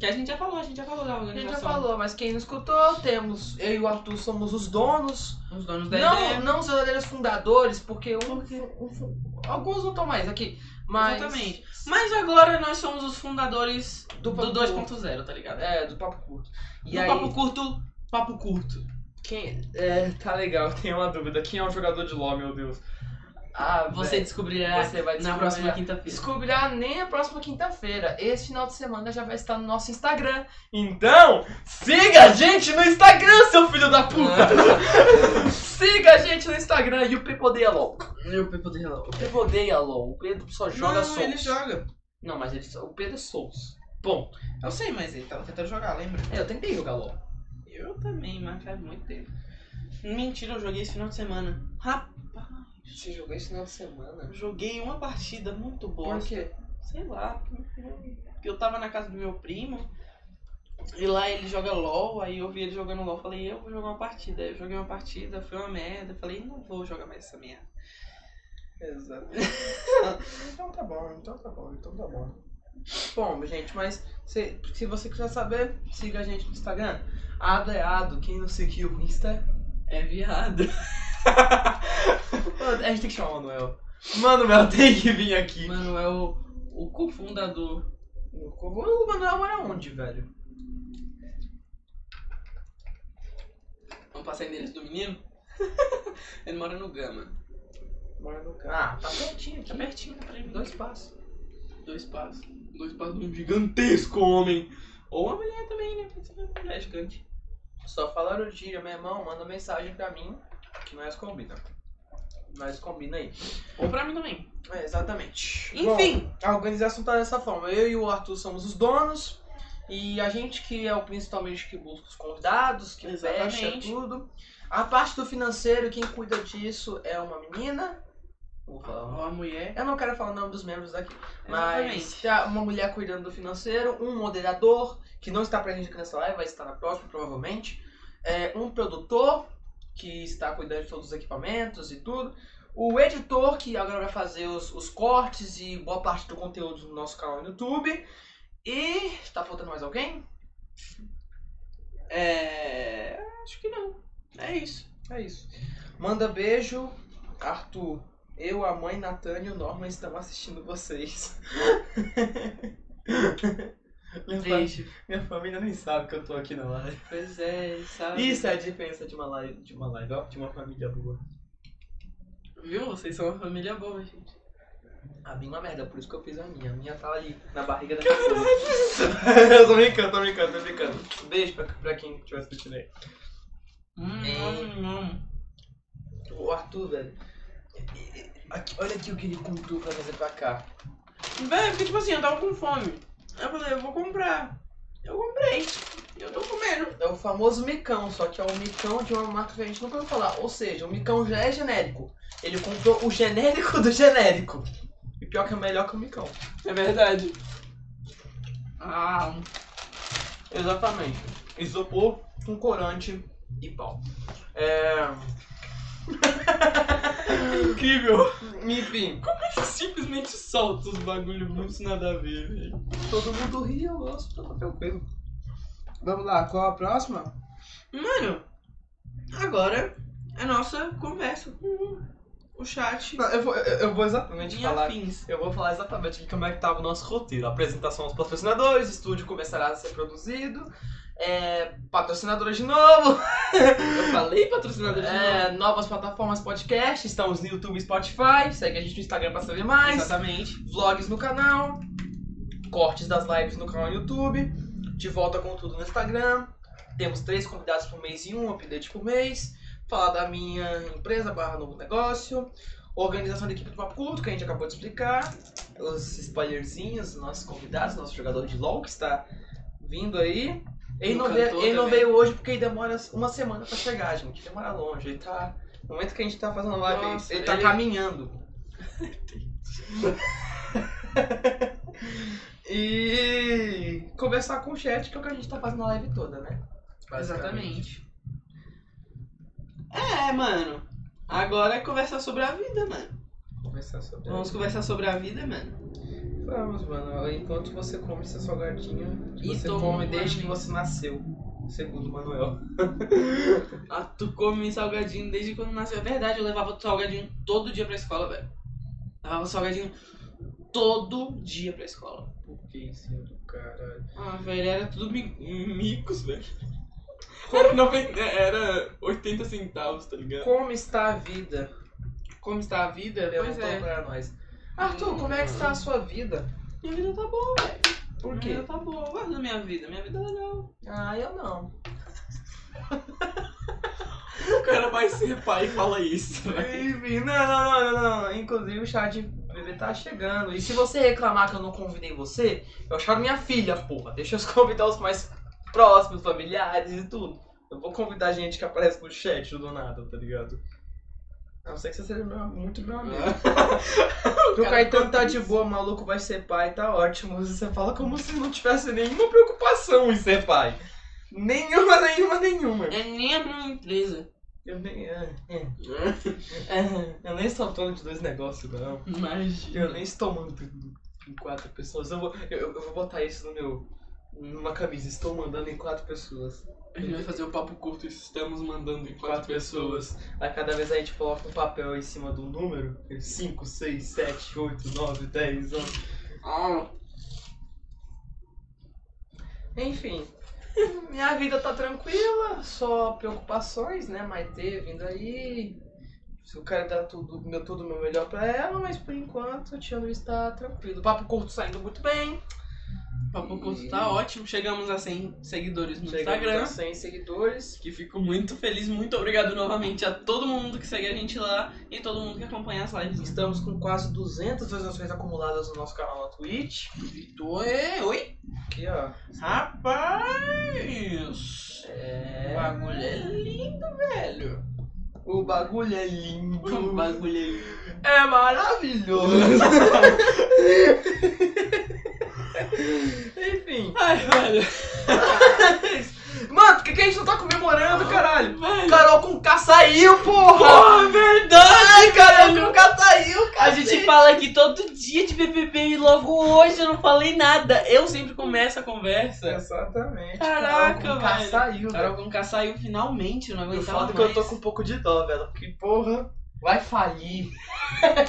Speaker 2: Que a gente já falou, a gente já falou da
Speaker 3: A
Speaker 2: organização.
Speaker 3: gente já falou, mas quem não escutou, temos, eu e o Arthur somos os donos
Speaker 2: Os donos da
Speaker 3: Não,
Speaker 2: ideia.
Speaker 3: não os verdadeiros fundadores, porque um, um- alguns não estão mais aqui. Mas.
Speaker 2: Exatamente. Mas agora nós somos os fundadores
Speaker 3: Do
Speaker 2: do,
Speaker 3: Papo
Speaker 2: 2.0, tá ligado?
Speaker 3: É, do papo curto. E
Speaker 2: Do
Speaker 3: aí,
Speaker 2: papo curto, papo curto.
Speaker 3: quem. É, tá legal, tenho uma dúvida. Quem é o jogador de LOL, meu Deus? Ah,
Speaker 2: Você
Speaker 3: velho,
Speaker 2: descobrirá
Speaker 3: você vai
Speaker 2: na
Speaker 3: descobrir.
Speaker 2: próxima quinta-feira.
Speaker 3: Descobrirá nem a próxima quinta-feira. Esse final de semana já vai estar no nosso Instagram. Então, siga a gente no Instagram, seu filho da puta! siga a gente no Instagram e o Pepodeia LOL.
Speaker 2: Meu Pepo de Hello.
Speaker 3: O Pepodeia LOL. O Pedro só joga
Speaker 2: não,
Speaker 3: Souls.
Speaker 2: ele joga.
Speaker 3: Não, mas ele, o Pedro é Souls. Bom,
Speaker 2: Eu sei, mas ele tava tentando jogar, lembra?
Speaker 3: é, eu tentei jogar LOL.
Speaker 2: Eu também, mas faz muito tempo. Mentira, eu joguei esse final de semana. Rapaz.
Speaker 4: Você jogou esse final de semana?
Speaker 2: Joguei uma partida muito boa.
Speaker 4: Por quê?
Speaker 2: Sei lá. Porque eu tava na casa do meu primo. E lá ele joga LOL, aí eu vi ele jogando LOL, falei, eu vou jogar uma partida. Aí eu joguei uma partida, foi uma merda. Falei, não vou jogar mais essa merda.
Speaker 4: Exato. então tá bom, então tá bom, então tá bom.
Speaker 3: Bom, gente, mas se, se você quiser saber, siga a gente no Instagram. Ado é Ado. Quem não seguiu o Insta.
Speaker 2: É viado.
Speaker 3: A gente tem que chamar o Manuel. Manuel tem que vir aqui.
Speaker 2: Manuel, é o cofundador.
Speaker 3: O Manuel mora onde, velho?
Speaker 2: Vamos passar o endereço do menino? ele mora no Gama.
Speaker 4: Mora no carro.
Speaker 3: Ah, tá pertinho
Speaker 2: Tá
Speaker 3: aqui.
Speaker 2: pertinho, tá pra ele.
Speaker 3: Dois passos.
Speaker 2: Dois passos. Dois passos de um gigantesco homem. Ou uma mulher também, né? Pode ser uma mulher gigante.
Speaker 3: Só falaram o dia, meu irmão, manda mensagem pra mim que nós combina. Nós combina aí.
Speaker 2: Ou pra mim também.
Speaker 3: É, exatamente.
Speaker 2: Enfim.
Speaker 3: Bom, a organização tá dessa forma. Eu e o Arthur somos os donos. E a gente que é o principalmente que busca os convidados, que fecha
Speaker 2: Exatamente.
Speaker 3: tudo. A parte do financeiro, quem cuida disso é uma menina. Vou falar o nome.
Speaker 2: Ou a mulher.
Speaker 3: Eu não quero falar o nome dos membros daqui, mas
Speaker 2: Exatamente.
Speaker 3: tá uma mulher cuidando do financeiro, um moderador, que não está presente aqui nessa live, vai estar na próxima, provavelmente, é, um produtor, que está cuidando de todos os equipamentos e tudo, o editor, que agora vai fazer os, os cortes e boa parte do conteúdo do nosso canal no YouTube, e está faltando mais alguém?
Speaker 2: É. Acho que não. É isso.
Speaker 3: É isso. Manda beijo, Arthur. Eu, a mãe, Natânia e o Norman estão assistindo vocês. Minha fa-
Speaker 2: Beijo.
Speaker 3: Minha família nem sabe que eu tô aqui na live.
Speaker 2: É Pois é, sabe?
Speaker 3: Isso é a diferença de uma live, de uma live, ó, de uma família boa.
Speaker 2: Viu? Vocês são uma família boa, gente.
Speaker 3: A minha é uma merda, por isso que eu fiz a minha. A minha tá ali, na barriga da pessoa. eu tô brincando, tô brincando, tô brincando. Beijo pra, pra quem estiver assistindo aí. É.
Speaker 2: Hum,
Speaker 3: O Arthur, velho. aqui- olha aqui o que ele contou pra fazer pra cá.
Speaker 2: hum. Véi, porque tipo assim, eu tava com fome. Aí eu falei, eu vou comprar. Eu comprei. Eu tô comendo.
Speaker 3: É o famoso micão, só que é o micão de uma marca que a gente nunca ouviu falar. Ou seja, o micão já é genérico. Ele comprou o genérico do genérico. E pior que é melhor que o micão.
Speaker 2: É verdade. Ah,
Speaker 3: Exatamente. Isopor com corante e pau. É.
Speaker 2: incrível.
Speaker 3: Enfim,
Speaker 2: Simplesmente solta os bagulho muito nada a ver, velho.
Speaker 3: todo mundo ri, eu gosto tá do papel pego. Vamos lá, qual a próxima?
Speaker 2: Mano, agora é nossa conversa com o chat.
Speaker 3: Não, eu, vou, eu, eu vou exatamente
Speaker 2: E
Speaker 3: falar.
Speaker 2: afins.
Speaker 3: Eu vou falar exatamente aqui como é que tava o nosso roteiro. Apresentação aos patrocinadores, estúdio começará a ser produzido. É, patrocinadores de novo.
Speaker 2: Eu falei patrocinador de novo.
Speaker 3: É, novas plataformas podcast. Estamos no YouTube e Spotify. Segue a gente no Instagram pra saber mais.
Speaker 2: Exatamente.
Speaker 3: vlogs no canal, cortes das lives no canal no YouTube, de volta com tudo no Instagram. Temos três convidados por mês e um update por mês. Falar da minha empresa barra novo negócio. Organização da equipe do Papo Curto, que a gente acabou de explicar. Os spoilerzinhos, nossos convidados, nosso jogador de LOL que está vindo aí. Ele,
Speaker 2: O
Speaker 3: não veio,
Speaker 2: cantor
Speaker 3: ele não
Speaker 2: também.
Speaker 3: veio hoje porque ele demora uma semana pra chegar, gente. Ele mora longe. Ele tá. No momento que a gente tá fazendo a live, ele-
Speaker 2: Nossa,
Speaker 3: ele tá
Speaker 2: ele-
Speaker 3: caminhando. E conversar com o chat, que é o que a gente tá fazendo na live toda, né?
Speaker 2: Exatamente. É, mano. Agora é conversar sobre a vida, mano.
Speaker 3: Conversar sobre
Speaker 2: Vamos conversar sobre a vida, mano.
Speaker 3: isso. Vamos, mano. Enquanto você come seu salgadinho, que
Speaker 2: E
Speaker 3: você
Speaker 2: toma
Speaker 3: come
Speaker 2: um
Speaker 3: desde que
Speaker 2: banho.
Speaker 3: você nasceu. Segundo o Manuel.
Speaker 2: Ah, tu come salgadinho desde quando nasceu. É verdade, eu levava salgadinho todo dia pra escola, velho. Levava salgadinho todo dia pra escola.
Speaker 3: Por que isso do caralho?
Speaker 2: Ah, velho, era tudo mi-
Speaker 1: Micos, velho.
Speaker 2: um
Speaker 1: Era, 90
Speaker 2: é,
Speaker 1: era 80 centavos, tá ligado?
Speaker 3: Como está a vida?
Speaker 2: como está a vida. Pois
Speaker 3: Perguntou
Speaker 2: é.
Speaker 3: pra nós. Arthur, como é que está a sua vida?
Speaker 2: Minha vida tá boa, velho.
Speaker 3: Por
Speaker 2: Minha
Speaker 3: quê?
Speaker 2: vida tá boa. Eu gosto da minha vida. Minha vida é legal.
Speaker 3: Ah, eu não.
Speaker 1: O cara vai ser pai e fala isso, velho.
Speaker 2: né?
Speaker 3: Enfim, não, não, não, não, não. Inclusive o chat bebê tá chegando. E se você reclamar que eu não convidei você, eu chamo minha filha, porra. Deixa eu convidar os mais próximos, familiares e tudo. Eu vou convidar gente que aparece no chat do nada, tá ligado? A não ser que você seja meu- muito meu amigo.
Speaker 5: Ah,
Speaker 3: Porque o
Speaker 2: Cara,
Speaker 3: Caetano tá de boa, o maluco vai ser pai, tá ótimo. Você fala como se não tivesse nenhuma preocupação em ser pai. Nenhuma, nenhuma, nenhuma.
Speaker 2: É nem a minha empresa.
Speaker 3: Eu nem. é, é, é, eu nem sou dono de dois negócios, não.
Speaker 2: Imagina.
Speaker 3: Eu nem estou mandando em quatro pessoas. Eu vou, eu, eu vou botar isso no meu. numa camisa. Estou mandando em quatro pessoas.
Speaker 5: A gente vai fazer o papo curto e estamos mandando em quatro pessoas.
Speaker 3: Aí cada vez a gente coloca um papel em cima de um número. 5, 6, 7, 8, 9, 10, 11.
Speaker 5: Ah,
Speaker 3: Enfim. Minha vida tá tranquila, só preocupações, né? Maitê vindo aí. Se eu quero dar tudo meu, tudo meu melhor pra ela, mas por enquanto o Tia Luiz tá tranquilo. O papo curto saindo muito bem.
Speaker 2: Papo curto tá ótimo. Chegamos a 100 seguidores no
Speaker 3: Chegamos
Speaker 2: Instagram.
Speaker 3: a 100 seguidores.
Speaker 2: Que fico muito feliz, muito obrigado novamente a todo mundo que segue a gente lá e todo mundo que acompanha as lives.
Speaker 3: Estamos com quase 200 visualizações acumuladas no nosso canal na Twitch.
Speaker 2: Oi, é, oi!
Speaker 3: Aqui, ó.
Speaker 2: Rapaz! O
Speaker 3: É.
Speaker 2: bagulho é lindo, velho.
Speaker 3: O bagulho é lindo.
Speaker 2: O bagulho é lindo.
Speaker 3: É maravilhoso. Enfim.
Speaker 2: Ai, velho.
Speaker 3: Mano, por que que a gente não tá comemorando, caralho?
Speaker 2: Velho.
Speaker 3: Carol com K saiu, porra!
Speaker 2: Porra, é verdade,
Speaker 3: Carol
Speaker 2: cara.
Speaker 3: com K saiu, cara!
Speaker 2: A gente fala aqui todo dia de BBB e logo hoje eu não falei nada. Eu sempre começo a conversa.
Speaker 3: Exatamente.
Speaker 2: Caraca,
Speaker 3: Carol com K
Speaker 2: velho.
Speaker 3: saiu,
Speaker 2: Carol
Speaker 3: velho.
Speaker 2: Conká saiu finalmente, eu não
Speaker 3: O
Speaker 2: aguentava
Speaker 3: foda é
Speaker 2: mais.
Speaker 3: que eu tô com um pouco de dó, velho. Porque, porra, vai falir.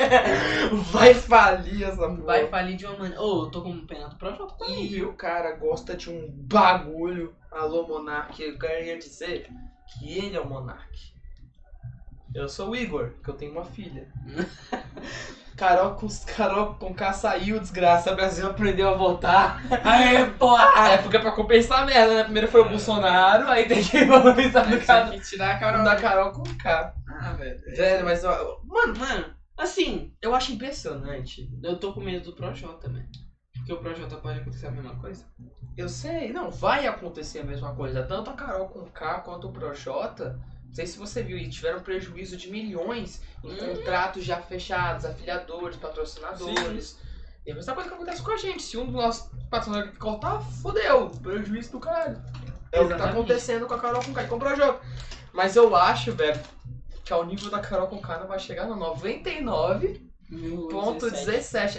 Speaker 3: vai falir essa porra.
Speaker 2: Vai falir de uma maneira... Ô, eu tô com um pena do projeto também,
Speaker 3: E
Speaker 2: viu?
Speaker 3: o cara gosta de um bagulho. Alô, Monark. Eu queria dizer que ele é o Monark. Eu sou o Igor, que eu tenho uma filha. Carol com, Carol com K saiu, desgraça. Brasil aprendeu a votar.
Speaker 2: Aê, porra!
Speaker 3: Ah, é porque é pra compensar a merda, né? Primeiro foi o Bolsonaro, aí tem que valorizar
Speaker 2: Tem
Speaker 3: do cara.
Speaker 2: que tirar a Carol.
Speaker 3: Da Carol com K.
Speaker 2: Ah, velho.
Speaker 3: Velho, mas ó,
Speaker 2: Mano, mano, assim,
Speaker 3: eu acho impressionante.
Speaker 2: eu tô com medo do Projota também. Porque o Projota pode acontecer a mesma coisa.
Speaker 3: Eu sei, não, vai acontecer a mesma coisa. Tanto a Carol com K quanto o Projota, não sei se você viu, e tiveram prejuízo de milhões em
Speaker 2: Hum.
Speaker 3: contratos já fechados, afiliadores, patrocinadores. E a mesma coisa que acontece com a gente. Se um dos nossos patrocinadores cortar, fodeu. Prejuízo do caralho. É o que tá
Speaker 2: Exatamente.
Speaker 3: acontecendo com a Carol com K e com o Projota. Mas eu acho, velho, que ao nível da Carol com K não vai chegar, não. 99,17.
Speaker 2: Meu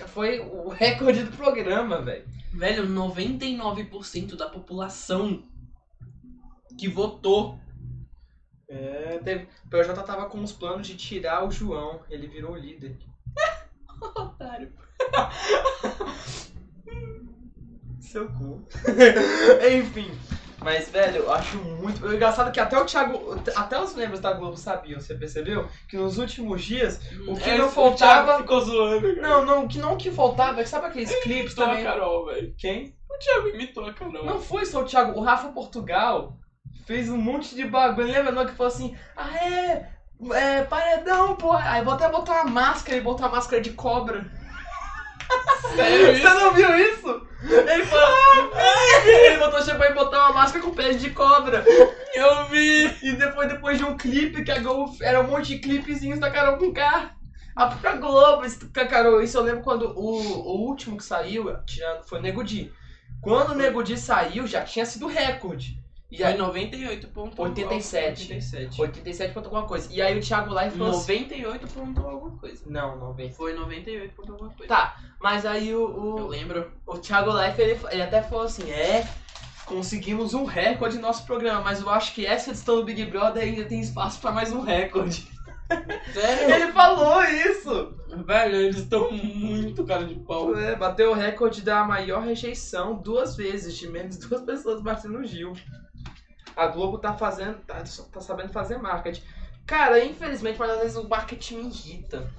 Speaker 3: Foi o recorde do programa, velho.
Speaker 2: Velho, 99% da população que votou.
Speaker 3: É, teve... O PJ tava com os planos de tirar o João, ele virou o líder.
Speaker 2: Otário.
Speaker 3: Seu cu. Enfim. Mas, velho, eu acho muito. O engraçado é que até o Thiago. Até os membros da Globo sabiam, você percebeu? Que nos últimos dias. O que
Speaker 5: é,
Speaker 3: não
Speaker 5: o
Speaker 3: faltava-
Speaker 5: Thiago ficou zoando. cara.
Speaker 3: Não, não, o que não que faltava, é que sabe aqueles clipes
Speaker 5: Imitou a
Speaker 3: também?
Speaker 5: Carol, velho.
Speaker 3: Quem?
Speaker 5: O Thiago imitou a Carol.
Speaker 3: Não foi só o Thiago, o Rafa Portugal fez um monte de bagulho. Lembra não que falou assim, ah é, é paredão, porra. Aí vou até botar uma máscara e botar uma máscara de cobra.
Speaker 5: Sério
Speaker 3: Você não viu isso? Ele falou. "Ah, ele botou champanhe e botou uma máscara com pele de cobra.
Speaker 5: Eu vi!
Speaker 3: E depois, depois de um clipe que a Globo. Era um monte de clipezinhos da Carol com K. A própria Globo, isso- ca- Carol, isso eu lembro quando o, o último que saiu, tirando, foi o Nego Di. Quando o Nego Di saiu, já tinha sido recorde. E
Speaker 2: Foi
Speaker 3: aí,
Speaker 2: 98 ponto um.
Speaker 3: 87.
Speaker 2: 87.
Speaker 3: 87 ponto alguma coisa. E aí o Thiago lá e falou assim.
Speaker 2: 98 ponto alguma coisa.
Speaker 3: Não, 90.
Speaker 2: Foi 98 ponto alguma coisa.
Speaker 3: Tá. Mas aí o- o,
Speaker 2: Eu lembro.
Speaker 3: O Thiago Life, ele, ele até falou assim, é, conseguimos um recorde no nosso programa, mas eu acho que essa edição do Big Brother ainda tem espaço pra mais um recorde.
Speaker 2: Sério?
Speaker 3: Ele falou isso!
Speaker 5: Velho, eles estão muito cara de pau.
Speaker 3: É, bateu o recorde da maior rejeição duas vezes, de menos duas pessoas batendo o Gil. A Globo tá fazendo, tá, tá sabendo fazer marketing. Cara, infelizmente, mas às vezes o marketing me irrita.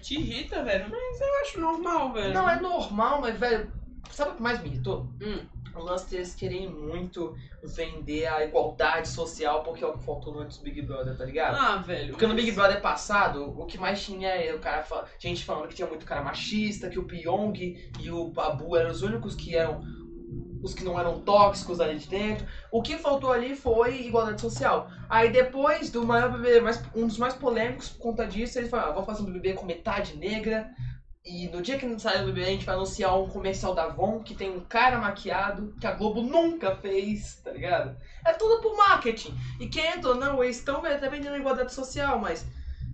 Speaker 2: Te irrita, velho. Mas eu acho normal, velho.
Speaker 3: Não, é normal, mas, velho, sabe o que mais me irritou?
Speaker 2: Hum.
Speaker 3: O lance deles querem muito vender a igualdade social porque é o que faltou antes do Big Brother, tá ligado?
Speaker 2: Ah, velho.
Speaker 3: Porque no Big Brother passado, o que mais tinha era o cara fa- gente falando que tinha muito cara machista, que o Pyong e o Babu eram os únicos que eram os que não eram tóxicos ali de dentro. O que faltou ali foi igualdade social. Aí depois do maior BBB, mais, um dos mais polêmicos por conta disso, eles falaram, ah, vou fazer um BBB com metade negra. E no dia que não sair o BBB, a gente vai anunciar um comercial da Avon que tem um cara maquiado que a Globo nunca fez, tá ligado? É tudo por marketing. E querendo ou não, eles estão defendendo a igualdade social, mas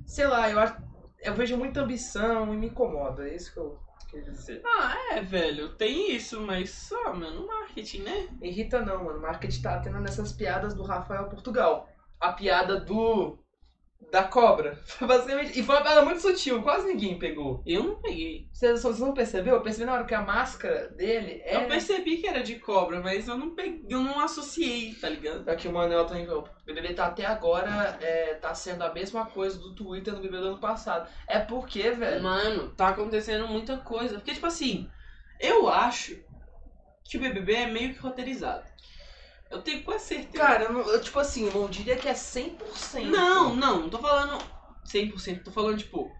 Speaker 3: sei lá, eu, acho- eu vejo muita ambição e me incomoda. É isso que eu queria dizer.
Speaker 2: Ah, é, velho. Tem isso, mas só, mano, marketing, né?
Speaker 3: Irrita não, mano. O marketing tá tendo nessas piadas do Rafael Portugal. A piada do. Da cobra. Foi basicamente. E foi uma piada muito sutil, quase ninguém pegou.
Speaker 2: Eu não peguei.
Speaker 3: Vocês vocês não percebeu? Eu percebi na hora que a máscara dele é.
Speaker 2: Eu percebi que era de cobra, mas eu não peguei, eu não associei, tá ligado?
Speaker 3: Aqui o Manuel também falou. O BBB tá até agora. É, tá sendo a mesma coisa do Twitter no BBB do ano passado. É porque, velho.
Speaker 2: Mano, tá acontecendo muita coisa. Porque, tipo assim, eu acho que o BBB é meio que roteirizado. Eu tenho quase certeza.
Speaker 3: Cara, eu, não- eu, tipo assim, eu não diria que é 100%.
Speaker 2: não, não, não tô falando 100%, tô falando, tipo,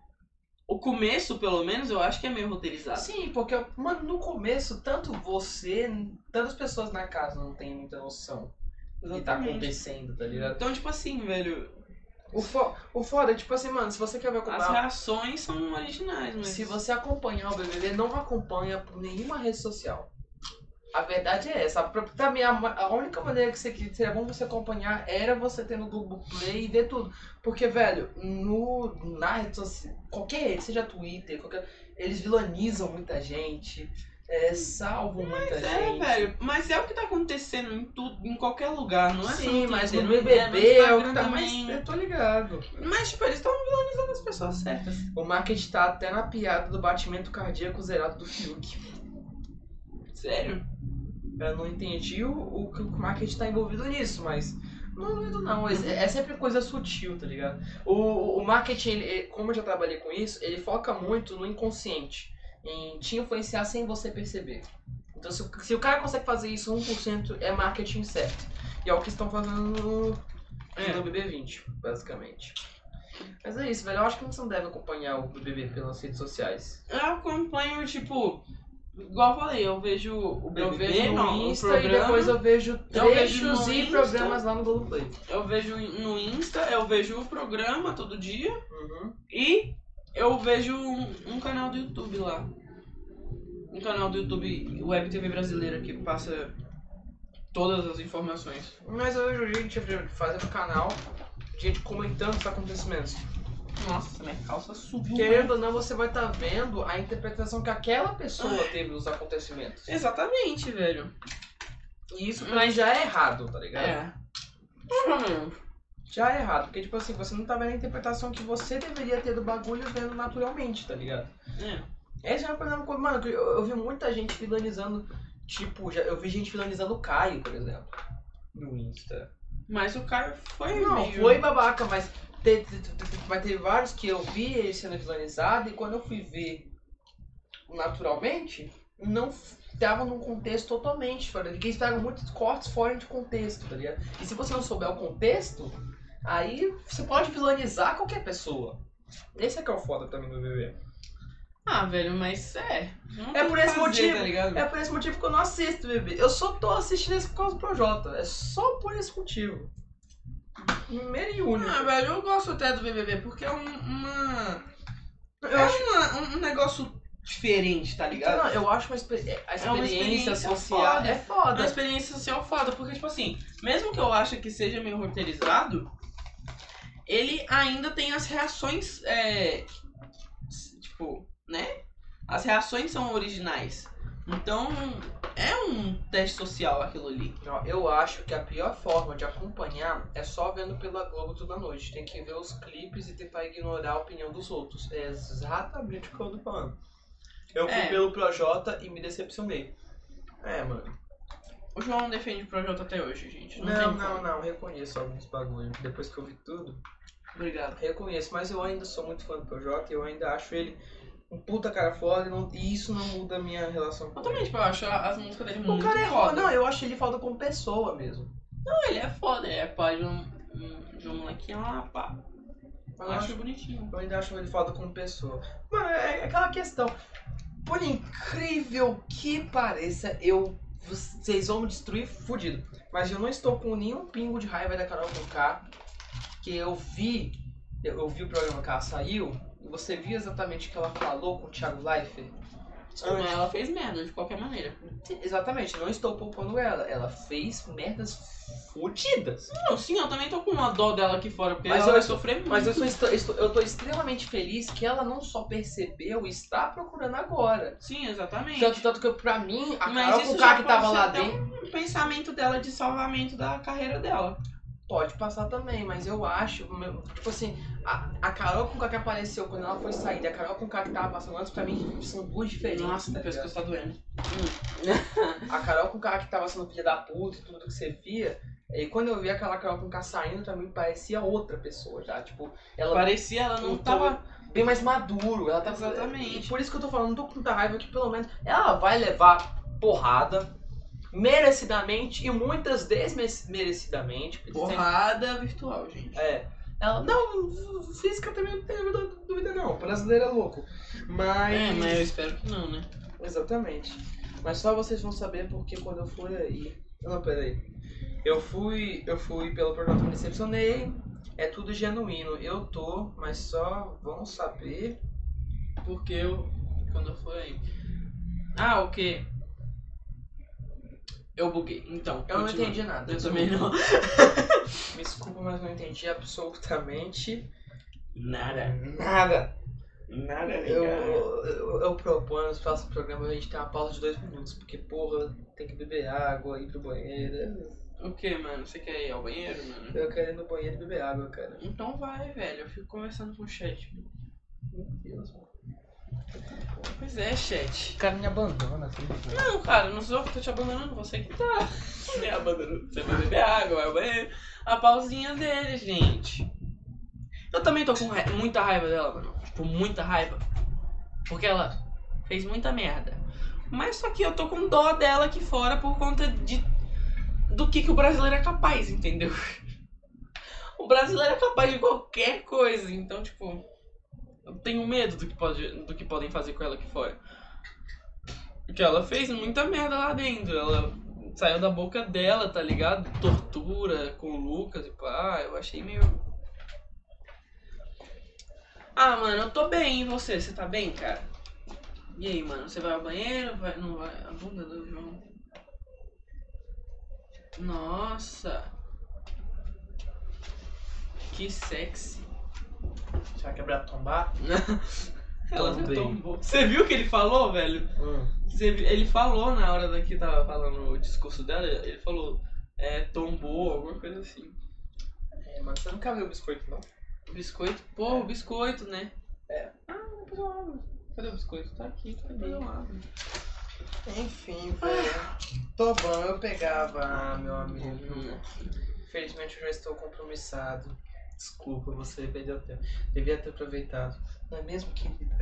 Speaker 2: o começo, pelo menos, eu acho que é meio roteirizado.
Speaker 3: Sim, porque, mano, no começo, tanto você, tantas pessoas na casa não tem muita noção do que tá
Speaker 2: Exatamente.
Speaker 3: acontecendo, tá ligado?
Speaker 2: Então, tipo assim, velho,
Speaker 3: O, fo o foda é, tipo assim, mano, se você quer ver
Speaker 2: as
Speaker 3: acompanhar.
Speaker 2: reações são originais, mas...
Speaker 3: Se você acompanhar o BBB, não acompanha por nenhuma rede social. A verdade é essa. Pra, pra mim, a, ma- a única maneira que você, que seria bom você acompanhar era você ter no Google Play e ver tudo. Porque, velho, no, na rede social, qualquer rede, seja Twitter, qualquer, eles vilanizam muita gente, é, salvam muita
Speaker 2: É,
Speaker 3: gente.
Speaker 2: velho, mas é o que tá acontecendo em tudo, em qualquer lugar, não é só
Speaker 3: Sim, mas
Speaker 2: Twitter,
Speaker 3: no
Speaker 2: não é? No
Speaker 3: BBB é o que
Speaker 2: Instagram
Speaker 3: tá mais.
Speaker 2: também.
Speaker 3: Eu tô ligado.
Speaker 2: Mas, tipo, eles estão vilanizando as pessoas certas.
Speaker 3: O marketing tá até na piada do batimento cardíaco zerado do Fiuk.
Speaker 2: Sério?
Speaker 3: Eu não entendi o, o que o marketing tá envolvido nisso, mas. Não duvido não, é, é sempre coisa sutil, tá ligado? O, o marketing, ele- ele- como eu já trabalhei com isso, ele foca muito no inconsciente, em te influenciar sem você perceber. Então se, o- se o cara consegue fazer isso 1%, é marketing certo. E é o que estão fazendo no,
Speaker 2: É.
Speaker 3: no BB20, basicamente. Mas é isso, velho. Eu acho que você não deve acompanhar o BBB pelas redes sociais.
Speaker 2: Eu acompanho, tipo, igual eu falei, eu vejo o BBB,
Speaker 3: Eu vejo
Speaker 2: não,
Speaker 3: no
Speaker 2: o
Speaker 3: Insta e
Speaker 2: programa,
Speaker 3: depois eu vejo
Speaker 2: Eu vejo no
Speaker 3: trechos e
Speaker 2: Insta.
Speaker 3: programas lá no Globoplay.
Speaker 2: eu vejo no Insta, eu vejo o programa todo dia
Speaker 3: Uhum.
Speaker 2: e eu vejo um, um canal do YouTube lá. Um canal do YouTube, Web TV brasileira, que passa todas as informações.
Speaker 3: Mas eu vejo gente fazendo canal, gente comentando os acontecimentos.
Speaker 2: Nossa, minha calça subiu.
Speaker 3: Querendo ou não, você vai estar vendo a interpretação que aquela pessoa teve dos acontecimentos.
Speaker 2: Exatamente, velho.
Speaker 3: E isso pra mim já é errado, tá ligado?
Speaker 2: É.
Speaker 3: Já é errado, porque tipo assim, você não tá vendo a interpretação que você deveria ter do bagulho vendo naturalmente, tá ligado?
Speaker 2: É.
Speaker 3: Esse é um problema com. Mano, que eu, eu vi muita gente vilanizando. Tipo, já, eu vi gente vilanizando o Caio, por exemplo. No Insta.
Speaker 2: Mas o cara foi
Speaker 3: Não,
Speaker 2: meio...
Speaker 3: foi babaca, mas te- te- te- te- mas teve vários que eu vi ele sendo vilanizado e quando eu fui ver naturalmente, não f- tava num contexto totalmente fora. Porque eles pegam muitos cortes fora de contexto, tá ligado? E se você não souber o contexto, aí você pode vilanizar qualquer pessoa. Esse é que é o foda pra mim do BBB.
Speaker 2: Ah, velho, mas é. Não
Speaker 3: É
Speaker 2: tem
Speaker 3: por
Speaker 2: o que
Speaker 3: esse motivo.
Speaker 2: Tá ligado?
Speaker 3: É por esse motivo que eu não assisto, bebê. Eu só tô assistindo esse por causa do Projota. É só por esse motivo. Primeiro e único.
Speaker 2: Ah, velho, eu gosto até do BBB, porque é um, uma...
Speaker 3: eu,
Speaker 2: É
Speaker 3: acho,
Speaker 2: uma- um, um negócio diferente, tá ligado?
Speaker 3: não, eu acho uma experi- é, a experiência,
Speaker 2: experiência
Speaker 3: social
Speaker 2: foda.
Speaker 3: é
Speaker 2: É uma
Speaker 3: foda.
Speaker 2: experiência social foda, porque, tipo assim, mesmo que eu ache que seja meio roteirizado, ele ainda tem as reações, é, s- tipo, né? As reações são originais. Então, é um teste social aquilo ali.
Speaker 3: Ó, Eu acho que a pior forma de acompanhar é só vendo pela Globo toda noite. Tem que ver os clipes e tentar ignorar a opinião dos outros. É exatamente o que eu tô falando. Eu fui
Speaker 2: É.
Speaker 3: pelo Projota e me decepcionei. É, mano.
Speaker 2: O João defende o projeto até hoje, gente. Não,
Speaker 3: Não,
Speaker 2: tem
Speaker 3: não,
Speaker 2: como.
Speaker 3: não, reconheço alguns bagulho. Depois que eu vi tudo,
Speaker 2: Obrigado.
Speaker 3: reconheço, mas eu ainda sou muito fã do Projota e eu ainda acho ele um puta cara foda e, não- e isso não muda a minha relação com
Speaker 2: Eu também,
Speaker 3: ele.
Speaker 2: tipo, eu acho as músicas dele
Speaker 3: O
Speaker 2: muito
Speaker 3: cara é
Speaker 2: foda.
Speaker 3: foda. Não, eu acho ele foda como pessoa mesmo.
Speaker 2: Ele é foda, ele é pai de um, um- de um molequinho lá, pá.
Speaker 3: Eu,
Speaker 2: Eu
Speaker 3: acho,
Speaker 2: acho bonitinho.
Speaker 3: eu ainda acho ele foda como pessoa. Mano, é é aquela questão. Por incrível que pareça, eu
Speaker 6: Vocês vão me destruir fudido.
Speaker 3: Mas eu não estou com nenhum pingo de raiva da Carol com K. Que eu vi. Eu, eu vi o programa que ela saiu. E você viu exatamente o que ela falou com o Thiago Leifert? Ah,
Speaker 2: Mas ela fez merda, de qualquer maneira.
Speaker 3: Exatamente, não estou poupando ela. Ela fez merdas fodidas.
Speaker 2: Não, sim, eu também tô com uma dó dela aqui fora, porque
Speaker 3: Mas
Speaker 2: ela
Speaker 3: eu-
Speaker 2: vai sofrer muito.
Speaker 3: Mas eu sou estou, estou- eu tô extremamente feliz que ela não só percebeu e está procurando agora.
Speaker 2: Sim, exatamente.
Speaker 3: Tanto, tanto que pra mim, a
Speaker 2: Mas
Speaker 3: Carol
Speaker 2: isso
Speaker 3: com
Speaker 2: já
Speaker 3: K que tava
Speaker 2: pode
Speaker 3: lá
Speaker 2: ser até
Speaker 3: dentro.
Speaker 2: um pensamento dela de salvamento da carreira dela.
Speaker 3: Pode passar também, mas eu acho. meu- Tipo assim, a, a Carol com K que apareceu quando ela foi sair, da Carol com K que tava passando antes, pra mim são duas diferentes.
Speaker 2: Nossa,
Speaker 3: tá Hum.
Speaker 2: meu pescoço tá doendo.
Speaker 3: ligado? A Carol com K que tava sendo filha da puta e tudo que você via. E quando eu vi aquela Carol com K saindo, pra mim parecia outra pessoa já. Tipo, ela
Speaker 2: Parecia, ela não
Speaker 3: Então,
Speaker 2: tava.
Speaker 3: bem mais maduro. Ela tá
Speaker 2: Exatamente.
Speaker 3: E por isso que eu tô falando, não tô com tanta raiva que pelo menos ela vai levar porrada, merecidamente e muitas desmerecidamente. porque tem-
Speaker 2: Porrada virtual, gente.
Speaker 3: É. Ela, não, física também não tem dúvida, dúvida não. O brasileiro é louco. Mas.
Speaker 2: É, mas eu espero que não, né?
Speaker 3: Exatamente. Mas só vocês vão saber porque quando eu fui aí. Não, peraí. Eu fui. Eu fui pelo programa que me decepcionei. É tudo genuíno. Eu tô, mas só vão saber.
Speaker 2: Porque eu. Quando eu fui aí. Ah, o quê? Eu buguei. Então.
Speaker 3: Eu não
Speaker 2: continua.
Speaker 3: entendi nada.
Speaker 2: Eu também não.
Speaker 3: Me desculpa, mas não entendi absolutamente É.
Speaker 7: Nada.
Speaker 3: nada.
Speaker 7: Nada,
Speaker 3: Eu, eu, eu proponho nos próximos programas a gente ter uma pausa de dois minutos, porque porra, tem que beber água, ir pro banheiro.
Speaker 2: O que, mano? Você quer ir ao banheiro, mano?
Speaker 3: Eu quero ir no banheiro beber água, cara.
Speaker 2: Então vai, velho. Eu fico conversando com o chat.
Speaker 3: Meu Deus, mano.
Speaker 2: Pois é, chat.
Speaker 6: O cara me abandona,
Speaker 3: tipo,
Speaker 6: assim.
Speaker 3: né?
Speaker 2: Não, cara, não sou eu que tô te abandonando, você que tá. Me abandonou. Você vai beber água, vai ao banheiro. A pausinha dele, gente. Eu também tô com raiva- muita raiva dela, mano. Tipo, muita raiva. Porque ela fez muita merda. Mas só que eu tô com dó dela aqui fora por conta de. do que, que o brasileiro é capaz, entendeu? O brasileiro é capaz de qualquer coisa, então, tipo. Eu tenho medo do que, pode, do que podem fazer com ela aqui fora. Porque ela fez muita merda lá dentro. Ela saiu da boca dela, tá ligado? Tortura com o Lucas e pá. Eu achei meio. Ah, mano, eu tô bem. E você? Você tá bem, cara? E aí, mano? Você vai ao banheiro? Vai, não vai? A bunda do João. Nossa. Que sexy.
Speaker 3: Você vai quebrar é tombar?
Speaker 2: Ela já
Speaker 3: Também.
Speaker 2: tombou. Você viu o que ele falou, velho? Você vi- Ele falou na hora da que tava falando o discurso dela, ele falou, é, tombou, alguma coisa assim.
Speaker 3: É, mas você nunca viu o biscoito, não?
Speaker 2: Biscoito, pô, o biscoito, né? É. Ah, depois eu abro. Cadê o biscoito? Tá aqui, tá depois eu abro.
Speaker 3: Enfim, velho. Tô bom, eu pegava, ah, meu amigo. Infelizmente eu já estou compromissado. Desculpa, você perdeu tempo. Devia ter aproveitado. Não é mesmo, querida?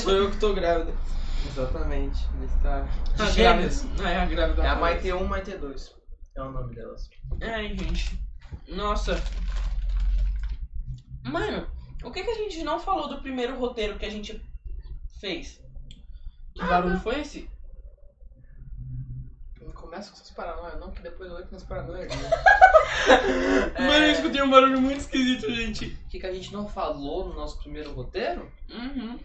Speaker 2: Sou eu que tô grávida.
Speaker 3: Exatamente. Ele está.
Speaker 2: Tá
Speaker 3: Gêmeos.
Speaker 2: grávida. Ah, é a grávida.
Speaker 3: É a Maite 1, Maite 2. É o nome delas.
Speaker 2: Ai, gente. Nossa. Mano, o que que a gente não falou do primeiro roteiro que a gente fez? Que barulho foi esse?
Speaker 3: Não começa com essas paranoias, não, que depois eu entro nas paranoias. né?
Speaker 2: Mano, eu escutei um barulho muito esquisito, gente.
Speaker 3: O que, que a gente não falou no nosso primeiro roteiro?
Speaker 2: Uhum.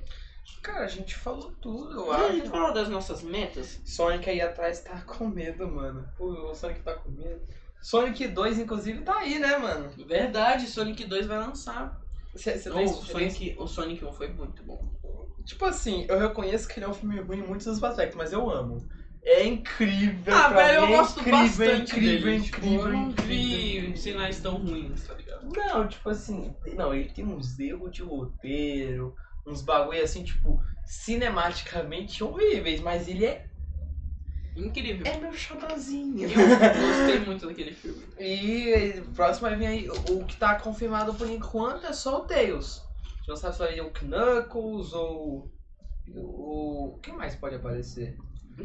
Speaker 3: Cara, a gente falou tudo, eu
Speaker 2: Mas a gente
Speaker 3: acho.
Speaker 2: falou das nossas metas?
Speaker 3: Sonic aí atrás tá com medo, mano. Pô, o Sonic tá com medo. Sonic 2, inclusive, tá aí, né, mano?
Speaker 2: Verdade, Sonic 2 vai lançar.
Speaker 3: Você tem
Speaker 2: Ou o
Speaker 3: sugerência?
Speaker 2: Sonic, o Sonic 1 foi muito bom.
Speaker 3: Tipo assim, eu reconheço que ele é um filme ruim em muitos aspectos, mas eu amo. É incrível,
Speaker 2: Ah,
Speaker 3: pra
Speaker 2: velho,
Speaker 3: mim,
Speaker 2: eu
Speaker 3: é
Speaker 2: gosto
Speaker 3: incrível,
Speaker 2: bastante
Speaker 3: incrível, é
Speaker 2: dele. Tipo,
Speaker 3: incrível,
Speaker 2: eu não
Speaker 3: incrível,
Speaker 2: vi
Speaker 3: incrível.
Speaker 2: sinais tão ruins, tá ligado?
Speaker 3: Não, tipo assim, não, ele tem uns erros de roteiro, uns bagulho assim, tipo, cinematicamente horríveis, mas ele é,
Speaker 2: Incrível.
Speaker 3: é meu chapazinho.
Speaker 2: Eu gostei muito daquele filme.
Speaker 3: E eh, próximo vai vir aí, o o que tá confirmado por enquanto é só o Tails. A gente não sabe se vai vir o Knuckles ou. O. Quem mais pode aparecer?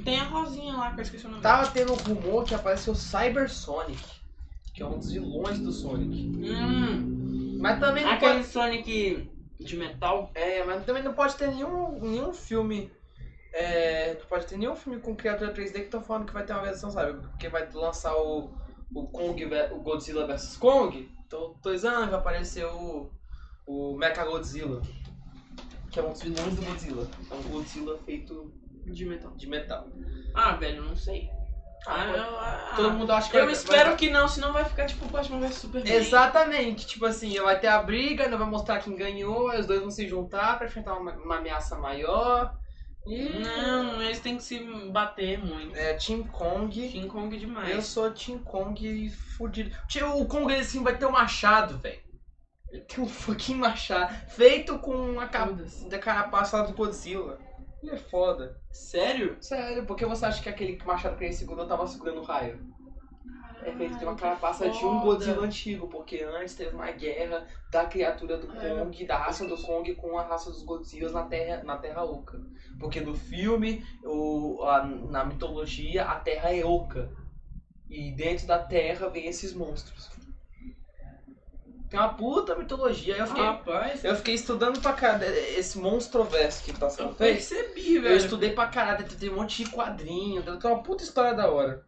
Speaker 2: Tem a Rosinha lá que eu esqueci o nome.
Speaker 3: Tava tendo um rumor que apareceu o Cyber Sonic, que é um dos vilões do Sonic.
Speaker 2: Hum,
Speaker 3: Mas também não
Speaker 2: aquele Sonic de metal.
Speaker 3: pode, é, mas também não pode ter nenhum, nenhum filme é, não pode ter nenhum filme com criatura 3D que estão falando que vai ter uma versão, sabe? Porque vai lançar o, o Kong, ve- o Godzilla vs Kong. Então, dois anos vai aparecer o, o Mecha Godzilla, que é um dos vilões do Godzilla. É um Godzilla feito
Speaker 2: De metal.
Speaker 3: de metal.
Speaker 2: Ah, velho, não sei. Ah,
Speaker 3: Ah,
Speaker 2: eu, ah,
Speaker 3: Todo mundo acha que
Speaker 2: eu
Speaker 3: vai-
Speaker 2: espero que não, senão vai ficar tipo Batman vs Superman.
Speaker 3: Exatamente, tipo assim, vai ter a briga, não vai mostrar quem ganhou, aí os dois vão se juntar pra enfrentar uma, uma ameaça maior. E.
Speaker 2: Não, eles têm que se bater muito.
Speaker 3: É Team Kong.
Speaker 2: King Kong demais.
Speaker 3: Eu sou Team Kong fudido. Tio, o Kong ele sim vai ter um machado, velho. Ele tem um fucking machado. Feito com uma capa
Speaker 2: Foda-se.
Speaker 3: da carapaça lá do Godzilla. Ele é foda.
Speaker 2: Sério?
Speaker 3: Sério, por que você acha que aquele machado que ele segurou tava segurando o raio? É feito de uma carapaça de um
Speaker 2: Ah, foda.
Speaker 3: Godzilla antigo, porque antes teve uma guerra da criatura do
Speaker 2: Ai, meu
Speaker 3: Kong, da raça do Kong com a raça dos Godzillas na Terra, na terra Oca. Porque no filme, o, a- na mitologia, a Terra é oca. E dentro da Terra vem esses monstros. Tem uma puta mitologia. Aí eu fiquei,
Speaker 2: Ah, Rapaz,
Speaker 3: eu fiquei estudando pra caralho esse monstroverso que tá sendo
Speaker 2: eu
Speaker 3: feito.
Speaker 2: percebi,
Speaker 3: Eu
Speaker 2: velho.
Speaker 3: estudei pra caralho, tem um monte de quadrinho, tem uma puta história da hora.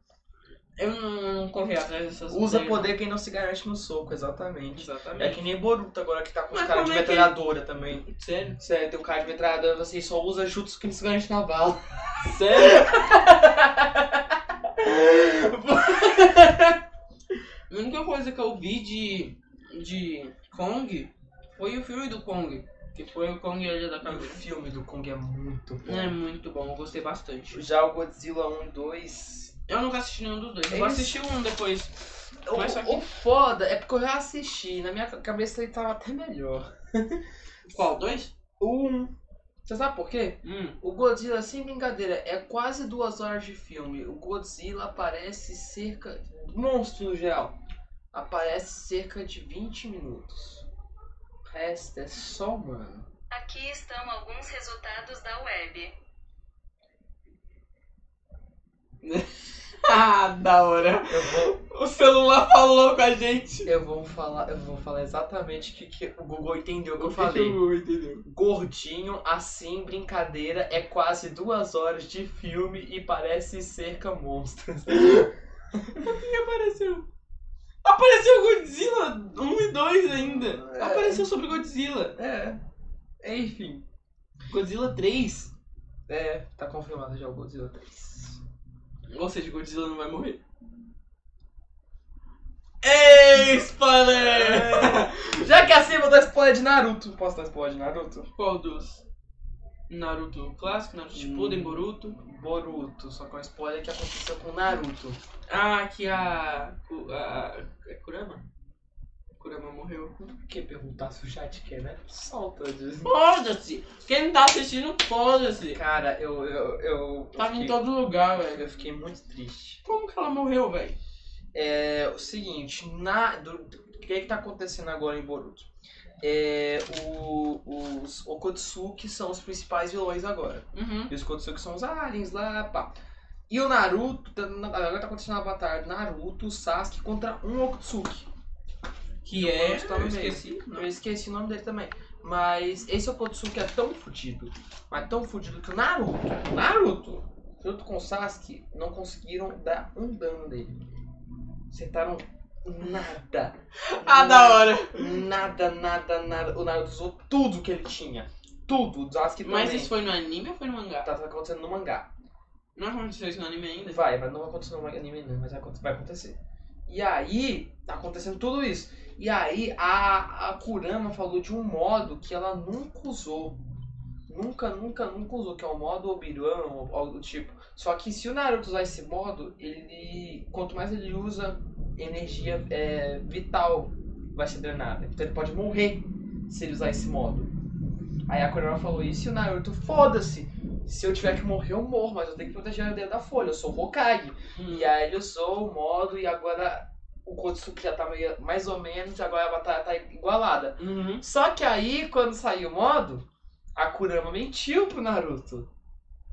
Speaker 2: Eu não, não corri atrás dessas
Speaker 3: Usa
Speaker 2: ideias, não.
Speaker 3: poder quem não se garante no soco, exatamente. É
Speaker 2: Exatamente.
Speaker 3: que nem Boruto agora que tá com os
Speaker 2: Mas
Speaker 3: caras de
Speaker 2: como é que-
Speaker 3: metralhadora também.
Speaker 2: Sério?
Speaker 3: Sério, tem um cara de metralhadora, você só usa jutsu que não se garante na bala.
Speaker 2: Sério? A única coisa que eu vi de, de Kong foi o filme do Kong. Que foi o Kong e a Ilha da
Speaker 3: O
Speaker 2: Caveira.
Speaker 3: filme do Kong é muito bom.
Speaker 2: É muito bom, eu gostei bastante.
Speaker 3: Já o Godzilla 1 e 2.
Speaker 2: Eu nunca assisti nenhum dos dois. Eu
Speaker 3: Eles-
Speaker 2: assisti um depois. Mas só que-
Speaker 3: O, o foda é porque eu já assisti, na minha cabeça ele tava até melhor.
Speaker 2: Qual? Dois?
Speaker 3: O 1. Você sabe por quê?
Speaker 2: Hum.
Speaker 3: O Godzilla, sem brincadeira, é quase duas horas de filme. O Godzilla aparece cerca. Monstro no geral. Aparece cerca de 20 minutos. O resto é só, mano.
Speaker 8: Aqui estão alguns resultados da web.
Speaker 2: ah, da hora.
Speaker 3: Eu vou,
Speaker 2: O celular falou com a gente.
Speaker 3: eu vou falar, eu vou falar exatamente o que, que o Google entendeu que eu
Speaker 2: que
Speaker 3: falei.
Speaker 2: tu entendeu?
Speaker 3: Gordinho, assim, brincadeira, é quase duas horas de filme e parece cerca monstros.
Speaker 2: apareceu? Apareceu Godzilla 1 e 2 ainda. Apareceu sobre Godzilla.
Speaker 3: É. Enfim.
Speaker 2: Godzilla 3.
Speaker 3: É, tá confirmado já o Godzilla 3.
Speaker 2: Ou seja, Godzilla não vai morrer. Ei, spoiler!
Speaker 3: Já que é assim, eu vou dar spoiler de Naruto. Posso dar spoiler de Naruto?
Speaker 2: Qual dos? Naruto clássico, Naruto Shippuden,
Speaker 3: Hum.
Speaker 2: Boruto.
Speaker 3: Boruto, só que é um spoiler que aconteceu com Naruto.
Speaker 2: Ah, que a... Ku- a é Kurama? Kurama morreu.
Speaker 3: Por que perguntar se o chat quer, né? Solta disso.
Speaker 2: Foda-se! Quem tá assistindo, foda-se!
Speaker 3: Cara, eu. eu, eu
Speaker 2: Tava Tá em
Speaker 3: fiquei-
Speaker 2: todo lugar, velho.
Speaker 3: Eu fiquei muito triste.
Speaker 2: Como que ela morreu, velho?
Speaker 3: É o seguinte, na, do- do- o que é que tá acontecendo agora em Boruto? É, o, os Okotsuki são os principais vilões agora.
Speaker 2: Uhum.
Speaker 3: E os Kotsuki são os aliens lá, pá. E o Naruto, tá- na- agora tá acontecendo a batalha do Naruto, Sasuke contra um Okutsuki.
Speaker 2: Que é...
Speaker 3: Boruto tá no
Speaker 2: Eu
Speaker 3: meio.
Speaker 2: esqueci. Não.
Speaker 3: Eu esqueci o nome dele também. Mas esse Okutsuki é tão fudido, mas tão fudido que o Naruto, o Naruto, junto com o Sasuke, não conseguiram dar um dano nele. Sentaram nada.
Speaker 2: Ah, da hora!
Speaker 3: Nada, nada, nada. O Naruto usou tudo que ele tinha. Tudo. O Sasuke também.
Speaker 2: Mas isso foi no anime ou foi no mangá?
Speaker 3: Tá, tá acontecendo no mangá.
Speaker 2: Não aconteceu isso no anime ainda.
Speaker 3: Vai, mas não vai acontecer no anime, não, mas vai aconte- vai acontecer. E aí, tá acontecendo tudo isso. E aí, a, a Kurama falou de um modo que ela nunca usou. Nunca, nunca, nunca usou, que é o modo Obi-Wan ou algo do tipo. Só que se o Naruto usar esse modo, ele. Quanto mais ele usa energia é, vital, vai ser drenada. Então ele pode morrer se ele usar esse modo. Aí a Kurama falou isso e o Naruto, foda-se! Se eu tiver que morrer, eu morro, mas eu tenho que proteger a aldeia da folha, eu sou o Hokage.
Speaker 2: Hum.
Speaker 3: E aí ele usou o modo e agora o Kotsuki já tá meio- mais ou menos, agora a batalha tá igualada.
Speaker 2: Uhum.
Speaker 3: Só que aí, quando saiu o modo, a Kurama mentiu pro Naruto.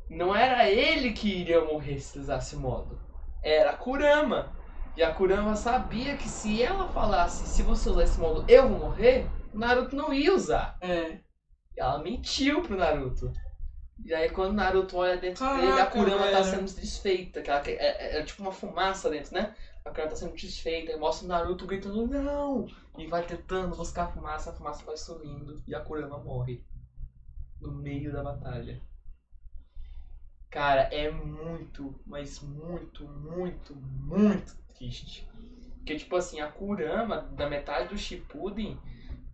Speaker 3: Não era ele que iria morrer se usasse o modo. Era a Kurama. E a Kurama sabia que se ela falasse, se você usar esse modo, eu vou morrer, o Naruto não ia usar.
Speaker 2: É.
Speaker 3: Ela mentiu pro Naruto. E aí quando o Naruto olha dentro
Speaker 2: Caraca,
Speaker 3: dele, a Kurama tá
Speaker 2: velho.
Speaker 3: sendo desfeita. Que ela, que- é, é- é tipo uma fumaça dentro, né? A Kurama tá sendo desfeita. E mostra o Naruto gritando, não! E vai tentando buscar a fumaça, a fumaça vai sumindo. E a Kurama morre. No meio da batalha. Cara, é muito, mas muito, muito, muito triste. Porque, tipo assim, a Kurama, da metade do Shippuden,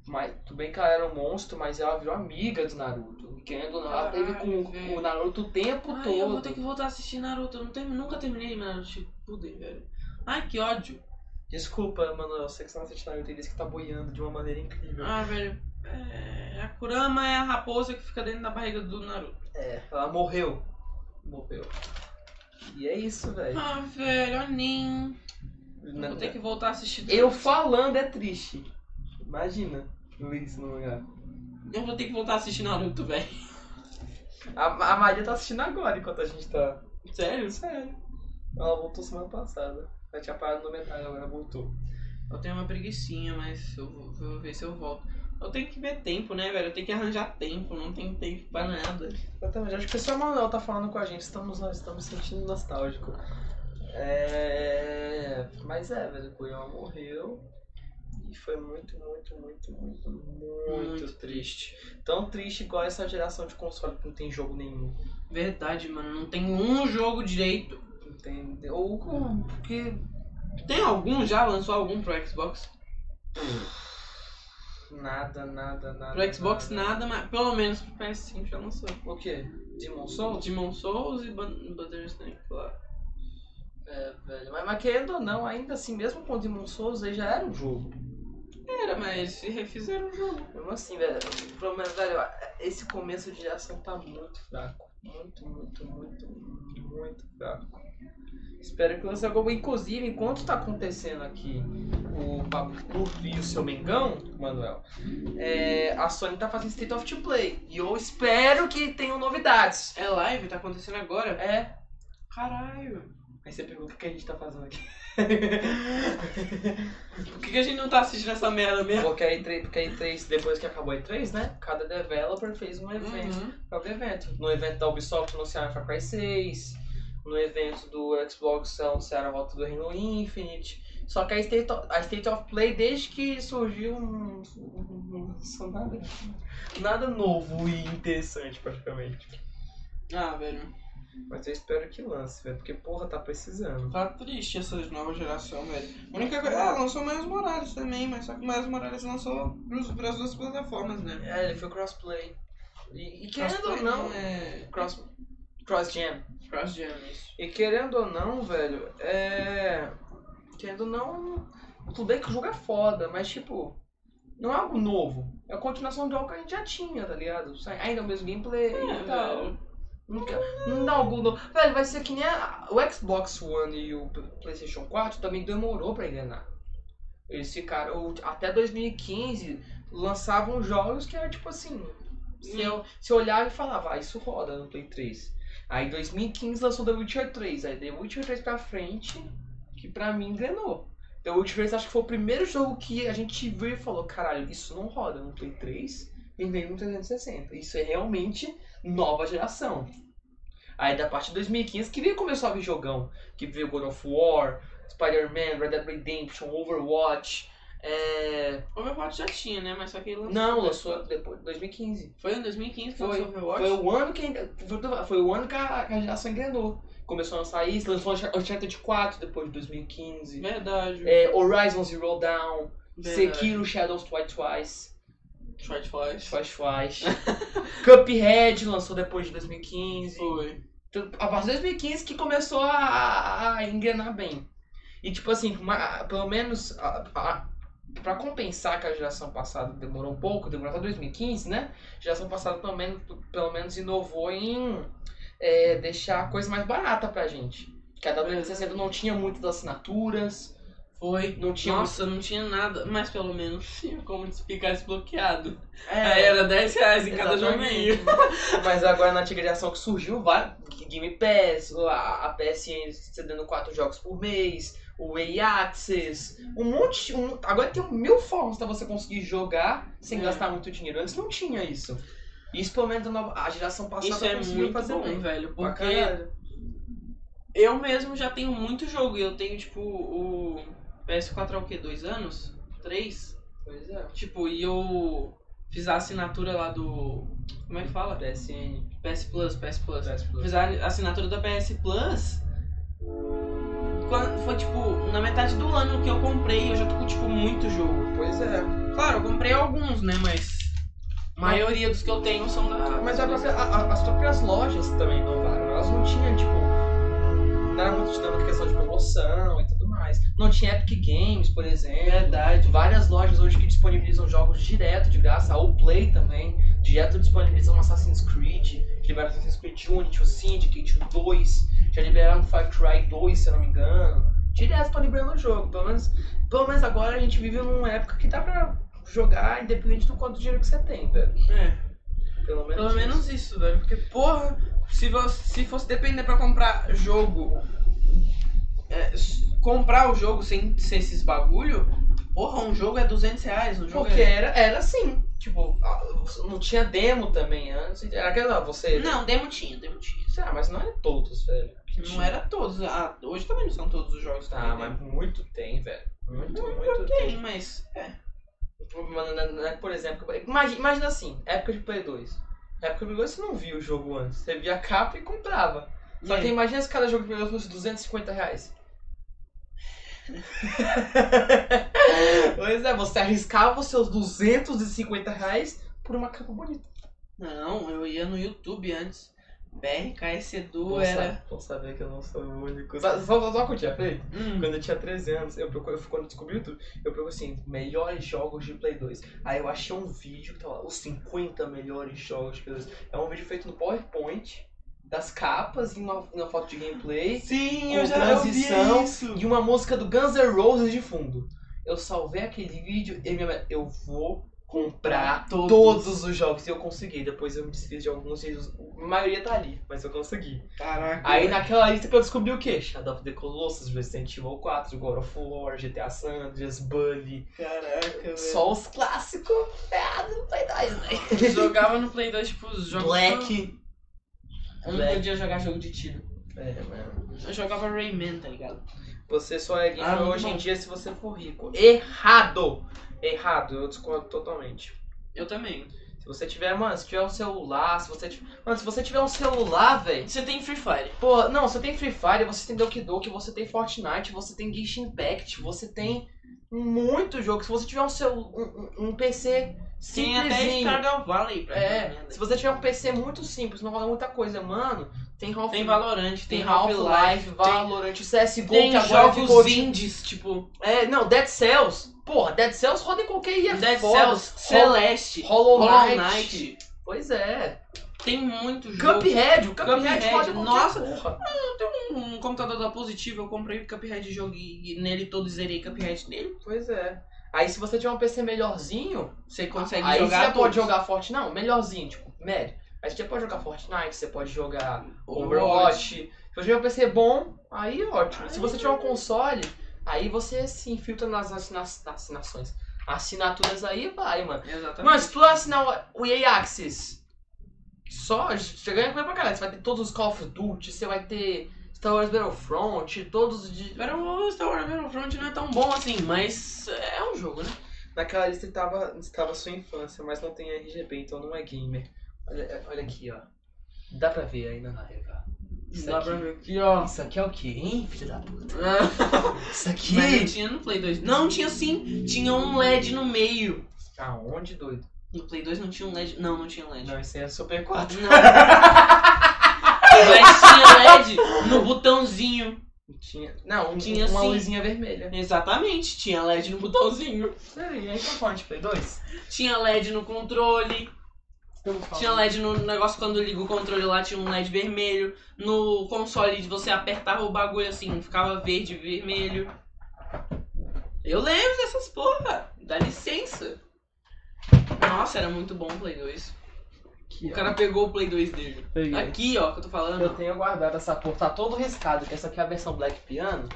Speaker 3: mas, tudo bem que ela era um monstro, mas ela virou amiga do Naruto. E Querendo ou não, ela teve com,
Speaker 2: Caralho,
Speaker 3: com
Speaker 2: velho.
Speaker 3: o Naruto o tempo
Speaker 2: Ai, eu vou
Speaker 3: todo.
Speaker 2: ter que voltar a assistir Naruto. Eu não termi- nunca terminei de Naruto Shippuden, velho. Ai, que ódio.
Speaker 3: Desculpa, mano, eu sei que você não assiste Naruto e disse que tá boiando de uma maneira incrível.
Speaker 2: Ah, velho. É, a Kurama é a raposa que fica dentro da barriga do Naruto.
Speaker 3: É, ela morreu. Morreu. E é isso, velho.
Speaker 2: Ah, velho, Anin. Eu
Speaker 3: Na-
Speaker 2: Vou ter que voltar a assistir. tudo.
Speaker 3: Eu falando é triste. Imagina, Luiz no lugar.
Speaker 2: Eu vou ter que voltar a assistir Naruto, velho.
Speaker 3: A, a Maria tá assistindo agora enquanto a gente tá.
Speaker 2: Sério?
Speaker 3: Sério. Ela voltou semana passada. Ela tinha parado no metade, agora voltou.
Speaker 2: Eu tenho uma preguiçinha, mas eu vou, vou ver se eu volto. Eu tenho que ver tempo, né, velho? Eu tenho que arranjar tempo, não tenho tempo pra nada.
Speaker 3: Exatamente. Acho que o pessoal Manuel tá falando com a gente. Estamos, nós estamos sentindo nostálgico. É... Mas é, velho. O Cunhal morreu. E foi muito, muito, muito, muito, muito,
Speaker 2: Muito
Speaker 3: triste. Tão triste igual essa geração de console que não tem jogo nenhum.
Speaker 2: Verdade, mano. Não tem um jogo direito.
Speaker 3: Não tem... Ou com... Porque...
Speaker 2: Tem algum já? Lançou algum pro Xbox?
Speaker 3: Nada, nada, nada.
Speaker 2: Pro Xbox nada, mas pelo menos pro PS5 já lançou.
Speaker 3: O quê? Demon Souls?
Speaker 2: Demon Souls e Ban- Bandersnatch, claro.
Speaker 3: É, velho. Mas, mas querendo ou não, ainda assim, mesmo com Demon Souls, ele já era um jogo.
Speaker 2: Era, mas eles se refizeram o jogo.
Speaker 3: Mesmo assim, velho, o problema, velho, esse começo de geração tá muito fraco. Muito, muito, muito, muito fraco. Espero que lance alguma. Inclusive, enquanto tá acontecendo aqui o Papo Curto e o seu Mengão, Manuel, é, a Sony tá fazendo State of Play. E eu espero que tenham novidades.
Speaker 2: É live, tá acontecendo agora?
Speaker 3: É.
Speaker 2: Caralho.
Speaker 3: Aí você pergunta o que a gente tá fazendo aqui.
Speaker 2: Por que, que a gente não tá assistindo essa merda mesmo?
Speaker 3: Porque a E3, porque a E3, depois que acabou a E3, né? Cada developer fez um evento.
Speaker 2: Uhum.
Speaker 3: próprio evento. No evento da Ubisoft anunciaram Far Cry 6, no evento do Xbox anunciaram a volta do Halo Infinite. Só que a State of, a State of Play, desde que surgiu, não não lançou nada, nada novo e interessante praticamente.
Speaker 2: Ah, velho.
Speaker 3: Mas eu espero que lance, velho, porque porra, tá precisando.
Speaker 2: Tá triste essa nova geração, velho. A única coisa. Ah, lançou mais Morales também, mas só que mais Morales lançou pros, pras duas plataformas, né?
Speaker 3: É, ele foi crossplay. E, e querendo ou
Speaker 2: Crossplay
Speaker 3: não,
Speaker 2: É.
Speaker 3: cross, cross jam.
Speaker 2: Cross Gen, isso.
Speaker 3: E querendo ou não, velho, é. Querendo ou não. Tudo bem que o jogo é foda, mas tipo. Não é algo novo. É a continuação de algo que a gente já tinha, tá ligado? Ainda é tá. o mesmo gameplay e tal.
Speaker 2: velho.
Speaker 3: Nunca, não dá algum novo. Velho, vai ser que nem a- o Xbox One e o P- PlayStation 4 também demorou pra engrenar. Eles ficaram. o- Até 2015 lançavam jogos que era tipo assim. Se eu, se eu olhava e falava, ah, isso roda no Play 3. Aí 2015 lançou The Witcher 3. Aí The Witcher 3 pra frente, que pra mim engrenou. The Witcher 3 acho que foi o primeiro jogo que a gente viu e falou, caralho, isso não roda no Play 3 e nem no 360. Isso é realmente nova geração. Aí da parte de 2015 que veio começou a vir jogão. Que veio God of War, Spider-Man, Red Dead Redemption, Overwatch. É...
Speaker 2: Overwatch já tinha, né? Mas só que ele lançou.
Speaker 3: Não, lançou depois, 2015.
Speaker 2: Foi em 2015 que
Speaker 3: Foi,
Speaker 2: lançou Overwatch?
Speaker 3: foi o ano que ainda- foi- foi o ano que a, que a geração engrenou. Começou a sair, isso, lançou Uncharted 4 depois de 2015.
Speaker 2: Verdade.
Speaker 3: É, Horizon Zero Dawn,
Speaker 2: Verdade.
Speaker 3: Sekiro Shadows Twice Twice,
Speaker 2: Try to Flash.
Speaker 3: Twice Twice. Cuphead lançou depois de 2015.
Speaker 2: Foi.
Speaker 3: Então, A partir de 2015 que começou a, a, a engrenar bem. E tipo assim, uma- pelo menos a, a- pra compensar que a geração passada demorou um pouco, demorou até 2015, né? A geração passada pelo menos, pelo menos inovou em é, deixar a coisa mais barata pra gente. Que a W360 não tinha muitas assinaturas,
Speaker 2: Foi.
Speaker 3: não tinha.
Speaker 2: Nossa, não tinha nada, mas pelo menos tinha como ficar desbloqueado.
Speaker 3: muito- É,
Speaker 2: Aí era 10 reais em cada
Speaker 3: Exatamente.
Speaker 2: joguinho.
Speaker 3: Mas agora na antiga geração que surgiu, vai, Game Pass, a, a PSN cedendo quatro jogos por mês, o EA Access, um monte. Um, agora tem mil formas pra você conseguir jogar sem
Speaker 2: É.
Speaker 3: gastar muito dinheiro. Antes não tinha isso. Isso pelo menos a nova- a geração passada
Speaker 2: Isso é
Speaker 3: conseguiu
Speaker 2: muito
Speaker 3: fazer
Speaker 2: bom,
Speaker 3: bem.
Speaker 2: velho.
Speaker 3: Pra
Speaker 2: Porque
Speaker 3: caralho.
Speaker 2: eu mesmo já tenho muito jogo. e Eu tenho, tipo, o PS4 há o quê? Dois anos? Três?
Speaker 4: Pois é.
Speaker 2: Tipo, e eu fiz a assinatura lá do. Como é que fala?
Speaker 4: PSN.
Speaker 2: PS Plus, PS Plus.
Speaker 4: PS Plus.
Speaker 2: Fiz a assinatura da PS Plus. Quando- Foi tipo, na metade do ano que eu comprei, eu já tô com tipo muito jogo.
Speaker 4: Pois é.
Speaker 2: Claro, eu comprei alguns, né? Mas a maioria dos que eu tenho são da.
Speaker 3: Mas a própria- a- a- as próprias lojas também inovaram. Elas não tinham, tipo. Não era muito dinâmica a questão de promoção e tudo mais. Não tinha Epic Games, por exemplo.
Speaker 4: Verdade.
Speaker 3: Várias lojas hoje que disponibilizam jogos direto de graça, a Play também, direto disponibilizam Assassin's Creed, que liberaram Assassin's Creed Unity, o Syndicate, o 2, já liberaram Far Cry 2, se eu não me engano. Direto estão liberando o jogo, pelo menos, pelo menos agora a gente vive numa época que dá pra jogar independente do quanto dinheiro que você tem, velho.
Speaker 2: É,
Speaker 3: Pelo menos.
Speaker 2: pelo
Speaker 3: isso.
Speaker 2: menos isso, velho. Porque, porra, se, vo- se fosse depender pra comprar jogo. é, s- comprar o jogo sem, sem esses bagulho, porra, um jogo é 200 reais. Um jogo
Speaker 3: Porque
Speaker 2: é...
Speaker 3: era, era assim, tipo, a- não tinha demo também antes, era aquela, você...
Speaker 2: Não, um demo tinha, demo tinha.
Speaker 3: Ah, mas não é todos, velho. que
Speaker 2: Não
Speaker 3: tinha.
Speaker 2: era todos. Ah, hoje também não são todos os jogos.
Speaker 3: Ah,
Speaker 2: também, né?
Speaker 3: mas muito tem, velho. Muito,
Speaker 2: Não,
Speaker 3: muito tem. Tipo,
Speaker 2: Tem, mas. É.
Speaker 3: Mano, na- na- Por exemplo, imagina, imagina assim, época de Play 2. Na época de Play 2 você não via o jogo antes, você via a capa e comprava. Só que imagina se cada jogo de Play 2 fosse 250 reais. pois é, você arriscava os seus 250 reais por uma capa bonita.
Speaker 2: Não, eu ia no YouTube antes. BRKS Edu
Speaker 3: Vou
Speaker 2: era.
Speaker 3: sa- vou saber que eu não sou o único. Só, só, só que eu tinha feito?
Speaker 2: hum,
Speaker 3: Quando eu tinha 13 anos, eu procuro, eu, quando eu descobri o YouTube, eu procuro assim, melhores jogos de Play 2. Aí eu achei um vídeo que tava lá, os 50 melhores jogos de Play 2. É um vídeo feito no PowerPoint, das capas e uma, uma foto de gameplay
Speaker 2: Sim,
Speaker 3: eu já- eu via
Speaker 2: isso.
Speaker 3: e uma música do Guns N' Roses de fundo. Eu salvei aquele vídeo e minha mãe, eu vou comprar todos.
Speaker 2: Todos.
Speaker 3: os jogos. E eu consegui, depois eu me desfiz de alguns e a maioria tá ali, mas eu consegui.
Speaker 2: Caraca.
Speaker 3: Aí naquela lista que eu descobri o quê? Shadow of the Colossus, Resident Evil 4, God of War, GTA San Andreas, Bully.
Speaker 2: Caraca, velho.
Speaker 3: Só os clássicos. Ah, não vai dar isso, né?
Speaker 2: Jogava no Play 2, tipo, os jogos.
Speaker 3: Black.
Speaker 2: Eu não podia jogar jogo de tiro.
Speaker 3: É, mano.
Speaker 2: Eu jogava Rayman, tá ligado?
Speaker 3: Você só é gamer
Speaker 2: Ah, muito
Speaker 3: hoje em
Speaker 2: bom.
Speaker 3: dia se você for rico. Errado! Errado, eu discordo totalmente.
Speaker 2: Eu também.
Speaker 3: Se você tiver, mano, se tiver um celular, se você tiver. Mano, se você tiver um celular, velho.
Speaker 2: Você tem Free Fire.
Speaker 3: Pô, não, você tem Free Fire, você tem Doki Doki, você tem Fortnite, você tem Genshin Impact, você tem muito jogo. Se você tiver um seu um, um- um PC
Speaker 2: Tem até
Speaker 3: simplesinho,
Speaker 2: Stardew Valley pra né?
Speaker 3: é, se você tiver um PC muito simples, não rola muita coisa, mano, tem Half
Speaker 2: Tem Valorant, tem,
Speaker 3: tem
Speaker 2: Half-Life.
Speaker 3: Half-Life, Valorant, CS:GO
Speaker 2: Tem
Speaker 3: que agora ficou
Speaker 2: jogos
Speaker 3: de-
Speaker 2: indies, tipo
Speaker 3: É, não, Dead Cells. Porra, Dead Cells roda em qualquer IA
Speaker 2: Dead
Speaker 3: é foda.
Speaker 2: Cells, Celeste,
Speaker 3: Hollow
Speaker 2: Hollow
Speaker 3: Knight.
Speaker 2: Knight.
Speaker 3: Pois é.
Speaker 2: Tem muito jogo.
Speaker 3: Cuphead, o Cuphead,
Speaker 2: Cuphead,
Speaker 3: roda em qualquer
Speaker 2: nossa.
Speaker 3: porra.
Speaker 2: Um computador da Positivo, eu comprei o Cuphead e joguei nele todo, zerei Cuphead nele.
Speaker 3: Pois é. Aí se você tiver um PC melhorzinho,
Speaker 2: Você consegue
Speaker 3: aí
Speaker 2: jogar.
Speaker 3: você
Speaker 2: todos.
Speaker 3: pode jogar Fortnite, não, melhorzinho, tipo, médio. Aí você pode jogar Fortnite, você pode jogar Overwatch. Se você tiver um PC bom, aí ótimo. Se você tiver um
Speaker 2: é.
Speaker 3: console, aí você se infiltra nas assina- assinações. Assinaturas aí vai, mano.
Speaker 2: Exatamente.
Speaker 3: Mano, se tu assinar o EA Access, só você ganha coisa pra caralho. Você vai ter todos os Call of Duty, você vai ter Star Wars Battlefront, todos os... de-
Speaker 2: Agora o Star Wars Battlefront não é tão bom assim, mas é um jogo, né?
Speaker 4: Naquela lista estava, estava sua infância, mas não tem RGB, então não é gamer.
Speaker 3: Olha, é, olha aqui, ó. Dá pra ver ainda na live, ó. Isso
Speaker 2: Dá
Speaker 3: aqui.
Speaker 2: pra ver aqui, ó.
Speaker 3: Isso aqui é o que, hein, filho da puta? Isso aqui.
Speaker 2: Mas não tinha no Play 2. Não, tinha sim. Tinha um LED no meio.
Speaker 3: Aonde, doido?
Speaker 2: No Play 2 não tinha um LED. Não, não tinha um LED.
Speaker 3: Não, isso aí é Super 4.
Speaker 2: Não. Mas tinha LED no botãozinho.
Speaker 3: Tinha. Não, um-
Speaker 2: Tinha assim.
Speaker 3: uma
Speaker 2: sim.
Speaker 3: luzinha vermelha.
Speaker 2: Exatamente, tinha LED no botãozinho.
Speaker 3: E aí, tá falando de
Speaker 2: tipo, é
Speaker 3: Play 2?
Speaker 2: Tinha LED no controle. Tinha LED no negócio quando liga o controle lá, tinha um LED vermelho. No console você apertava o bagulho assim, ficava verde e vermelho. Eu lembro dessas porra. Dá licença. Nossa, era muito bom o Play 2.
Speaker 3: Aqui,
Speaker 2: O cara pegou o Play 2 dele. Aqui, ó, que eu tô falando.
Speaker 3: Eu tenho guardado essa porra, tá todo riscado, que essa aqui é a versão Black Piano.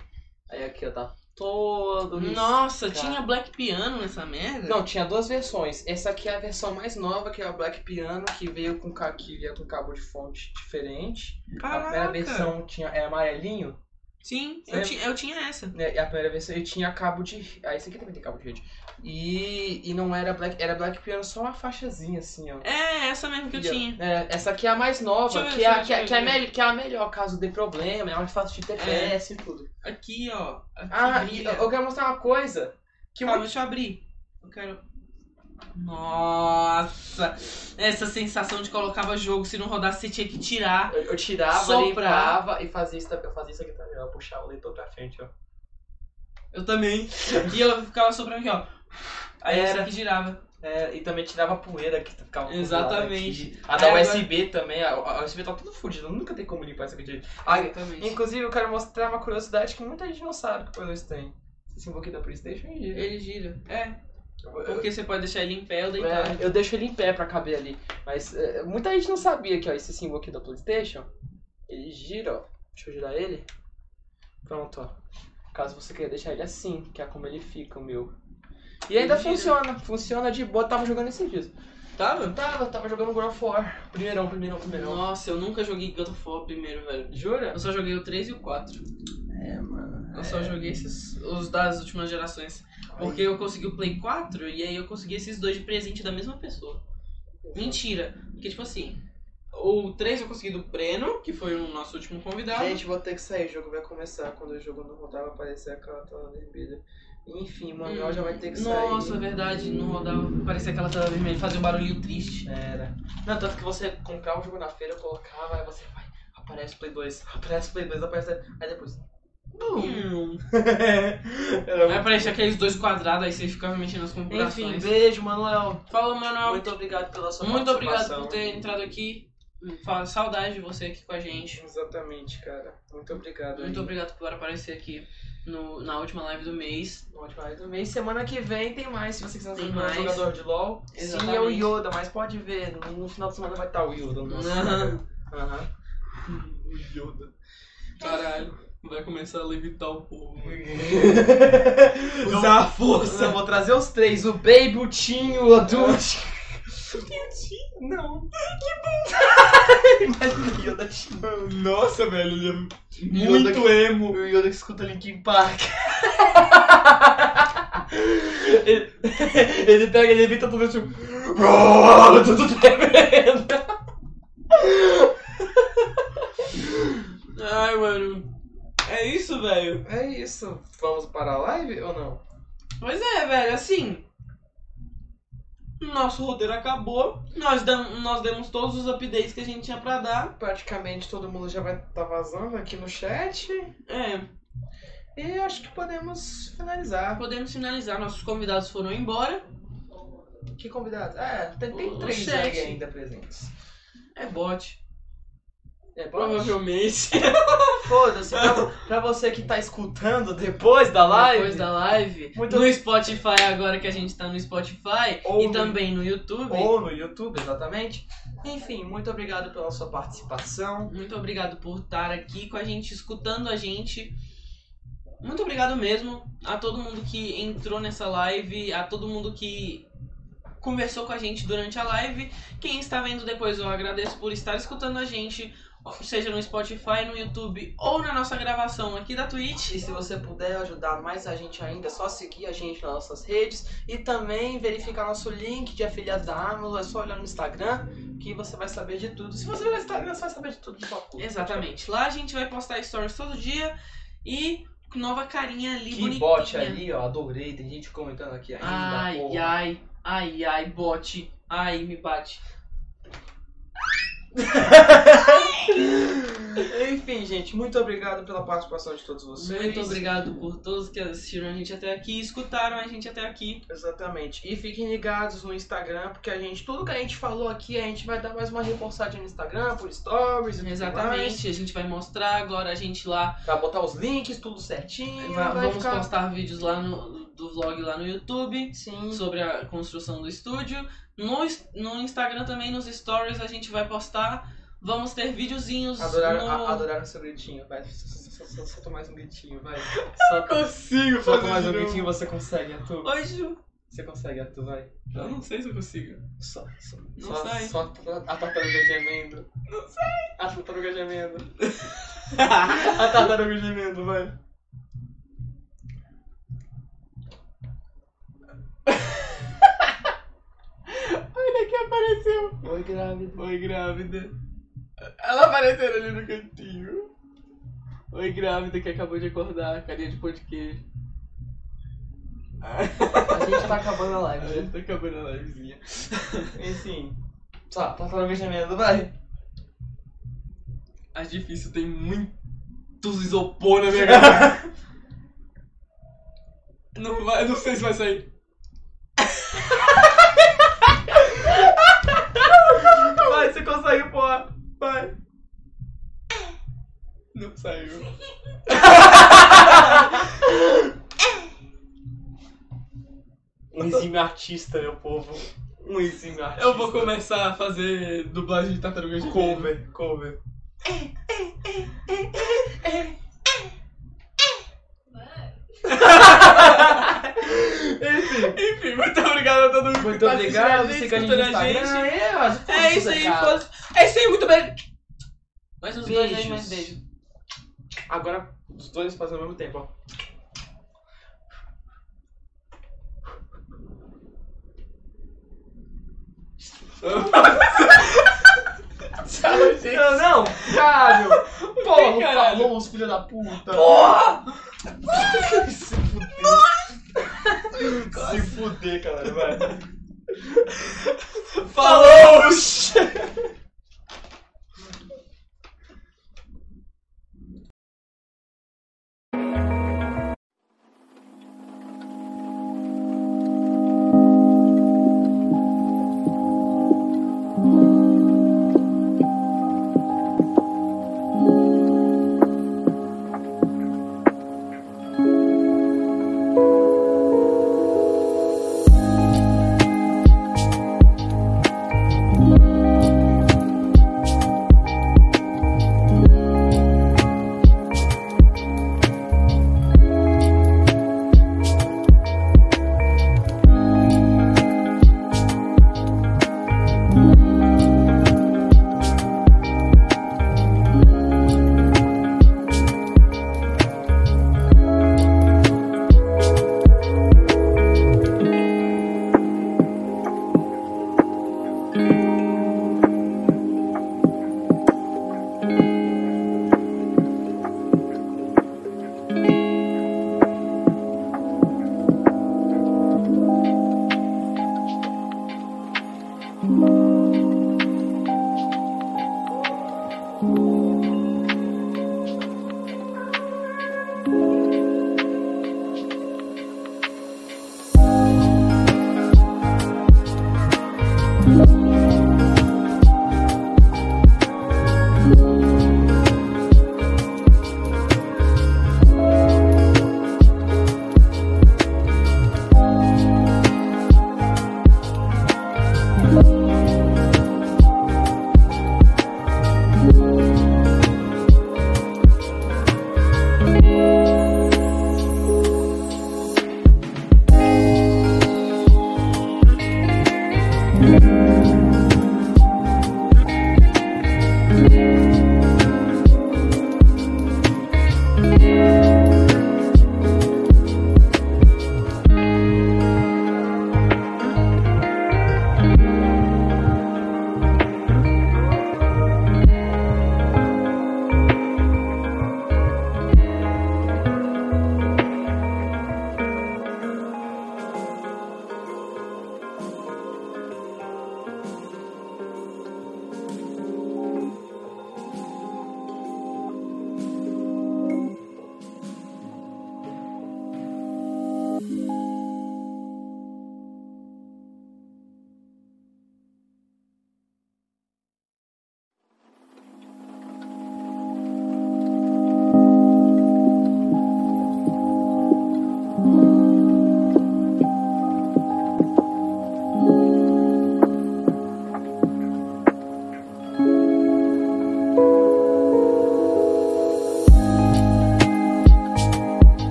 Speaker 3: Aí aqui, ó, tá todo.
Speaker 2: Nossa,
Speaker 3: riscado.
Speaker 2: tinha Black Piano nessa merda?
Speaker 3: Não, tinha duas versões. Essa aqui é a versão mais nova, que é a Black Piano, que veio com, ca- que veio com cabo de fonte diferente. A
Speaker 2: Caraca.
Speaker 3: primeira versão tinha, é amarelinho,
Speaker 2: Sim,
Speaker 3: É.
Speaker 2: eu, ti- eu tinha essa.
Speaker 3: né? E a primeira versão ele tinha cabo de. Ah, esse aqui também tem cabo de rede. E, e não era Black. Era Black Piano só uma faixazinha assim, ó.
Speaker 2: É, essa mesmo que eu
Speaker 3: E, ó,
Speaker 2: tinha.
Speaker 3: é, essa aqui é a mais nova,
Speaker 2: Deixa eu ver,
Speaker 3: que, é, a-
Speaker 2: deixa
Speaker 3: que,
Speaker 2: eu ver,
Speaker 3: é, que,
Speaker 2: deixa
Speaker 3: é a
Speaker 2: eu
Speaker 3: mel- que é a melhor caso de problema, é mais fácil de
Speaker 2: É.
Speaker 3: TPS e tudo.
Speaker 2: Aqui, ó. Aqui
Speaker 3: Ah, e
Speaker 2: brilha.
Speaker 3: eu eu quero mostrar uma coisa. Que
Speaker 2: Calma,
Speaker 3: muito-
Speaker 2: deixa eu abrir. Eu quero. Nossa! Essa sensação de colocava jogo, se não rodasse, você tinha que tirar.
Speaker 3: eu, eu tirava,
Speaker 2: Soprar.
Speaker 3: limpava e fazia isso, eu fazia isso aqui também, ó. Eu puxava o leitor pra frente, ó.
Speaker 2: Eu também. E ela ficava sobrando aqui, ó. Aí
Speaker 3: Era.
Speaker 2: essa que girava.
Speaker 3: É, e também tirava a poeira que ficava acumulada
Speaker 2: Exatamente.
Speaker 3: aqui. A da
Speaker 2: Aí agora-
Speaker 3: USB também, a, a USB tá tudo fodida, nunca tem como limpar isso aqui direito. Ah,
Speaker 2: Exatamente.
Speaker 3: inclusive, eu quero mostrar uma curiosidade que muita gente não sabe que o Windows tem. Esse pouquinho da Playstation e gira.
Speaker 2: Ele gira. É,
Speaker 3: Eu- eu-
Speaker 2: porque você pode deixar ele em pé ou deitado.
Speaker 3: É, eu deixo ele em pé pra caber ali. Mas é, muita gente não sabia que ó, esse símbolo aqui da Playstation, ele gira, ó. Deixa eu girar ele. Pronto, ó. Caso você queira deixar ele assim, que é como ele fica, o meu. E ainda
Speaker 2: Ele gira.
Speaker 3: funciona, funciona de boa. Tava jogando esses dias. Tá,
Speaker 2: Tava?
Speaker 3: Tava, tava jogando God of War. Primeirão, primeirão, primeirão.
Speaker 2: Nossa, eu nunca joguei God of War primeiro, velho.
Speaker 3: Jura?
Speaker 2: Eu só joguei o 3 e o 4.
Speaker 3: É, mano.
Speaker 2: Eu só joguei esses os das últimas gerações. Porque eu consegui o Play 4 e aí eu consegui esses dois de presente da mesma pessoa. Mentira. Porque, tipo assim, o 3 eu consegui do Breno, que foi o nosso último convidado.
Speaker 3: Gente, vou ter que sair, o jogo vai começar. Quando o jogo não rodar, vai aparecer aquela tela vermelha. Enfim, o Manuel já vai ter que sair.
Speaker 2: Nossa, é verdade, não rodava. Parecia aquela tela vermelha, fazia um barulhinho triste.
Speaker 3: Era. Não, tanto que você comprava um jogo na feira, colocava, aí você vai, aparece Play 2, aparece Play 2, aparece. Aí depois.
Speaker 2: Hum.
Speaker 3: Era
Speaker 2: Aí aparecia aqueles dois quadrados, aí você ficava mexendo nas
Speaker 3: Enfim,
Speaker 2: configurações.
Speaker 3: beijo, Manuel.
Speaker 2: Fala, Manuel.
Speaker 3: Muito obrigado pela sua
Speaker 2: Muito obrigado
Speaker 3: participação.
Speaker 2: por ter entrado aqui. Fala, saudade de você aqui com a gente.
Speaker 3: Exatamente, cara. Muito obrigado.
Speaker 2: Muito obrigado por aparecer aqui no, na última live do mês.
Speaker 3: obrigado. também. Semana que vem tem mais, se você quiser
Speaker 2: Tem
Speaker 3: saber
Speaker 2: mais.
Speaker 3: um jogador de LOL. Sim,
Speaker 2: Exatamente.
Speaker 3: é o Yoda, mas pode ver, no no final de semana vai estar o Yoda. Nossa.
Speaker 2: Aham.
Speaker 3: Aham.
Speaker 9: O Yoda. Caralho, vai começar a levitar o povo. né? mano.
Speaker 3: Usar a força. Eu vou trazer os três, o Baby, o Tinho, o Adult. Não. Que bom. Imagina o Yoda Tinho.
Speaker 9: Nossa, velho, ele é
Speaker 3: Yoda
Speaker 9: muito emo.
Speaker 3: O Yoda que escuta Linkin Park. ele, ele pega, ele evita tudo tipo. Tudo tremendo.
Speaker 2: Ai, mano. É isso, velho.
Speaker 3: É isso. Vamos para a live ou não?
Speaker 2: Pois é, velho, assim. Nosso roteiro acabou. Nós, dam, nós demos todos os updates que a gente tinha pra dar.
Speaker 3: Praticamente todo mundo já vai estar vazando aqui no chat.
Speaker 2: É,
Speaker 3: E acho que podemos finalizar.
Speaker 2: podemos finalizar. Nossos convidados foram embora.
Speaker 3: Que convidados? É, tem, tem
Speaker 2: O- o
Speaker 3: três
Speaker 2: chat.
Speaker 3: aí ainda presentes.
Speaker 2: É bot.
Speaker 3: É, bom.
Speaker 2: Provavelmente.
Speaker 3: Foda-se, pra, vo- pra você que tá escutando depois da live.
Speaker 2: Depois da live.
Speaker 3: Muito-
Speaker 2: No Spotify, agora que a gente tá no Spotify.
Speaker 3: Ou
Speaker 2: e
Speaker 3: no-
Speaker 2: também no YouTube.
Speaker 3: Ou no YouTube, exatamente. Enfim, muito obrigado pela sua participação.
Speaker 2: Muito obrigado por estar aqui com a gente, escutando a gente. Muito obrigado mesmo a todo mundo que entrou nessa live, a todo mundo que conversou com a gente durante a live. Quem está vendo depois, eu agradeço por estar escutando a gente, seja no Spotify, no YouTube ou na nossa gravação aqui da Twitch.
Speaker 3: E se você puder ajudar mais a gente ainda, é só seguir a gente nas nossas redes e também verificar nosso link de afiliado da Amazon. É só olhar no Instagram que você vai saber de tudo. Se você olhar no Instagram, você vai saber de tudo do Pacu.
Speaker 2: Exatamente. Lá a gente vai postar stories todo dia e nova carinha ali
Speaker 3: Que
Speaker 2: É bonitinha.
Speaker 3: bot ali, ó, adorei. Tem gente comentando aqui ainda.
Speaker 2: Ai,
Speaker 3: porra.
Speaker 2: ai, ai, ai, bote. Ai, me bate.
Speaker 3: Enfim, gente, muito obrigado pela participação de todos vocês.
Speaker 2: Muito obrigado por todos que assistiram a gente até aqui e escutaram a gente até aqui.
Speaker 3: Exatamente. E fiquem ligados no Instagram, porque a gente, tudo que a gente falou aqui, a gente vai dar mais uma reforçadinha no Instagram, por stories e tudo mais.
Speaker 2: Exatamente, a gente vai mostrar agora a gente lá.
Speaker 3: Vai botar os links, tudo certinho.
Speaker 2: va-
Speaker 3: vai
Speaker 2: vamos
Speaker 3: ficar
Speaker 2: postar vídeos lá no, do vlog lá no YouTube
Speaker 3: Sim.
Speaker 2: sobre a construção do estúdio. No, ins- no Instagram também, nos stories, a gente vai postar
Speaker 10: Vamos ter videozinhos
Speaker 3: Adoraram,
Speaker 10: no...
Speaker 3: a- adoraram seu gritinho, vai. Só- Só só- solta mais um gritinho, vai.
Speaker 2: Eu consigo
Speaker 3: Solta
Speaker 2: fazer
Speaker 3: mais
Speaker 2: de
Speaker 3: um
Speaker 2: novo.
Speaker 3: gritinho, você consegue, Atu.
Speaker 10: Oi, Ju.
Speaker 3: Você consegue, Atu, vai.
Speaker 2: Eu não sei se eu consigo.
Speaker 3: Só, só,
Speaker 2: Não
Speaker 3: só,
Speaker 2: sai.
Speaker 3: só a tartaruga gemendo. Não sei. A tartaruga gemendo. a tartaruga gemendo, vai.
Speaker 2: Olha que apareceu.
Speaker 3: Oi, grávida.
Speaker 2: Oi, grávida. Ela apareceu ali no cantinho. Oi, grávida, que acabou de acordar. Carinha de pão de queijo.
Speaker 3: A gente tá acabando a
Speaker 2: A
Speaker 3: live,
Speaker 2: gente
Speaker 3: gente.
Speaker 2: tá acabando a livezinha.
Speaker 3: Enfim. Só, tartaruga gemendo, vai.
Speaker 2: Acho Tá difícil, tem muitos isopor na minha cabeça. Não, vai, não sei se vai sair.
Speaker 3: Vai, você consegue, pô. Vai.
Speaker 2: Não saiu.
Speaker 3: Unzinho Um artista, meu povo. Unzinho Um artista.
Speaker 2: Eu vou começar a fazer dublagem de tartaruga de
Speaker 3: Cover, cover. Enfim.
Speaker 2: Enfim, muito obrigado a todo mundo. que
Speaker 3: Muito
Speaker 2: tá
Speaker 3: obrigado,
Speaker 2: assistindo
Speaker 3: você que a gente no
Speaker 2: escutando
Speaker 3: Instagram. É, mas foda-se,
Speaker 10: É isso aí,
Speaker 3: cara.
Speaker 10: foda É isso aí, muito bem. Mais uns dois aí,
Speaker 3: Beijos.
Speaker 10: mais beijo.
Speaker 3: Agora os dois fazem ao mesmo tempo, ó.
Speaker 2: Tchau, gente.
Speaker 3: Não, não! Caralho! Porra, o
Speaker 2: caralho?
Speaker 3: famoso, filho da puta!
Speaker 10: Porra!
Speaker 3: Se fuder! Se fuder, cara, vai!
Speaker 2: Falou!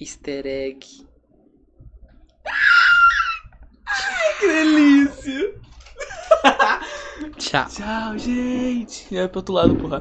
Speaker 3: Easter egg. que delícia! Tchau.
Speaker 11: Tchau, gente.
Speaker 3: É pro outro lado, porra.